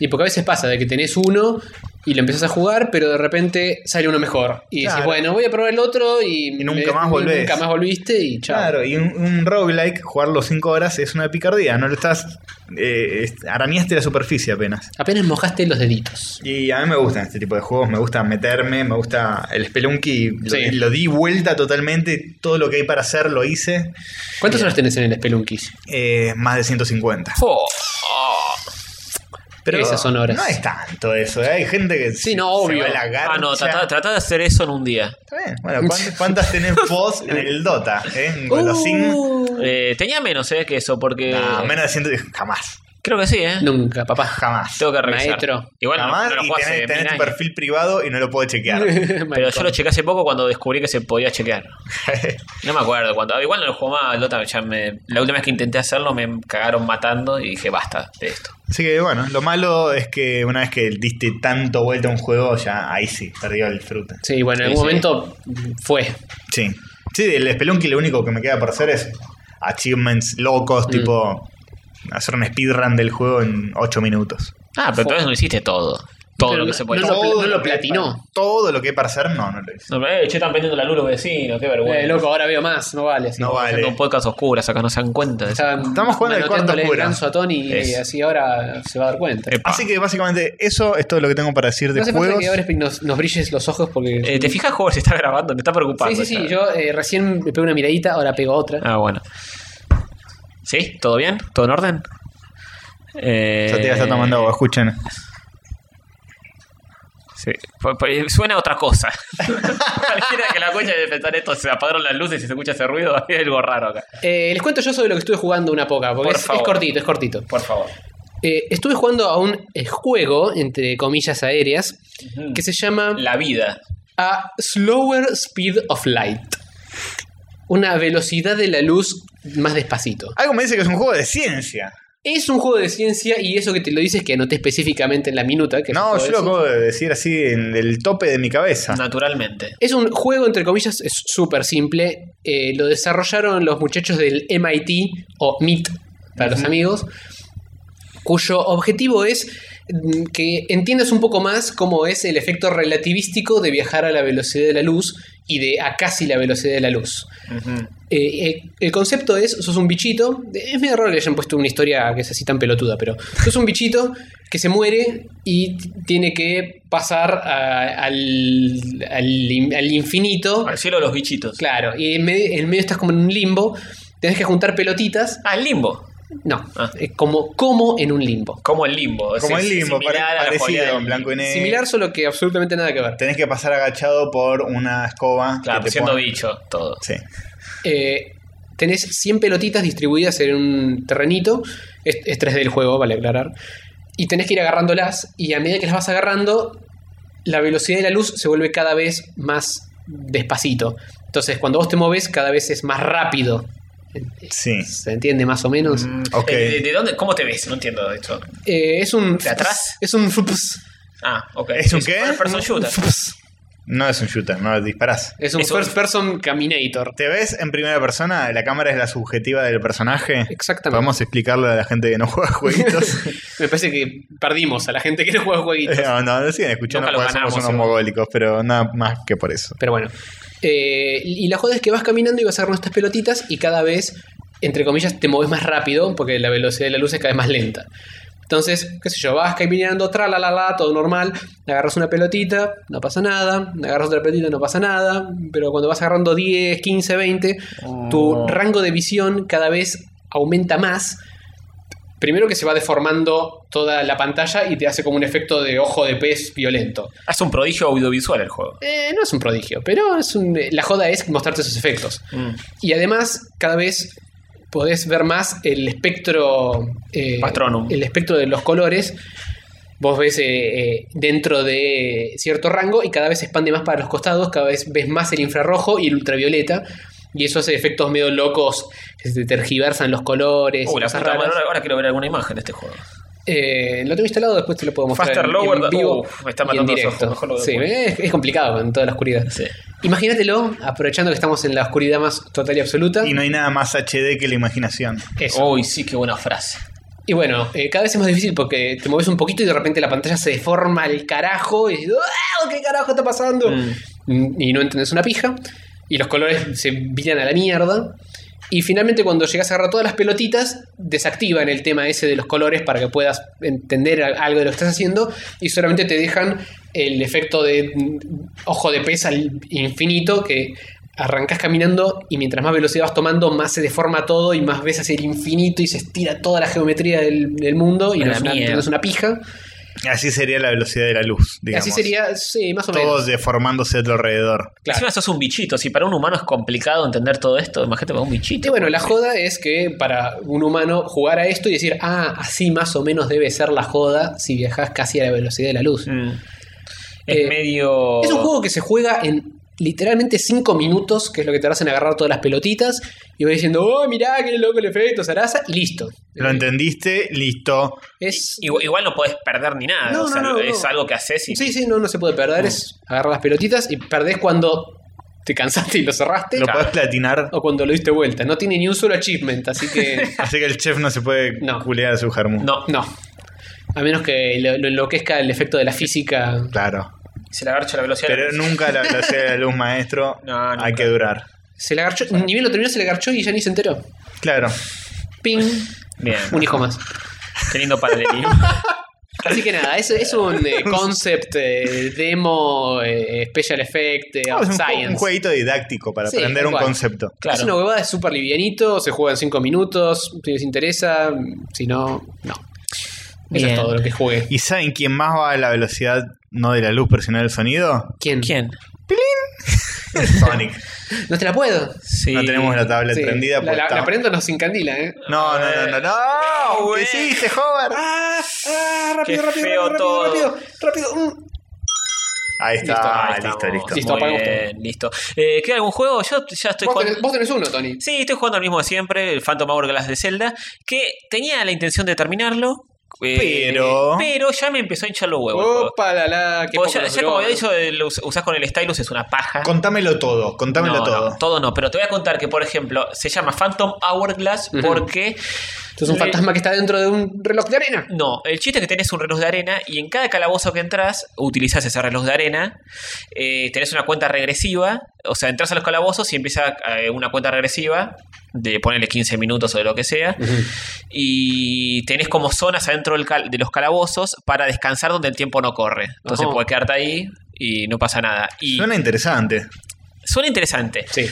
Y porque a veces pasa de que tenés uno y lo empezás a jugar, pero de repente sale uno mejor. Y Claro. decís, bueno, voy a probar el otro y, Y nunca más volvés. Nunca más volviste y chao. Claro, y un, un roguelike, jugarlo 5 horas es una picardía, no lo estás. eh, est- arañaste la superficie apenas. Apenas mojaste los deditos. Y a mí me gustan este tipo de juegos, me gusta meterme, me gusta el Spelunky, lo, Sí. lo di vuelta totalmente, todo lo que hay para hacer lo hice, ¿Cuántos horas tenés en el Spelunky? eh, más de 150. Oh, Pero Esas son horas. no es tanto eso, ¿eh? hay gente que Sí, no, se obvio. va a la garcha. ah, no, tratá, tratá de hacer eso en un día. Está bien, Bueno, ¿cuán- ¿cuántas, tenés vos en el Dota? ¿eh? En Golosín. Eh, tenía menos, ¿eh? Que eso, porque. No, Ah, menos de 100, jamás, Creo que sí, ¿eh? Nunca, papá. <laughs> jamás. Tengo que revisar. Maestro. Igual no- jamás no, lo y jugué hace tenés, mil tenés tu años. perfil privado y no lo <laughs> puedo chequear. Pero yo lo chequé hace poco cuando descubrí que se podía chequear. No me acuerdo cuando. Igual no lo jugué más, Lota, ya me- la última vez que intenté hacerlo me cagaron matando y dije basta de esto. Así que bueno, lo malo es que una vez que diste tanto vuelta a un juego, ya ahí sí, perdió el fruto. Sí, bueno, en Sí, un sí. momento fue. Sí. Sí, del Spelunky lo único que me queda por hacer es achievements Mm. locos, tipo hacer un speedrun del juego en 8 minutos. Ah, pero entonces no hiciste todo. Todo Pero lo que no- se puede no hacer. lo- que hay platinó. para- todo lo que hay para hacer, no, no lo hice. No, eh, che, están vendiendo la luz los vecinos, qué vergüenza. Eh, loco, ahora veo más, no vale. así. No Haciendo vale. un podcast oscuras acá, no se dan cuenta. de eso. Estaban Estamos jugando al cuarto manoteándole el oscuro. ganso a Tony y Es. así ahora se va a dar cuenta. Epa. Así que básicamente eso es todo lo que tengo para decir de no hace falta juegos. que ahora Spring nos, nos brilles los ojos porque... Eh, pues, ¿Te fijas, Jorge? Está grabando, te está preocupando. sí, sí, sí. ya. Yo eh, recién me pego una miradita, ahora pego otra. Ah, bueno. ¿Sí? ¿Todo bien? ¿Todo en orden? Eh, Ya te está tomando agua, escuchen. Eh, Sí. Pu- pu- Suena otra cosa. <laughs> Cualquiera que la escuche de pensar esto, se apagaron las luces y se escucha ese ruido, <laughs> hay algo raro acá. Eh, les cuento yo sobre lo que estuve jugando una poca, porque Por es, es favor. cortito, es cortito. Por favor. Eh, estuve jugando a un eh, juego, entre comillas aéreas, que se llama La vida. A Slower Speed of Light. Una velocidad de la luz más despacito. Algo me dice que es un juego de ciencia. Es un juego de ciencia y eso que te lo dices que anoté específicamente en la minuta. Que No, todo yo lo eso. acabo de decir así en el tope de mi cabeza. Naturalmente. Es un juego, entre comillas, es súper simple. Eh, lo desarrollaron los muchachos del MIT o MIT para los amigos, cuyo objetivo es mm, que entiendas un poco más cómo es el efecto relativístico de viajar a la velocidad de la luz y de a casi la velocidad de la luz. Eh, eh, el concepto es, sos un bichito, es medio raro que le hayan puesto una historia que es así tan pelotuda, pero sos un bichito que se muere y t- tiene que pasar a- al, al in- al infinito. Al cielo de los bichitos. Claro, y en medio, en medio estás como en un limbo, tenés que juntar pelotitas. Ah, el limbo. No, Ah. eh, como, como en un limbo. Como el limbo. Como es- el es limbo, similar a la pare- jodida parecido, del en blanco y negro. Similar, solo que absolutamente nada que ver. Tenés que pasar agachado por una escoba. Claro, que te siendo ponga- bicho, todo. Sí. Eh, tenés 100 pelotitas distribuidas en un terrenito. Es, es 3D el juego, vale aclarar. Y tenés que ir agarrándolas. Y a medida que las vas agarrando, la velocidad de la luz se vuelve cada vez más despacito. Entonces, cuando vos te moves, cada vez es más rápido. Sí. ¿Se entiende más o menos? Ok. Eh, ¿De, de dónde? ¿Cómo te ves? No entiendo esto. Eh, es un. ¿De atrás? Es un. <laughs> fups, Ah, ok. ¿Es un qué? first person shooter. <laughs> fups. No es un shooter, no disparás. Es un Es un- first person caminator. ¿Te ves en primera persona? La cámara es la subjetiva del personaje. Exactamente. Podemos explicarlo a la gente que <laughs> no juega jueguitos. Me parece que perdimos a la gente que no juega jueguitos. <laughs> no, no, no siguen escuchando Nunca lo porque somos ganamos, unos seguro. mogólicos, pero nada más que por eso. Pero bueno. Eh, y la joda es que vas caminando y vas agarrando estas pelotitas y cada vez, entre comillas, te moves más rápido porque la velocidad de la luz es cada vez más lenta. Entonces, qué sé yo, vas caminando, tra la la la, todo normal, agarras una pelotita, no pasa nada, agarras otra pelotita, no pasa nada, pero cuando vas agarrando 10, 15, 20, tu rango de visión cada vez aumenta más. Primero que se va deformando toda la pantalla y te hace como un efecto de ojo de pez violento. Es un prodigio audiovisual el juego. Eh, no es un prodigio, pero es un- eh, la joda es mostrarte esos efectos. Y además, cada vez podés ver más el espectro. eh, Patronum. El espectro de los colores. Vos ves eh, eh, dentro de cierto rango y cada vez se expande más para los costados, cada vez ves más el infrarrojo y el ultravioleta. Y eso hace efectos medio locos, que se tergiversan los colores. Uh, y la cosas puta madre, raras. ahora, ahora quiero ver alguna imagen de este juego. Eh, lo tengo instalado, después te lo puedo mostrar. Faster, en- lower, en vivo uf, me está y en matando los directo. ojos, mejor lo veo Sí, después. es, es complicado en toda la oscuridad. Sí. Imagínatelo, aprovechando que estamos en la oscuridad más total y absoluta. Y no hay nada más HD que la imaginación. Eso. Uy, sí, qué buena frase. Y bueno, eh, cada vez es más difícil porque te mueves un poquito y de repente la pantalla se deforma al carajo y dices, "Ah, ¿qué carajo está pasando? Mm. Y no entendés una pija. Y los colores se viran a la mierda. Y finalmente cuando llegas a agarrar todas las pelotitas, desactivan el tema ese de los colores para que puedas entender a- algo de lo que estás haciendo y solamente te dejan el efecto de mm, ojo de pez al infinito que arrancas caminando y mientras más velocidad vas tomando, más se deforma todo y más ves hacia el infinito y se estira toda la geometría del, del mundo y A no la es, una, mierda. no es una pija. Así sería la velocidad de la luz, digamos. Así sería, sí, más o Todo menos. deformándose a tu alrededor. Claro. Encima sos un bichito. Si para un humano es complicado entender todo esto, imagínate para un Y bichito. bueno, la joda es que para un humano jugar a esto y decir, ah, así más o menos debe ser la joda si viajas casi a la velocidad de la luz. Mm. Es Eh, medio. Es un juego que se juega en literalmente 5 minutos, que es lo que te hacen agarrar todas las pelotitas, y vas diciendo, oh, mirá, qué loco el efecto, zaraza, y listo. ¿Lo entendiste? Listo. Es... Igu- Igual no podés perder ni nada. No, o sea, no, no, es no. algo que haces y. Sí, sí, no, no se puede perder, es agarrar las pelotitas y perdés cuando te cansaste y lo cerraste, Lo podés <laughs> platinar. o cuando lo diste vuelta. No tiene ni un solo achievement, así <laughs> que Así que el chef no se puede No. culear a su germán. No, no. A menos que lo, lo enloquezca el efecto de la física. Claro. se le agarcha la velocidad. Pero nunca la velocidad de la luz, maestro. No, nunca. hay que durar. Se le agarchó, ni bien lo terminó, se le agarchó y ya ni se enteró. Claro. Ping, Bien. un hijo más. Qué lindo paralelismo. Así que nada, es, es un eh, concept, eh, demo, eh, special effect, eh, Ah, of es un, ju- science. un jueguito didáctico para Sí, aprender tal un cual. concepto. Claro. Es una huevada, es súper livianito, se juega en 5 minutos, si les interesa, si no, no. Eso Bien. es todo lo que jugué. ¿Y saben quién más va a la velocidad, no de la luz, pero sino <laughs> del sonido? <laughs> ¿Quién? ¿Quién? Sonic. No te la puedo. Sí. No tenemos la tablet Sí. prendida. la, pues, la- está- la prendo nos encandila, ¿eh? No, no, no, no, no. ¿Qué güey. hiciste, joven? ¡Ah! ¡Ah! ¡Rápido, Qué rápido, feo rápido, todo. rápido! ¡Rápido! mm. Ahí está, Listo, Ah, ah, ahí listo, estamos. listo. Listo, Muy apagamos bien, listo. Eh, ¿Queda algún juego? Yo ya estoy Vos, jugando. tenés, vos tenés uno, Tony. Sí, estoy jugando al mismo de siempre, el Phantom Hourglass de Zelda, que tenía la intención de terminarlo. eh, Pero- Pero ya me empezó a hinchar los huevos. el juego. ¡Opa, la, la! ¡Qué Porque poco ya, ya nos duró, como había ¿eh? dicho, eh, lo us- usás con el stylus, es una paja. Contámelo todo, contámelo No, no, todo. todo no, pero te voy a contar que, por ejemplo, se llama Phantom Hourglass Ujú. porque. Esto es un le- fantasma que está dentro de un reloj de arena. No, el chiste es que tenés un reloj de arena y en cada calabozo que entras, utilizás ese reloj de arena, eh, tenés una cuenta regresiva, o sea, entras a los calabozos y empieza eh, una cuenta regresiva de ponerle 15 minutos o de lo que sea, y tenés como zonas adentro del cal- de los calabozos para descansar donde el tiempo no corre. Entonces Ajá. puedes quedarte ahí y no pasa nada. Y Suena interesante. suena interesante. Sí.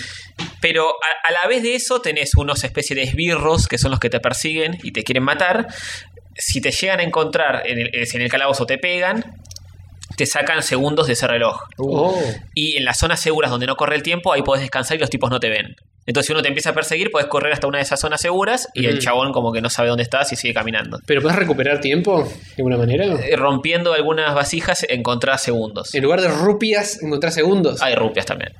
Pero a, a la vez de eso tenés unos especie de esbirros que son los que te persiguen y te quieren matar. Si te llegan a encontrar en el, es- en el calabozo te pegan, te sacan segundos de ese reloj. Oh. Y en las zonas seguras donde no corre el tiempo, ahí podés descansar y los tipos no te ven. Entonces si uno te empieza a perseguir, podés correr hasta una de esas zonas seguras y el Ujú. chabón como que no sabe dónde estás y sigue caminando. ¿Pero puedes recuperar tiempo de alguna manera? Eh, Rompiendo algunas vasijas, encontrás segundos. En Eh, oh, lugar de rupias, encontrar segundos. Hay rupias también.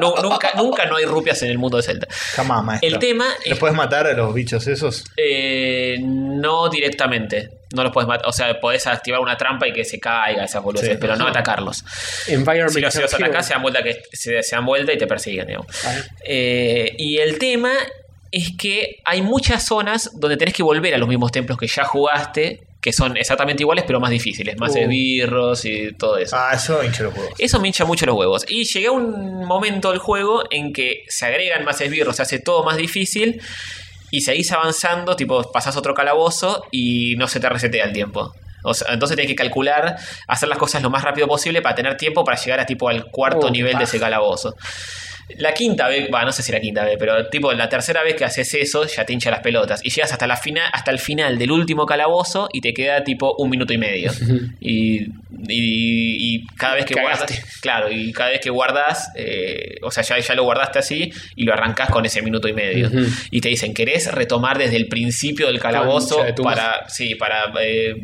Nu- nunca, nunca no hay rupias en el mundo de Zelda. Jamás, maestro. El tema es ¿Los puedes matar a los bichos esos? Eh, no directamente. No los puedes matar. O sea, podés activar una trampa y que se caiga esa boludeces, Sí. pero no atacarlos. Environment Si los, si los Hero. atacás, se dan vuelta, que, se, se dan vuelta y te persiguen, digamos. Ah, Eh, y el tema es que hay muchas zonas donde tenés que volver a los mismos templos que ya jugaste, que son exactamente iguales, pero más difíciles. Más Uh. esbirros y todo eso. Ah, eso hincha los juegos. Eso me hincha mucho los huevos. Y llegué a un momento del juego en que se agregan más esbirros, se hace todo más difícil. Y seguís avanzando, tipo, pasás otro calabozo y no se te resetea el tiempo. O sea, entonces tenés que calcular, hacer las cosas lo más rápido posible para tener tiempo para llegar a tipo al cuarto Oh, nivel de paja. ese calabozo. La quinta vez, va, no sé si la quinta vez, pero tipo la tercera vez que haces eso ya te hincha las pelotas. Y llegas hasta, la fina- hasta el final del último calabozo y te queda tipo un minuto y <laughs> medio. y, y- y cada vez que Cagaste. guardas. Claro, y cada vez que guardas, eh, o sea, ya, ya lo guardaste así y lo arrancás con ese minuto y medio. Ujú. Y te dicen, ¿querés retomar desde el principio del calabozo Concha de tu para, sí, para eh,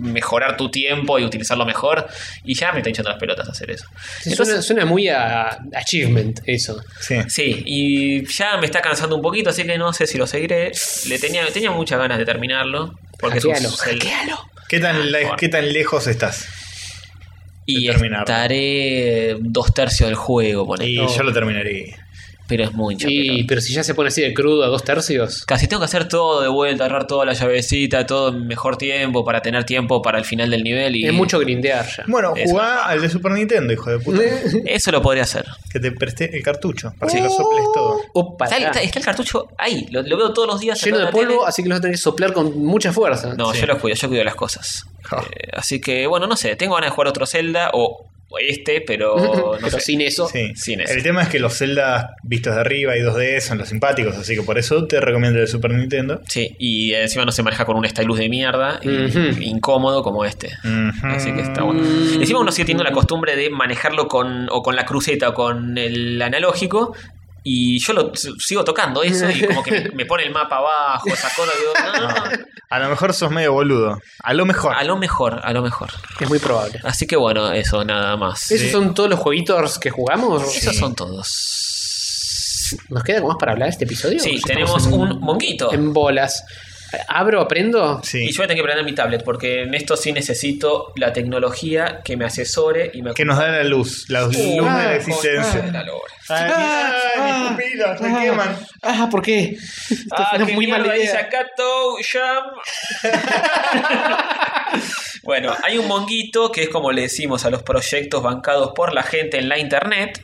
mejorar tu tiempo y utilizarlo mejor? Y ya me está hinchando las pelotas hacer eso. sí, Entonces- suena, suena muy a achievement eso. Sí. Sí, y ya me está cansando un poquito, así que no sé si lo seguiré. Le tenía, tenía muchas ganas de terminarlo. Porque es un Hackealo, Zelda. hackealo. ¿Qué tan, le- bueno. ¿Qué tan lejos estás? Y de terminarlo. estaré dos tercios del juego, ponele. Y No. yo lo terminaría. Pero es muy hincha Y, pelota. pero si ya se pone así de crudo a dos tercios. Casi tengo que hacer todo de vuelta, agarrar toda la llavecita, todo en mejor tiempo, para tener tiempo para el final del nivel. Y Es mucho grindear ya. Bueno, Eso. jugá al de Super Nintendo, hijo de puta. Eso lo podría hacer. Que te presté el cartucho para que lo soples todo. Opa, Está, el- ya. está- está el cartucho ahí, lo, lo veo todos los días. lleno de atrás la polvo, tele. así que lo vas a tener que soplar con mucha fuerza. <laughs> No, yo lo cuido, yo cuido las cosas. Ja. Eh, así que, bueno, no sé, tengo ganas de jugar otro Zelda o o este, pero no <laughs> Pero sé. sin eso. Sí. Uh. sin eso. el tema es que los Zeldas vistos de arriba y 2D son los simpáticos, así que por eso te recomiendo el de Super Nintendo. Sí, y encima no se maneja con un stylus de mierda y- Ujú. incómodo como este. Ujú. Así que está bueno. Encima uno sigue teniendo la costumbre de manejarlo con o con la cruceta o con el analógico. Y yo lo s- sigo tocando eso y como que me, me pone el mapa abajo, esa cosa. digo, no, no, no. <laughs> A lo mejor sos medio boludo. A lo mejor. A lo mejor, a lo mejor. Es muy probable. Así que bueno, eso nada más. ¿Esos son todos los jueguitos que jugamos? Esos son todos. ¿Nos queda algo más para hablar de este episodio? Sí, Ya tenemos estamos en- un monguito. En bolas. ¿Abro, aprendo? Sí. Y yo voy a tener que prender mi tablet porque en esto sí necesito la tecnología que asesore y me Que nos da la luz, la luz de ah, la de la existencia. lora. Ay, ay, mis pupilas, me queman. Ah, ¿por qué? Esto Ah, es una qué muy mala mierda, dice idea. acá Tou Jam. <laughs> bueno, hay un monguito que es como le decimos a los proyectos bancados por la gente en la internet.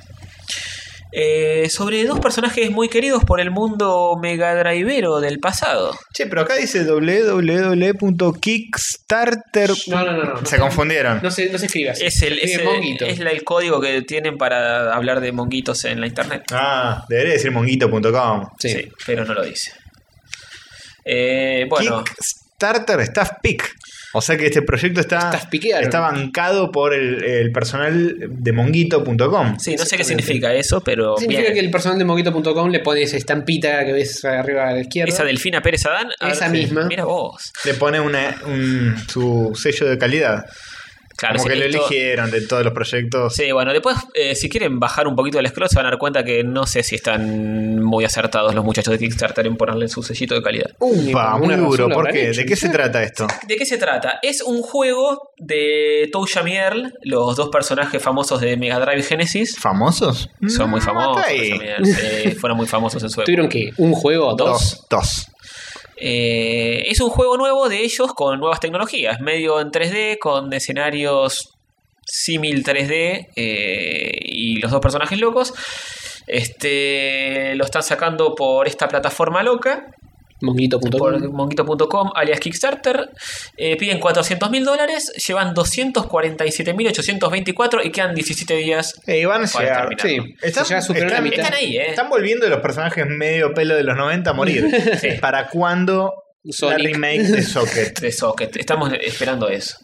eh, sobre dos personajes muy queridos por el mundo megadrivero del pasado. Che, pero acá dice www.kickstarter. No, no, no, no. Se confundieron. No se, no se escribe así. Es el, Se es escribe el- monguito. es la- el código que tienen para hablar de monguitos en la internet. Ah, debería decir monguito.com. Sí. Sí, pero no lo dice. Eh, bueno, Kickstarter Staff Pick. O sea que este proyecto está, Staff piquearon. está bancado por el, el personal de monguito.com. sí, no sé qué significa eso, pero Significa bien. que el personal de moquito.com le pone esa estampita que ves arriba a la izquierda. Esa Delfina Pérez Adán. a Esa ver si- misma. Mira vos. Le pone una, un- su sello de calidad. Claro, Como sí, que lo esto- eligieron de todos los proyectos. Sí, bueno, después, eh, si quieren bajar un poquito el scroll, se van a dar cuenta que no sé si están muy acertados los muchachos de Kickstarter en ponerle su sellito de calidad. Upa, Una muy razón duro. lo ¿Por habrán qué? hecho, ¿De qué se trata esto? ¿De qué se trata? Es un juego de Tou y Earl, los dos personajes famosos de Mega Drive Genesis. ¿Famosos? Son muy Mm, famosos. hasta ahí. Tosham y Earl, sí, fueron muy famosos en <laughs> su época. ¿Tuvieron que ¿Un juego? ¿Dos? Dos, dos. Eh, es un juego nuevo de ellos con nuevas tecnologías, medio en 3D, con escenarios símil 3D eh, y los dos personajes locos. Este, lo están sacando por esta plataforma loca, por Monguito.com. monguito.com, alias Kickstarter. Eh, piden 400 mil dólares, llevan 247.824 y quedan 17 días. Eh, van a Para llegar. terminar. Sí, Están, se ya superó la están- mitad. Están ahí, ¿eh? Están volviendo los personajes medio pelo de los 90 a morir. <laughs> ¿Para cuándo Sonic. la remake <laughs> de Socket? de Socket. Estamos esperando eso.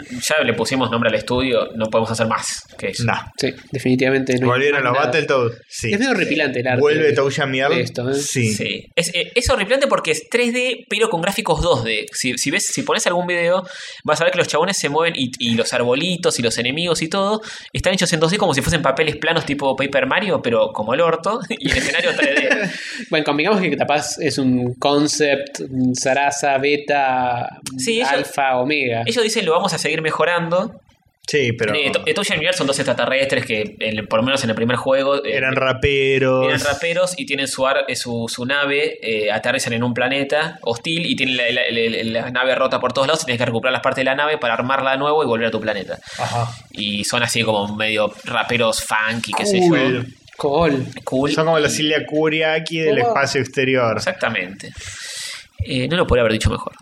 Ya le pusimos nombre al estudio, no podemos hacer más que eso. No. Sí, definitivamente. no hay ¿Volvieron más los nada. Battletoads? Sí. Es medio repilante el arte. ¿Vuelve de- Touya de Miel? esto, ¿eh? Sí. Sí. Es, eh, es horripilante porque es 3D, pero con gráficos 2D. Si, si ves, si pones algún video, vas a ver que los chabones se mueven y, y los arbolitos y los enemigos y todo están hechos en 2D como si fuesen papeles planos tipo Paper Mario, pero como el orto, <laughs> y el escenario <laughs> 3D. Bueno, convengamos que capaz es un concept, un Sarasa, beta, Sí, ellos- alfa, omega. Ellos dicen lo vamos a seguir mejorando. Sí, pero. Eh, To- eh, Touch and Mirror son dos extraterrestres que, en el- por lo menos en el primer juego, eh, Eran raperos. Eran raperos y tienen su, ar- eh, su, su nave, eh, aterrizan en un planeta hostil y tienen la, la- la- la nave rota por todos lados y tienes que recuperar las partes de la nave para armarla de nuevo y volver a tu planeta. Ajá. Y son así como medio raperos funky, qué sé Cool. yo. Cool. Cool. Son como la Cilia Curiaki del Wow. espacio exterior. Exactamente. Eh, no lo podría haber dicho mejor.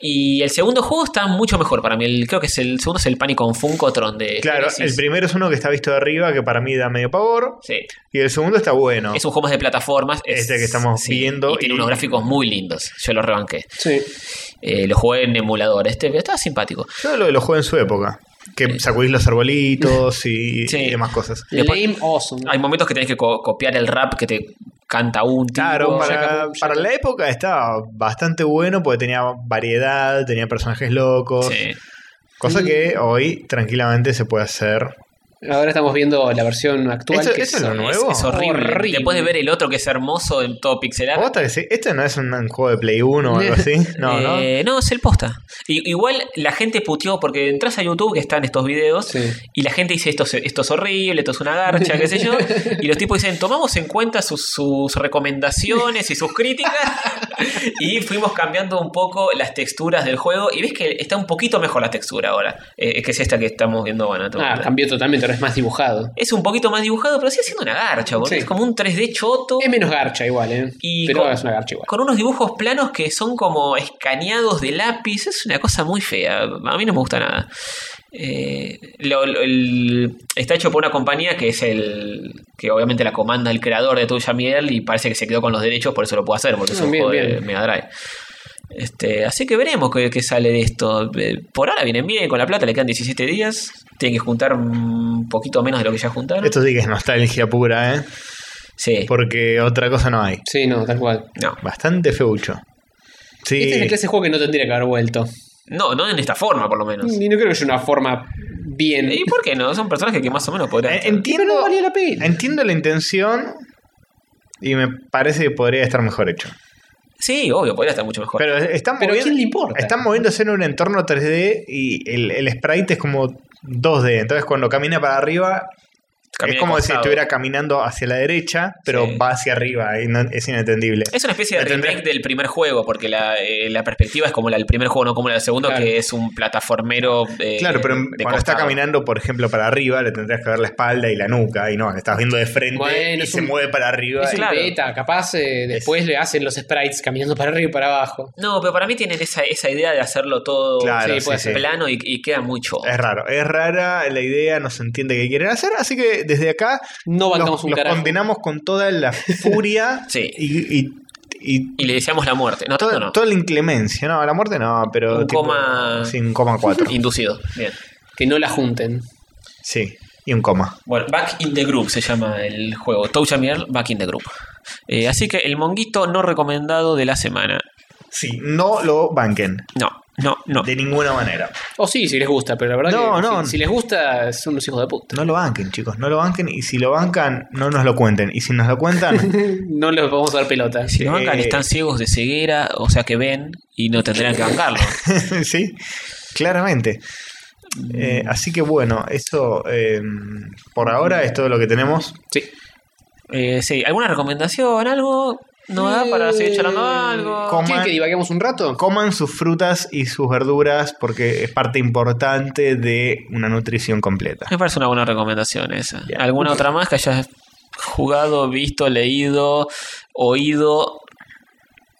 Y el segundo juego está mucho mejor para mí. El- creo que es el segundo es el Pánico en Funkotron de Claro, Genesis. el primero es uno que está visto de arriba, que para mí da medio pavor. Sí. Y el segundo está bueno. Es un juego más de plataformas. es- Este que estamos viendo Y tiene y- unos gráficos muy lindos. Yo lo rebanqué. Sí. Eh, lo jugué en emulador. Este estaba simpático. Yo lo, lo jugué en su época. Que sacudís los arbolitos y, Sí. y demás cosas. Le pon- Lame awesome. Hay momentos que tenés que co- copiar el rap que te canta un tipo. Claro, para, Jacob- para la época estaba bastante bueno porque tenía variedad, tenía personajes locos. Sí. Cosa que hoy tranquilamente se puede hacer Ahora estamos viendo la versión actual. ¿Esto- que eso es lo nuevo? Es horrible. Horrible. Después de ver el otro que es hermoso en todo pixelado. ¿Vos te decís, ¿Esto este no es un, un juego de Play 1 o algo así? No, no. Eh, no, es el posta. Y- igual la gente puteó porque entras a YouTube que están estos videos Sí. y la gente dice esto, es- esto es horrible, esto es una garcha, qué sé <laughs> yo. Y los tipos dicen, tomamos en cuenta sus, sus recomendaciones y sus críticas <laughs> y fuimos cambiando un poco las texturas del juego y ves que está un poquito mejor la textura ahora, eh, que es esta que estamos viendo. Bueno, Ah, cambió totalmente, ahora es más dibujado. es un poquito más dibujado, pero sigue siendo una garcha, boludo. Sí. Es como un 3D choto. Es menos garcha igual, ¿eh? Y Pero con- es una garcha igual. Con unos dibujos planos que son como escaneados de lápiz. Es una cosa muy fea. A mí no me gusta nada. Eh, lo- lo- el- está hecho por una compañía que es el. que obviamente la comanda el creador de Tuya Miel y parece que se quedó con los derechos, por eso lo puedo hacer, porque es Ah, un bien, juego de bien. Mega Drive. Este, así que veremos qué, qué sale de esto. Eh, Por ahora vienen bien con la plata, le quedan 17 días. Tienen que juntar un poquito menos de lo que ya juntaron. Esto sí que es nostalgia pura, ¿eh? sí. Porque otra cosa no hay. Sí, no, tal cual. No. Bastante feucho. Sí. Este es el clase de juego que no tendría que haber vuelto. no, no en esta forma, por lo menos. Y no creo que sea una forma bien. ¿Y por qué no? Son personajes que más o menos podrían. Eh, estar. Entiendo, valía la pena. entiendo la intención y me parece que podría estar mejor hecho. Sí, obvio, podría estar mucho mejor. Pero están, Pero ¿a moviendo- quién le importa? están moviéndose en un entorno 3D y el, el sprite es como 2D. Entonces cuando camina para arriba Camina es como si acostado. estuviera caminando hacia la derecha, pero Sí. va hacia arriba. y no- es inentendible. Es una especie de Entendés. remake del primer juego, porque la, eh, la perspectiva es como la del primer juego, no como la del segundo, Claro. que es un plataformero. eh, Claro, pero de en- cuando está costado. caminando, por ejemplo, para arriba, le tendrías que ver la espalda y la nuca. Y no, le estás viendo de frente Bueno, y es se un- mueve para arriba. Es y- un claro. beta, capaz eh, después le hacen los sprites caminando para arriba y para abajo. No, pero para mí tienen esa, esa idea de hacerlo todo Claro, sí, puede sí, ser sí. plano y, y queda mucho. Es raro, es rara la idea, no se entiende qué quieren hacer, así que desde acá No bancamos los, un los carajo. condenamos con toda la furia <laughs> Sí. y, y- y Y le deseamos la muerte. No, toda, no, no. toda la inclemencia. No, la muerte no, pero. Un coma- Sí, un coma cuatro. <laughs> Inducido. Bien. Que no la junten. sí, y un coma. Bueno, Back in the Group se llama el juego. Touch and Mirror, Back in the Group. Eh, así que el monguito no recomendado de la semana. Sí, no lo banquen. No, no, no. De ninguna manera. O sí, si les gusta, pero la verdad No, que no. Si, si les gusta, son unos hijos de puta. No lo banquen, chicos, no lo banquen. Y si lo bancan, no nos lo cuenten. Y si nos lo cuentan, <laughs> <laughs> No les vamos a dar pelota. Si lo bancan, Eh, están ciegos de ceguera, o sea que ven y no tendrán que <laughs> bancarlo. sí, claramente. Eh, así que bueno, eso eh, por ahora es todo lo que tenemos. Sí. Eh, sí, ¿alguna recomendación? ¿Algo? ¿No da para seguir charlando algo? Eh, ¿Cómo? ¿Quieren que divaguemos un rato? Coman sus frutas y sus verduras porque es parte importante de una nutrición completa. Me parece una buena recomendación esa. Bien. ¿Alguna otra más que hayas jugado, visto, leído, oído?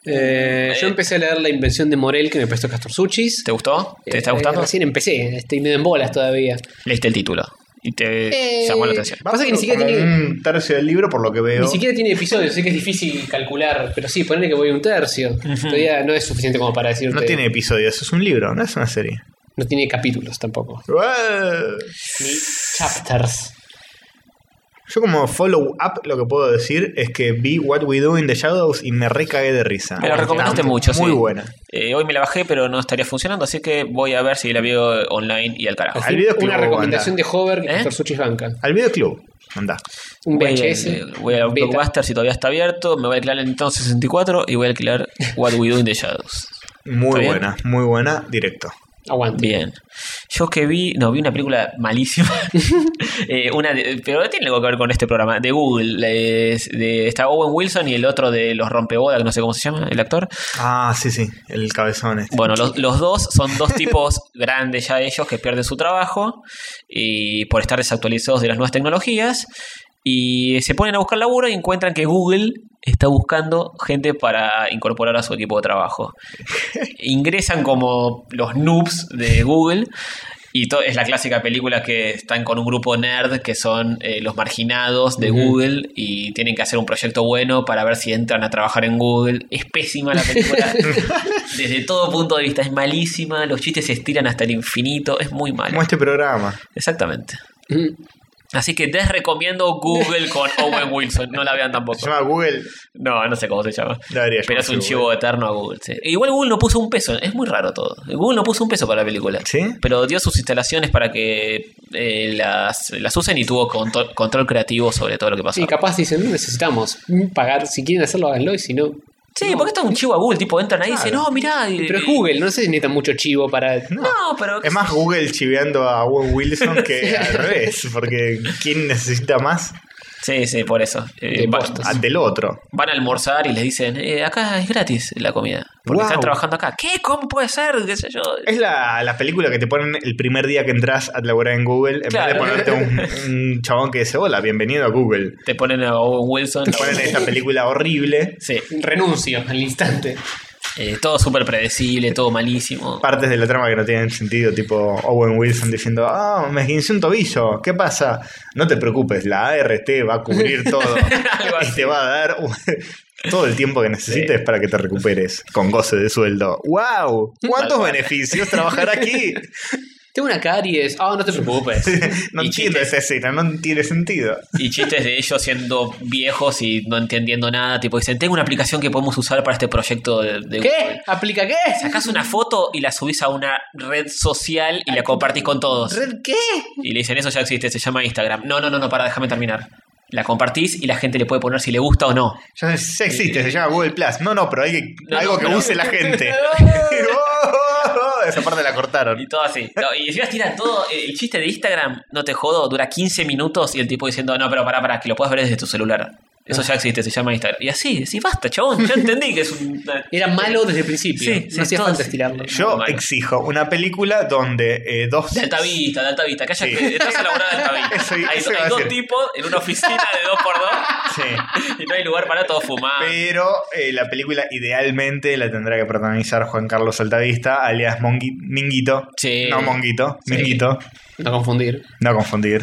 Eh, yo Eh. empecé a leer La Invención de Morel que me prestó Castor Suchis. ¿Te gustó? ¿Te está Eh, gustando? Recién empecé, estoy medio en bolas todavía. Leíste el título y te Eh, llamó la atención. Pasa que ni siquiera Como tiene- Un tercio del libro, por lo que veo. Ni siquiera tiene episodios, así que es difícil calcular, pero sí, ponerle que voy a un tercio. Todavía no es suficiente como para decirte. No tiene episodios, es un libro, no es una serie. no tiene capítulos tampoco. ¡Uah! Ni chapters. Yo como follow-up lo que puedo decir es que vi What We Do in the Shadows y me recagué de risa. Me lo recomendaste Está mucho, Muy sí. buena. Eh, hoy me la bajé, pero no estaría funcionando, así que voy a ver si la veo online y al carajo. Al videoclub, Una recomendación anda. de Hover que ¿Eh? Castor Suchis banca. Al videoclub, anda. Un Voy VHS. al- Voy a beta. Blockbuster si todavía está abierto. Me voy a alquilar el Nintendo 64 y voy a alquilar What We Do in the <laughs> Shadows. ¿Está Muy bien? buena, muy buena, directo. Aguante. Bien. Yo que vi. No, vi una película <laughs> malísima. <laughs> Eh, una de- pero tiene algo que ver con este programa. De Google. eh, es- de- está Owen Wilson y el otro de los rompebodas, que no sé cómo se llama, el actor. Ah, sí, sí, el cabezón este. Bueno, los, los dos son dos tipos grandes ya ellos que pierden su trabajo y por estar desactualizados de las nuevas tecnologías y se ponen a buscar laburo y encuentran que Google está buscando gente para incorporar a su equipo de trabajo. Ingresan como los noobs de Google y to- es la clásica película que están con un grupo nerd que son eh, los marginados de Google y tienen que hacer un proyecto bueno para ver si entran a trabajar en Google. Es pésima la película. Desde todo punto de vista es malísima, los chistes se estiran hasta el infinito, es muy Como malo. este programa. Exactamente. Mm. Así que desrecomiendo Google con Owen Wilson. No la vean Se tampoco. llama Google. No, no sé cómo se llama. La debería Pero es un llamarse chivo Google. eterno a Google. sí. E Igual Google no puso un peso. Es muy raro todo. Google no puso un peso para la película. ¿Sí? Pero dio sus instalaciones para que eh, las, las usen y tuvo control, control creativo sobre todo lo que pasó. Sí, capaz dicen, no necesitamos pagar, si quieren hacerlo, háganlo y si no. Sí, porque esto es un chivo a Google. Tipo, entran ahí y dicen, no, mirá. y- Pero es Google, no sé si necesitan mucho chivo para. No. No, pero. Es más Google chiveando a Owen Wilson que al revés, porque ¿quién necesita más Ah, Sí, sí, por eso. Eh, De va- postas. a- del otro? van a almorzar y les dicen, "Eh, acá es gratis la comida. Porque Wow. están trabajando acá. ¿Qué? ¿Cómo puede ser? ¿Qué sé yo? Es la, la película que te ponen el primer día que entras a laburar en Google, en Claro. vez de ponerte un, un chabón que dice, hola, bienvenido a Google. Te ponen a Owen Wilson. Te ponen esta película horrible, Sí, Renuncio al instante. eh, todo súper predecible, todo malísimo. partes de la trama que no tienen sentido, tipo Owen Wilson diciendo, ah, me esguincé un tobillo, ¿qué pasa? No te preocupes, la ART va a <laughs> cubrir todo y te va a dar un- <laughs> todo el tiempo que necesites para que te recuperes con goce de sueldo. ¡Wow! ¿Cuántos beneficios trabajar <laughs> aquí? <laughs> Tengo una caries. Ah, no te preocupes. No Uh, pues, Y entiendo chistes. esa escena, no tiene sentido. Y chistes de ellos siendo viejos y no entendiendo nada. Tipo, dicen, tengo una aplicación que podemos usar para este proyecto de, de ¿Qué? Google". ¿Aplica qué? Sacás una foto y la subís a una red social y la compartís con todos. ¿Red qué? Y le dicen, eso ya existe, se llama Instagram. No, no, no, no, para, déjame terminar. La compartís y la gente le puede poner si le gusta o no. Ya, ya existe, se llama Google Plus. No, no, pero hay que- No, algo no, que pero- <laughs> use la gente. <laughs> oh, Esa parte la cortaron. Y todo así. No, y encima tira todo. El chiste de Instagram, no te jodo, dura 15 minutos y el tipo diciendo, no, pero pará, pará, que lo puedes ver desde tu celular. Eso Ah. ya existe, se llama Instagram. Y así, sí, basta, chabón. Yo entendí que es <laughs> un. Era malo desde el principio. Sí, sí, no hacía todo falta sí. estirarlo. Yo Bueno. exijo una película donde eh, dos. De alta vista, de alta vista. Cállate, Sí. estás a laburar de alta vista. Eso- hay eso hay iba a dos decir. tipos en una oficina de dos por dos <laughs> <laughs> Sí. y no hay lugar para todo fumar. Pero eh, la película idealmente la tendrá que protagonizar Juan Carlos Altavista, alias Mongui- Minguito. Sí. No Monguito, Sí. Minguito. No confundir. No confundir.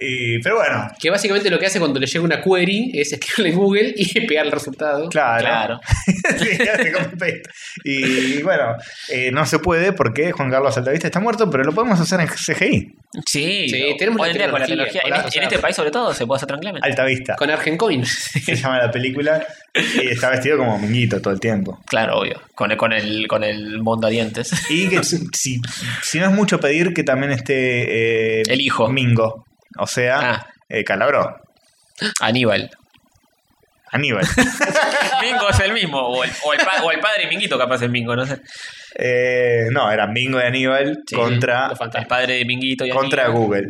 Y- pero bueno, Que básicamente lo que hace cuando le llega una query es escribirle en Google y <laughs> pegar el resultado. claro. Claro. <laughs> Sí, hace copy paste. y bueno, eh, no se puede porque Juan Carlos Altavista está muerto, pero lo podemos hacer en CGI. Sí, Sí, tenemos hoy la en día con la tecnología. tecnología, En, hola, este- o sea, en este país, sobre todo, se puede hacer tranquilamente. Altavista. <laughs> Con Argencoin. Se llama la película. Y está vestido como minguito todo el tiempo. Claro, obvio. Con el, con el, con el mondadientes. <laughs> Y que si, si no es mucho pedir que también esté eh, El hijo. Mingo. O sea, Ah. eh, Calabró. Aníbal. <laughs> Aníbal. Mingo es el mismo, o el, o el pa- o el padre de Minguito capaz es Mingo, no sé. Eh, no, era Mingo y Aníbal Sí, contra, los fantasmas. El padre de Minguito y Ah, contra Aníbal. Google.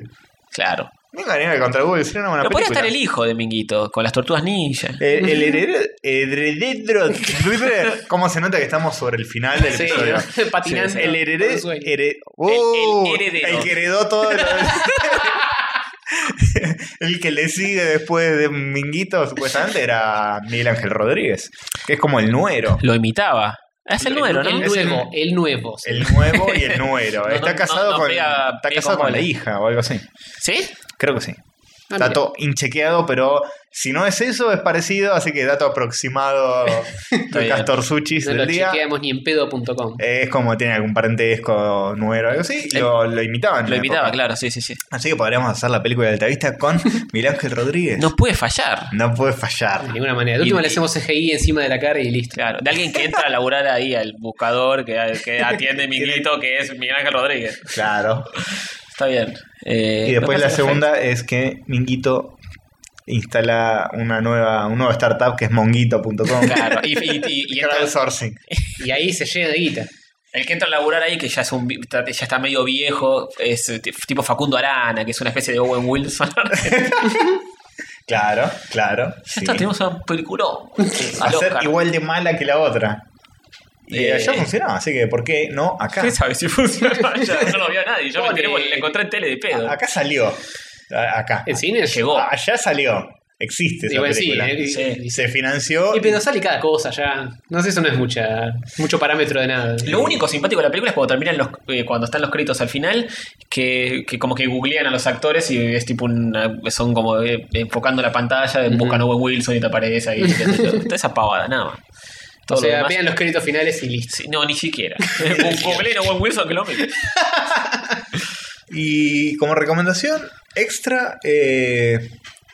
Claro. Mingo y Aníbal contra Google sería una buena Pero podría película. estar el hijo de Minguito, con las tortugas ninja. Eh, El heredero. <laughs> heredero- heredero- ¿Cómo se nota que estamos sobre el final del Sí, episodio? ¿no? patinando. El por un heredero. sueño. ¡Oh! El- el heredero. el que heredó todo. lo- <laughs> el que le sigue después de Minguito, supuestamente, era Miguel Ángel Rodríguez, que es como el nuero. Lo imitaba. Es el nuevo, ¿no? El Es el- nuevo. El nuevo. sí. El nuevo y el nuero. no, está no, casado no con, pega- está pega casado con con la bola. hija o algo así. ¿Sí? Creo que sí. Ah, mira. dato inchequeado, pero si no es eso, es parecido, así que dato aproximado de bien. Castor Suchis No del lo día. chequeamos ni en pedo.com. Eh, Es como tiene algún parentesco nuero o algo así. y Lo, lo imitaban. en Lo la imitaba, época. claro, sí, sí, sí. Así que podríamos hacer la película de <laughs> Altavista con Miguel Ángel Rodríguez. No puede fallar. No puede De fallar. ninguna manera. De última Y- le hacemos CGI encima de la cara y listo. Claro, de alguien que entra a laburar ahí al buscador que, que atiende <laughs> Minguito, que es Miguel Ángel Rodríguez. Claro. Está bien. Eh, Y después me la parece segunda es que Minguito instala una nueva, un nuevo startup que es monguito.com. perfecto. Claro, y, y- y- <laughs> y entra- Crowdsourcing. Y ahí se llena de guita. El que entra a laburar ahí, que ya es un vi- está- ya está medio viejo, es eh, t- tipo Facundo Arana, que es una especie de Owen Wilson. <laughs> ya Claro, claro. sí. está, tenemos una película. Va a ser <laughs> igual de mala que la otra. Y Eh. allá funcionaba, así que ¿por qué no acá? ¿Qué sabe si funciona? Ya no lo vio nadie. Yo me Pone- enteré porque la encontré en tele de pedo. Acá salió. A- Acá. En cine llegó. Llegó. Allá salió. Existe Ah, esa Igual sí. película. eh, y- Sí. y- Se financió. Y pero sale cada cosa ya. No sé, eso no es mucha, mucho parámetro de nada. Lo único simpático de la película es cuando terminan los, eh, cuando están los créditos al final, que, que como que googlean a los actores y es tipo una, son como eh, enfocando la pantalla, buscan a Owen Wilson y te aparece ahí. qué sé yo. Toda esa pavada, nada más. O Todo lo sea, demás- vean los créditos finales y listo. Sí, no, ni <laughs> siquiera. Google o Wilson que lo mire. Y como recomendación, Extra, eh,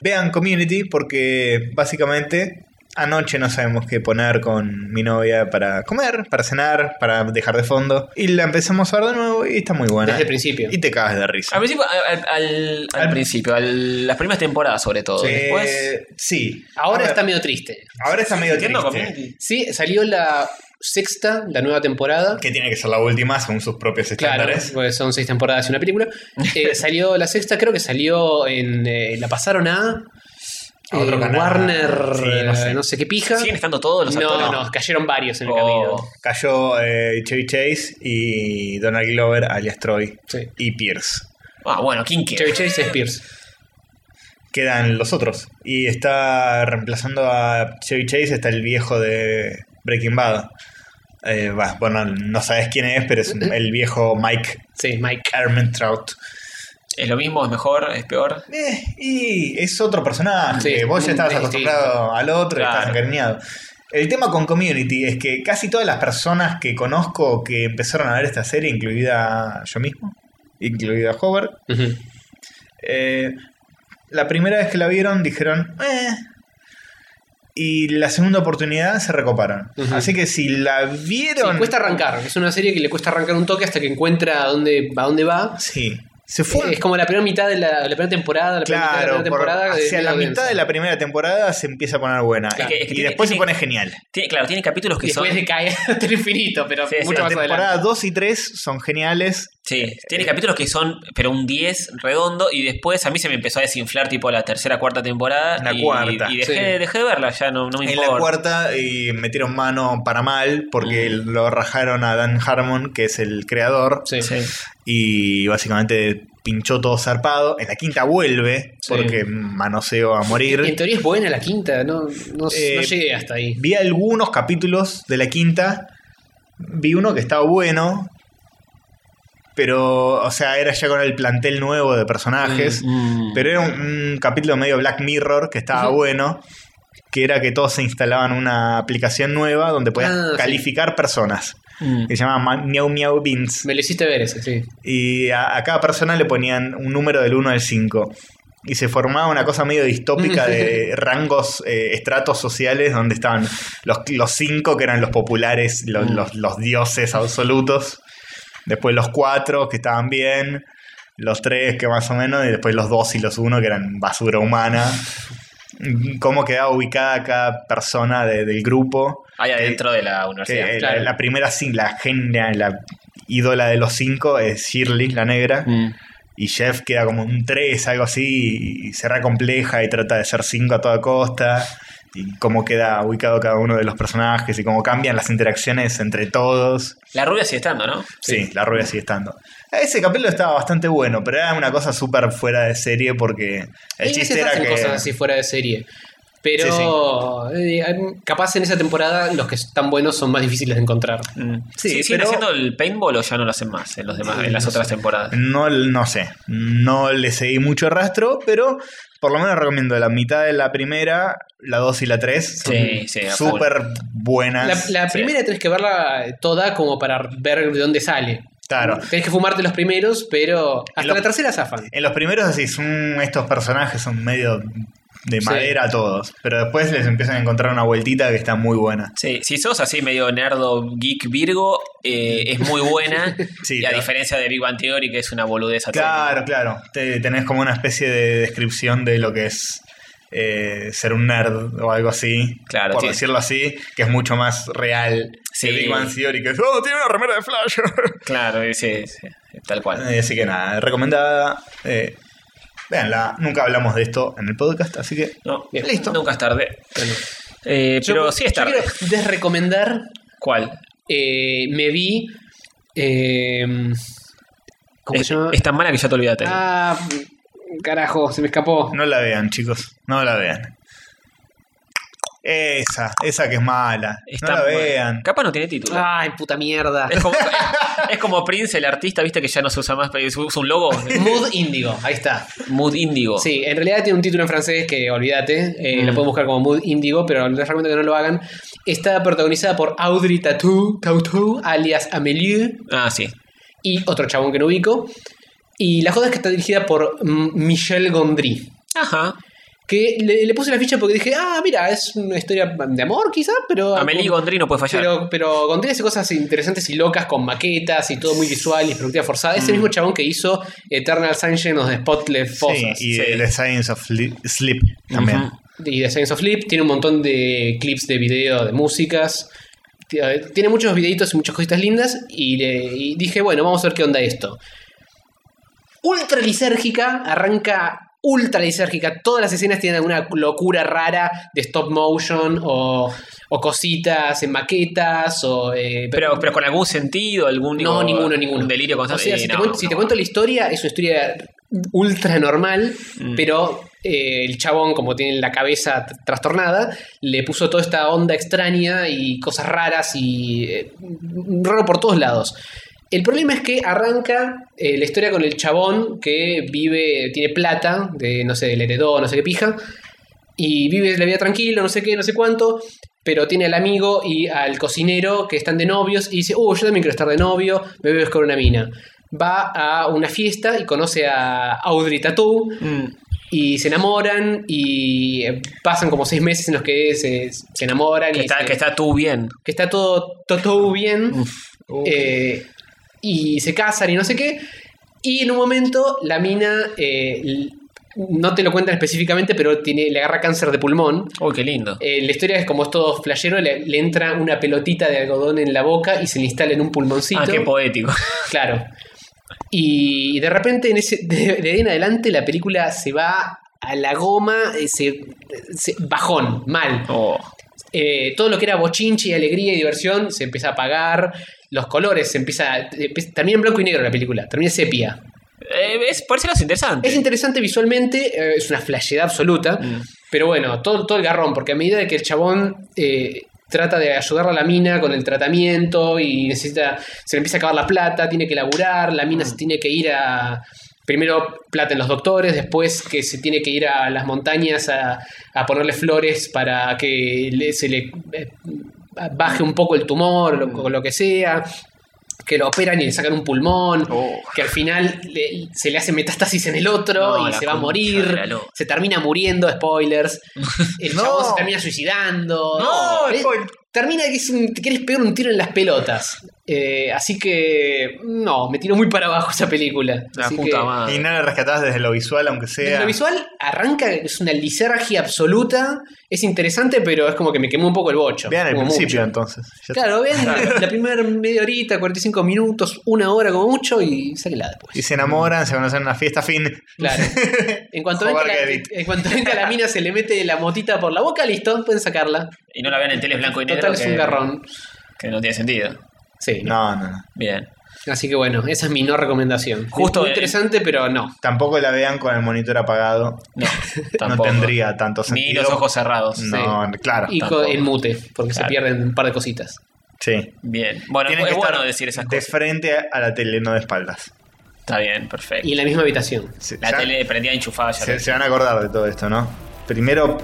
vean Community porque básicamente anoche no sabemos qué poner con mi novia para comer, para cenar, para dejar de fondo. Y la empezamos a ver de nuevo y está muy buena. Desde el principio. Y te cagas de risa. Al principio, al, al- al Al- principio, al- las primeras temporadas sobre todo. Eh, Después, sí. Ahora A ver, está medio triste. Ahora está medio entiendo, triste. community. Sí, salió la sexta, la nueva temporada. Que tiene que ser la última según sus propios Claro, estándares. pues son seis temporadas y una <laughs> película. Eh, salió la sexta, creo que salió en. eh, la pasaron a. A otro eh, canal. Warner, Sí, no eh, sé. no sé qué pija. siguen estando todos los actores. No, no, cayeron varios en el Oh. camino. Cayó eh, Chevy Chase y Donald Glover, alias Troy, Sí. y Pierce. Ah, bueno, ¿quién quiere? Chevy Chase es Pierce. Quedan los otros. Y está reemplazando a Chevy Chase, está el viejo de Breaking Bad. Eh, bah, bueno, no sabes quién es, pero es un- el viejo Mike Sí, Mike. Ermentrout. ¿Es lo mismo? ¿Es mejor? ¿Es peor? Eh, y es otro personaje. Sí, Vos ya estabas es acostumbrado al otro, Claro. estás encariñado. El tema con Community es que casi todas las personas que conozco que empezaron a ver esta serie, incluida yo mismo, incluida Howard, Ujú. eh, la primera vez que la vieron dijeron, eh. Y la segunda oportunidad se recoparon. Ujú. Así que si la Sí, vieron. cuesta arrancar. Es una serie que le cuesta arrancar un toque hasta que encuentra a dónde, a dónde va. Sí. Se fue. Es como la primera mitad de la, la primera temporada, la primera mitad Claro, de la por- primera temporada. hacia es la medio mitad de densa. la primera temporada se empieza a poner buena. Claro. Es que- es que y tiene- después se tiene- pone genial. Tiene- claro, tiene capítulos que Y después son. de caer <laughs> hasta el infinito, pero Sí, sí, mucho la más adelante. Temporada 2 y 3 son geniales. Sí, tiene capítulos que son, pero un 10 redondo, y después a mí se me empezó a desinflar tipo la tercera, cuarta temporada. La y, cuarta. Y dejé, Sí. dejé de verla, ya no, no me En importa. la cuarta y metieron mano para mal porque lo rajaron a Dan Harmon, que es el creador, Mm. Sí. Sí. y básicamente pinchó todo zarpado. En la quinta vuelve Sí. porque manoseo a morir. Y en teoría es buena la quinta, no, no, Eh, no llegué hasta ahí. Vi algunos capítulos de la quinta. Vi uno que estaba bueno. Pero, o sea, era ya con el plantel nuevo de personajes. Mm, Mm, Pero era un, un capítulo medio Black Mirror que estaba bueno. Que era que todos se instalaban una aplicación nueva donde podías Ah, sí. calificar personas. Mm. Que se llamaba Ma- Miau Miau Beans. Me lo hiciste ver ese, sí. Y a, a cada persona le ponían un número del 1 al 5. Y se formaba una cosa medio distópica de rangos, eh, estratos sociales, donde estaban los, los cinco que eran los populares, lo- los, los dioses absolutos. Después los cuatro que estaban bien. Los tres que más o menos. Y después los dos y los uno que eran basura humana. Y Cómo quedaba ubicada cada persona de- del grupo. Ahí Que- adentro de la que universidad. Eh, la- claro. la, primera, sí, la genia, la ídola de los cinco es Shirley, la negra. Mm. Y Jeff queda como un 3, algo así, y se recompleja y trata de ser 5 a toda costa. Y cómo queda ubicado cada uno de los personajes y cómo cambian las interacciones entre todos. La rubia sigue estando, ¿no? Sí, la rubia sigue estando. Ese capítulo estaba bastante bueno, pero era una cosa súper fuera de serie porque el Hay veces chiste era hacen que. cosas así fuera de serie. Pero eh, capaz en esa temporada los que están buenos son más difíciles de encontrar. Mm. Sí, Sí, ¿Siguen pero- haciendo el paintball o ya no lo hacen más en, los demás, en las otras temporadas? No, no sé, no le seguí mucho rastro, pero por lo menos recomiendo la mitad de la primera, la 2 y la 3. Sí, sí, a full. Súper La, buenas. la primera tenés que verla eh, toda como para ver de dónde sale. Claro. Tenés que fumarte los primeros, pero hasta En lo- la tercera zafan. En los primeros decís, "Mm, estos personajes son medio de Sí. madera todos, pero después les empiezan a encontrar una vueltita que está muy buena. Sí, si sos así medio nerdo, geek, virgo, eh, es muy buena. <laughs> Sí, y a claro. diferencia de Big Bang Theory, que es una boludez atómica. Claro, claro. Te- tenés como una especie de descripción de lo que es eh, ser un nerd o algo así. Claro, por tiene- decirlo así, que es mucho más real Sí. que Big Bang Theory, que es, oh, tiene una remera de Flash. <laughs> Claro, sí, sí, tal cual. Eh, así que nada, recomendada. Eh, véanla. nunca hablamos de esto en el podcast, así que No, Bien. listo. Nunca es tarde. Bueno. Eh, Yo- pero sí es yo tarde. quiero desrecomendar. ¿Cuál? eh, me vi. eh, ¿Cómo Es, se llama? es tan mala que ya te olvidaste. Ah, carajo, se me escapó. no la vean, chicos. No la vean. Esa, esa que es mala. Es no tan la buena. vean. Ah. Capaz no tiene título. Ay, puta <laughs> mierda. Es, como, es como Prince, el artista, viste que ya no se usa más, pero usa un <laughs> logo. Mood Indigo, ahí está. Mood Indigo. Sí, en realidad tiene un título en francés que olvídate, eh, lo pueden buscar como Mood Indigo, pero les recomiendo que no lo hagan. Está protagonizada por Audrey Tautou, Tautou alias Amélie, Ah, sí. y otro chabón que no ubico. Y la joda es que está dirigida por mm, Michel Gondry. Ajá. Que le, le puse la ficha porque dije, ah, mira, es una historia de amor quizá, pero... Amelie Gondry no puede fallar. Pero, pero Gondry hace cosas interesantes y locas con maquetas y todo muy visual y productiva forzada. Es el mismo chabón que hizo Eternal Sunshine of the Spotless Sí, Fosas. y The Science of Li- Sleep también. Y The Science of Sleep tiene un montón de clips de video, de músicas. T- eh, Tiene muchos videitos y muchas cositas lindas. Y, le- y dije, bueno, vamos a ver qué onda esto. Ultra lisérgica, arranca ultra lisérgica. Todas las escenas tienen alguna locura rara de stop motion o, o cositas en maquetas o... eh, Pero, pero con algún sentido, algún. digo, no, ninguno, ninguno. Un delirio O constante. sea, Y si, te no, cuento, si no. Mm. te cuento la historia, es una historia ultra normal, pero eh, el chabón, como tiene la cabeza tr- trastornada, le puso toda esta onda extraña y cosas raras y eh, raro por todos lados. El problema es que arranca eh, la historia con el chabón que vive, tiene plata, de no sé, del heredó, no sé qué pija, y vive la vida tranquila, no sé qué, no sé cuánto, pero tiene al amigo y al cocinero que están de novios y dice, oh, yo también quiero estar de novio, me voy a buscar una mina. Va a una fiesta y conoce a Audrey Tattoo y se enamoran y eh, pasan como seis meses en los que se, se enamoran Que y está, se- que está tú bien. que está todo, todo, todo bien. Eh, y se casan y no sé qué. Y en un momento la mina, eh, l- no te lo cuentan específicamente, pero tiene, le agarra cáncer de pulmón. Uy, qué lindo. Eh, la historia es como es todo flashero, le, le entra una pelotita de algodón en la boca y se le instala en un pulmoncito. Ah, qué poético. Claro. Y de repente, en ese, de, de ahí en adelante, la película se va a la goma, eh, se- se- bajón, mal. Oh. Eh, todo lo que era bochinche y alegría y diversión se empieza a apagar. Los colores se empieza. empie- Termina en blanco y negro la película, termina sepia. Eh, es, por eso es interesante. Es interesante visualmente, eh, es una flashedad absoluta, pero bueno, todo, todo el garrón, porque a medida de que el chabón eh, trata de ayudar a la mina con el tratamiento y necesita, se le empieza a acabar la plata, tiene que laburar, la mina se tiene que ir a... Primero plata en los doctores, después que se tiene que ir a las montañas a, a ponerle flores para que le- se le eh, baje un poco el tumor o lo- lo que sea que lo operan y le sacan un pulmón, Oh, que al final le- se le hace metástasis en el otro No, y la se va a concha morir, de la lora. se termina <laughs> muriendo, spoilers, el chabón se termina suicidando, No, Eh, spoil- termina que es un- te quieres pegar un tiro en las pelotas, Eh, así que no, me tiró muy para abajo esa película, La así Ah, puta que- madre. Y no la rescatás desde lo visual, aunque sea. desde lo visual arranca, es una lisergia absoluta, es interesante, pero es como que me quemó un poco el bocho. Vean el como principio mucho. entonces. Ya- <laughs> Claro, ven la, la primera media horita, 45 minutos, una hora como mucho y sáquela Y después. se enamoran, se van a hacer una fiesta fin. Claro. En cuanto, venga Joder, la, Kevin. en cuanto venga la mina se le mete la motita por la boca, listo, pueden sacarla. Y no la vean en teles blanco y negro. Total es que- un garrón. Que no tiene sentido. Sí. No, no, no. Bien. Así que bueno, esa es mi no recomendación. Justo Muy en- interesante, pero no. Tampoco la vean con el monitor apagado. <laughs> No, tampoco. No tendría tanto Ni sentido. los ojos cerrados. No, claro. Y tampoco. co- en mute, porque se Claro. pierden un par de cositas. Sí. Bien. Bueno, Tienen es que bueno estar decir esas de cosas. frente a la tele, no de espaldas. Está bien, perfecto. Y en la misma habitación. Se- La ya- tele prendía enchufada ya. Se, lo- se van a acordar de todo esto, ¿no? Primero,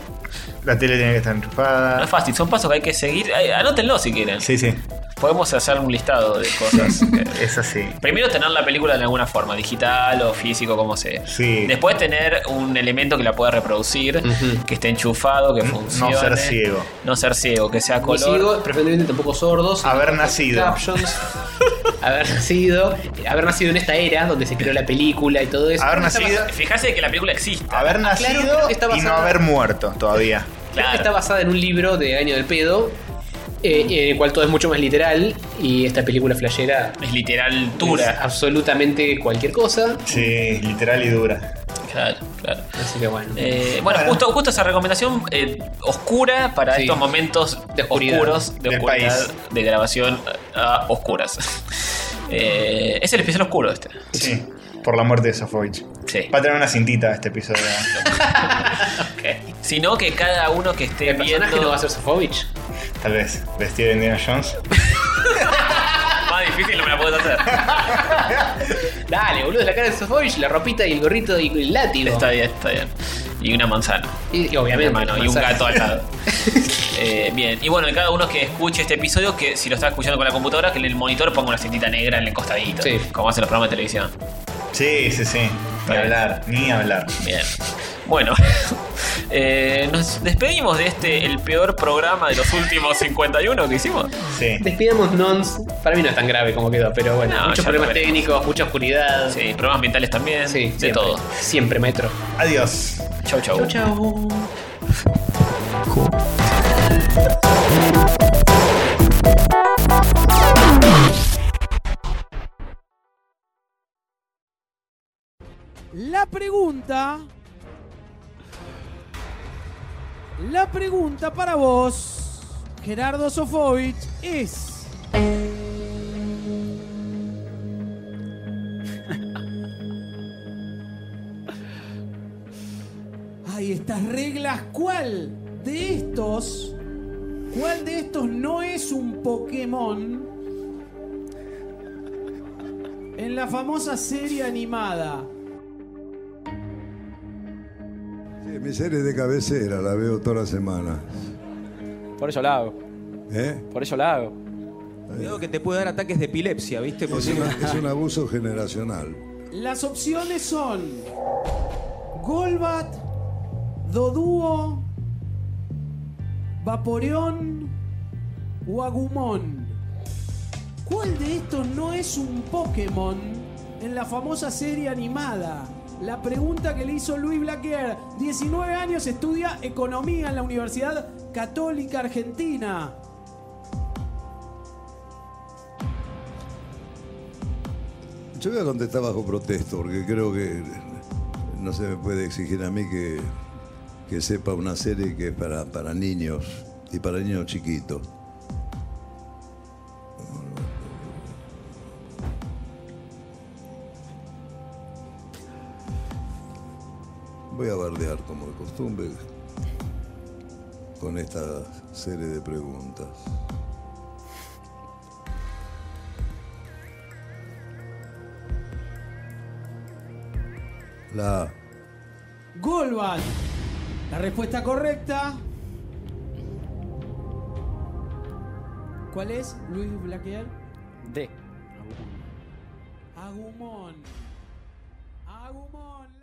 la tele tiene que estar No enchufada. es fácil, son pasos que hay que seguir. Ay, Anótenlo si quieren. Sí, sí. Podemos hacer un listado de cosas. Es así. Primero tener la película en alguna forma, digital o físico, como sea. Sí. Después tener un elemento que la pueda reproducir, Ujú. que esté enchufado, que funcione. ser ciego. No ser ciego, que sea Ni color. sigo, preferentemente tampoco sordos. Haber nacido. captions, <laughs> haber nacido, haber nacido en esta era donde se creó la película y todo eso. Haber Está nacido. Fíjate que la película exista. Haber creo nacido que está basada- y no haber muerto todavía. Creo que Claro. está basada en un libro de Año del Pedo, eh, Mm. en el cual todo es mucho más literal y esta película flashera Es literal es dura. absolutamente cualquier cosa. Sí, literal y dura. Claro, claro. Así que bueno. Eh, bueno, Justo, justo esa recomendación eh, oscura para Sí. estos momentos De oscuridad. oscuros de Del oscuridad país. de grabación a oscuras. <laughs> Eh, es el especial oscuro este. Sí. Por la muerte de Sofovich. Sí. Va a tener una cintita este episodio. Sino que cada uno que esté el personaje viendo no va a ser Sofovich. Tal vez. Vestido de Indiana Jones. más difícil no me la puedo <laughs> hacer. Dale, boludo, la cara de Sofovich, la ropita y el gorrito y el látigo. Está bien, está bien. Y una manzana. Y, y obviamente. Una mano y un manzana. gato al lado. Eh, bien, y bueno, y cada uno que escuche este episodio, que si lo está escuchando con la computadora, que en el monitor ponga una cintita negra en el costadito. Sí. Como hacen los programas de televisión. Sí, sí, sí. Ni hablar, ni hablar. Bien. Bueno, <laughs> eh, nos despedimos de este, el peor programa de los últimos 51 que hicimos. Sí. <laughs> Despidamos nons. Para mí no es tan grave como quedó, pero bueno, No, ya muchos problemas lo veremos. técnicos, mucha oscuridad. Sí, programas ambientales también. Sí, de siempre. todo. Siempre, maestro. Adiós. Chau, chau. Chau, chau. La pregunta. La pregunta para vos, Gerardo Sofovich, es. Hay estas reglas, ¿cuál de estos? ¿Cuál de estos no es un Pokémon? En la famosa serie animada. Sí, mi serie de cabecera la veo todas las semanas. Por eso la hago. ¿eh? Por eso la hago. Cuidado que te puede dar ataques de epilepsia, ¿viste? Es, <laughs> Porque- una- es un abuso generacional. Las opciones son Golbat, Doduo, Vaporeón o Agumon. ¿Cuál de estos no es un Pokémon en la famosa serie animada? La pregunta que le hizo Luis Blaquier, 19 años, estudia economía en la Universidad Católica Argentina. Yo voy a contestar bajo protesto, porque creo que no se me puede exigir a mí que, que sepa una serie que es para, para niños y para niños chiquitos. Voy a bardear como de costumbre con esta serie de preguntas. La A. Golbat. La respuesta correcta. ¿Cuál es? Luis Blaquier. D. Agumon. Agumon.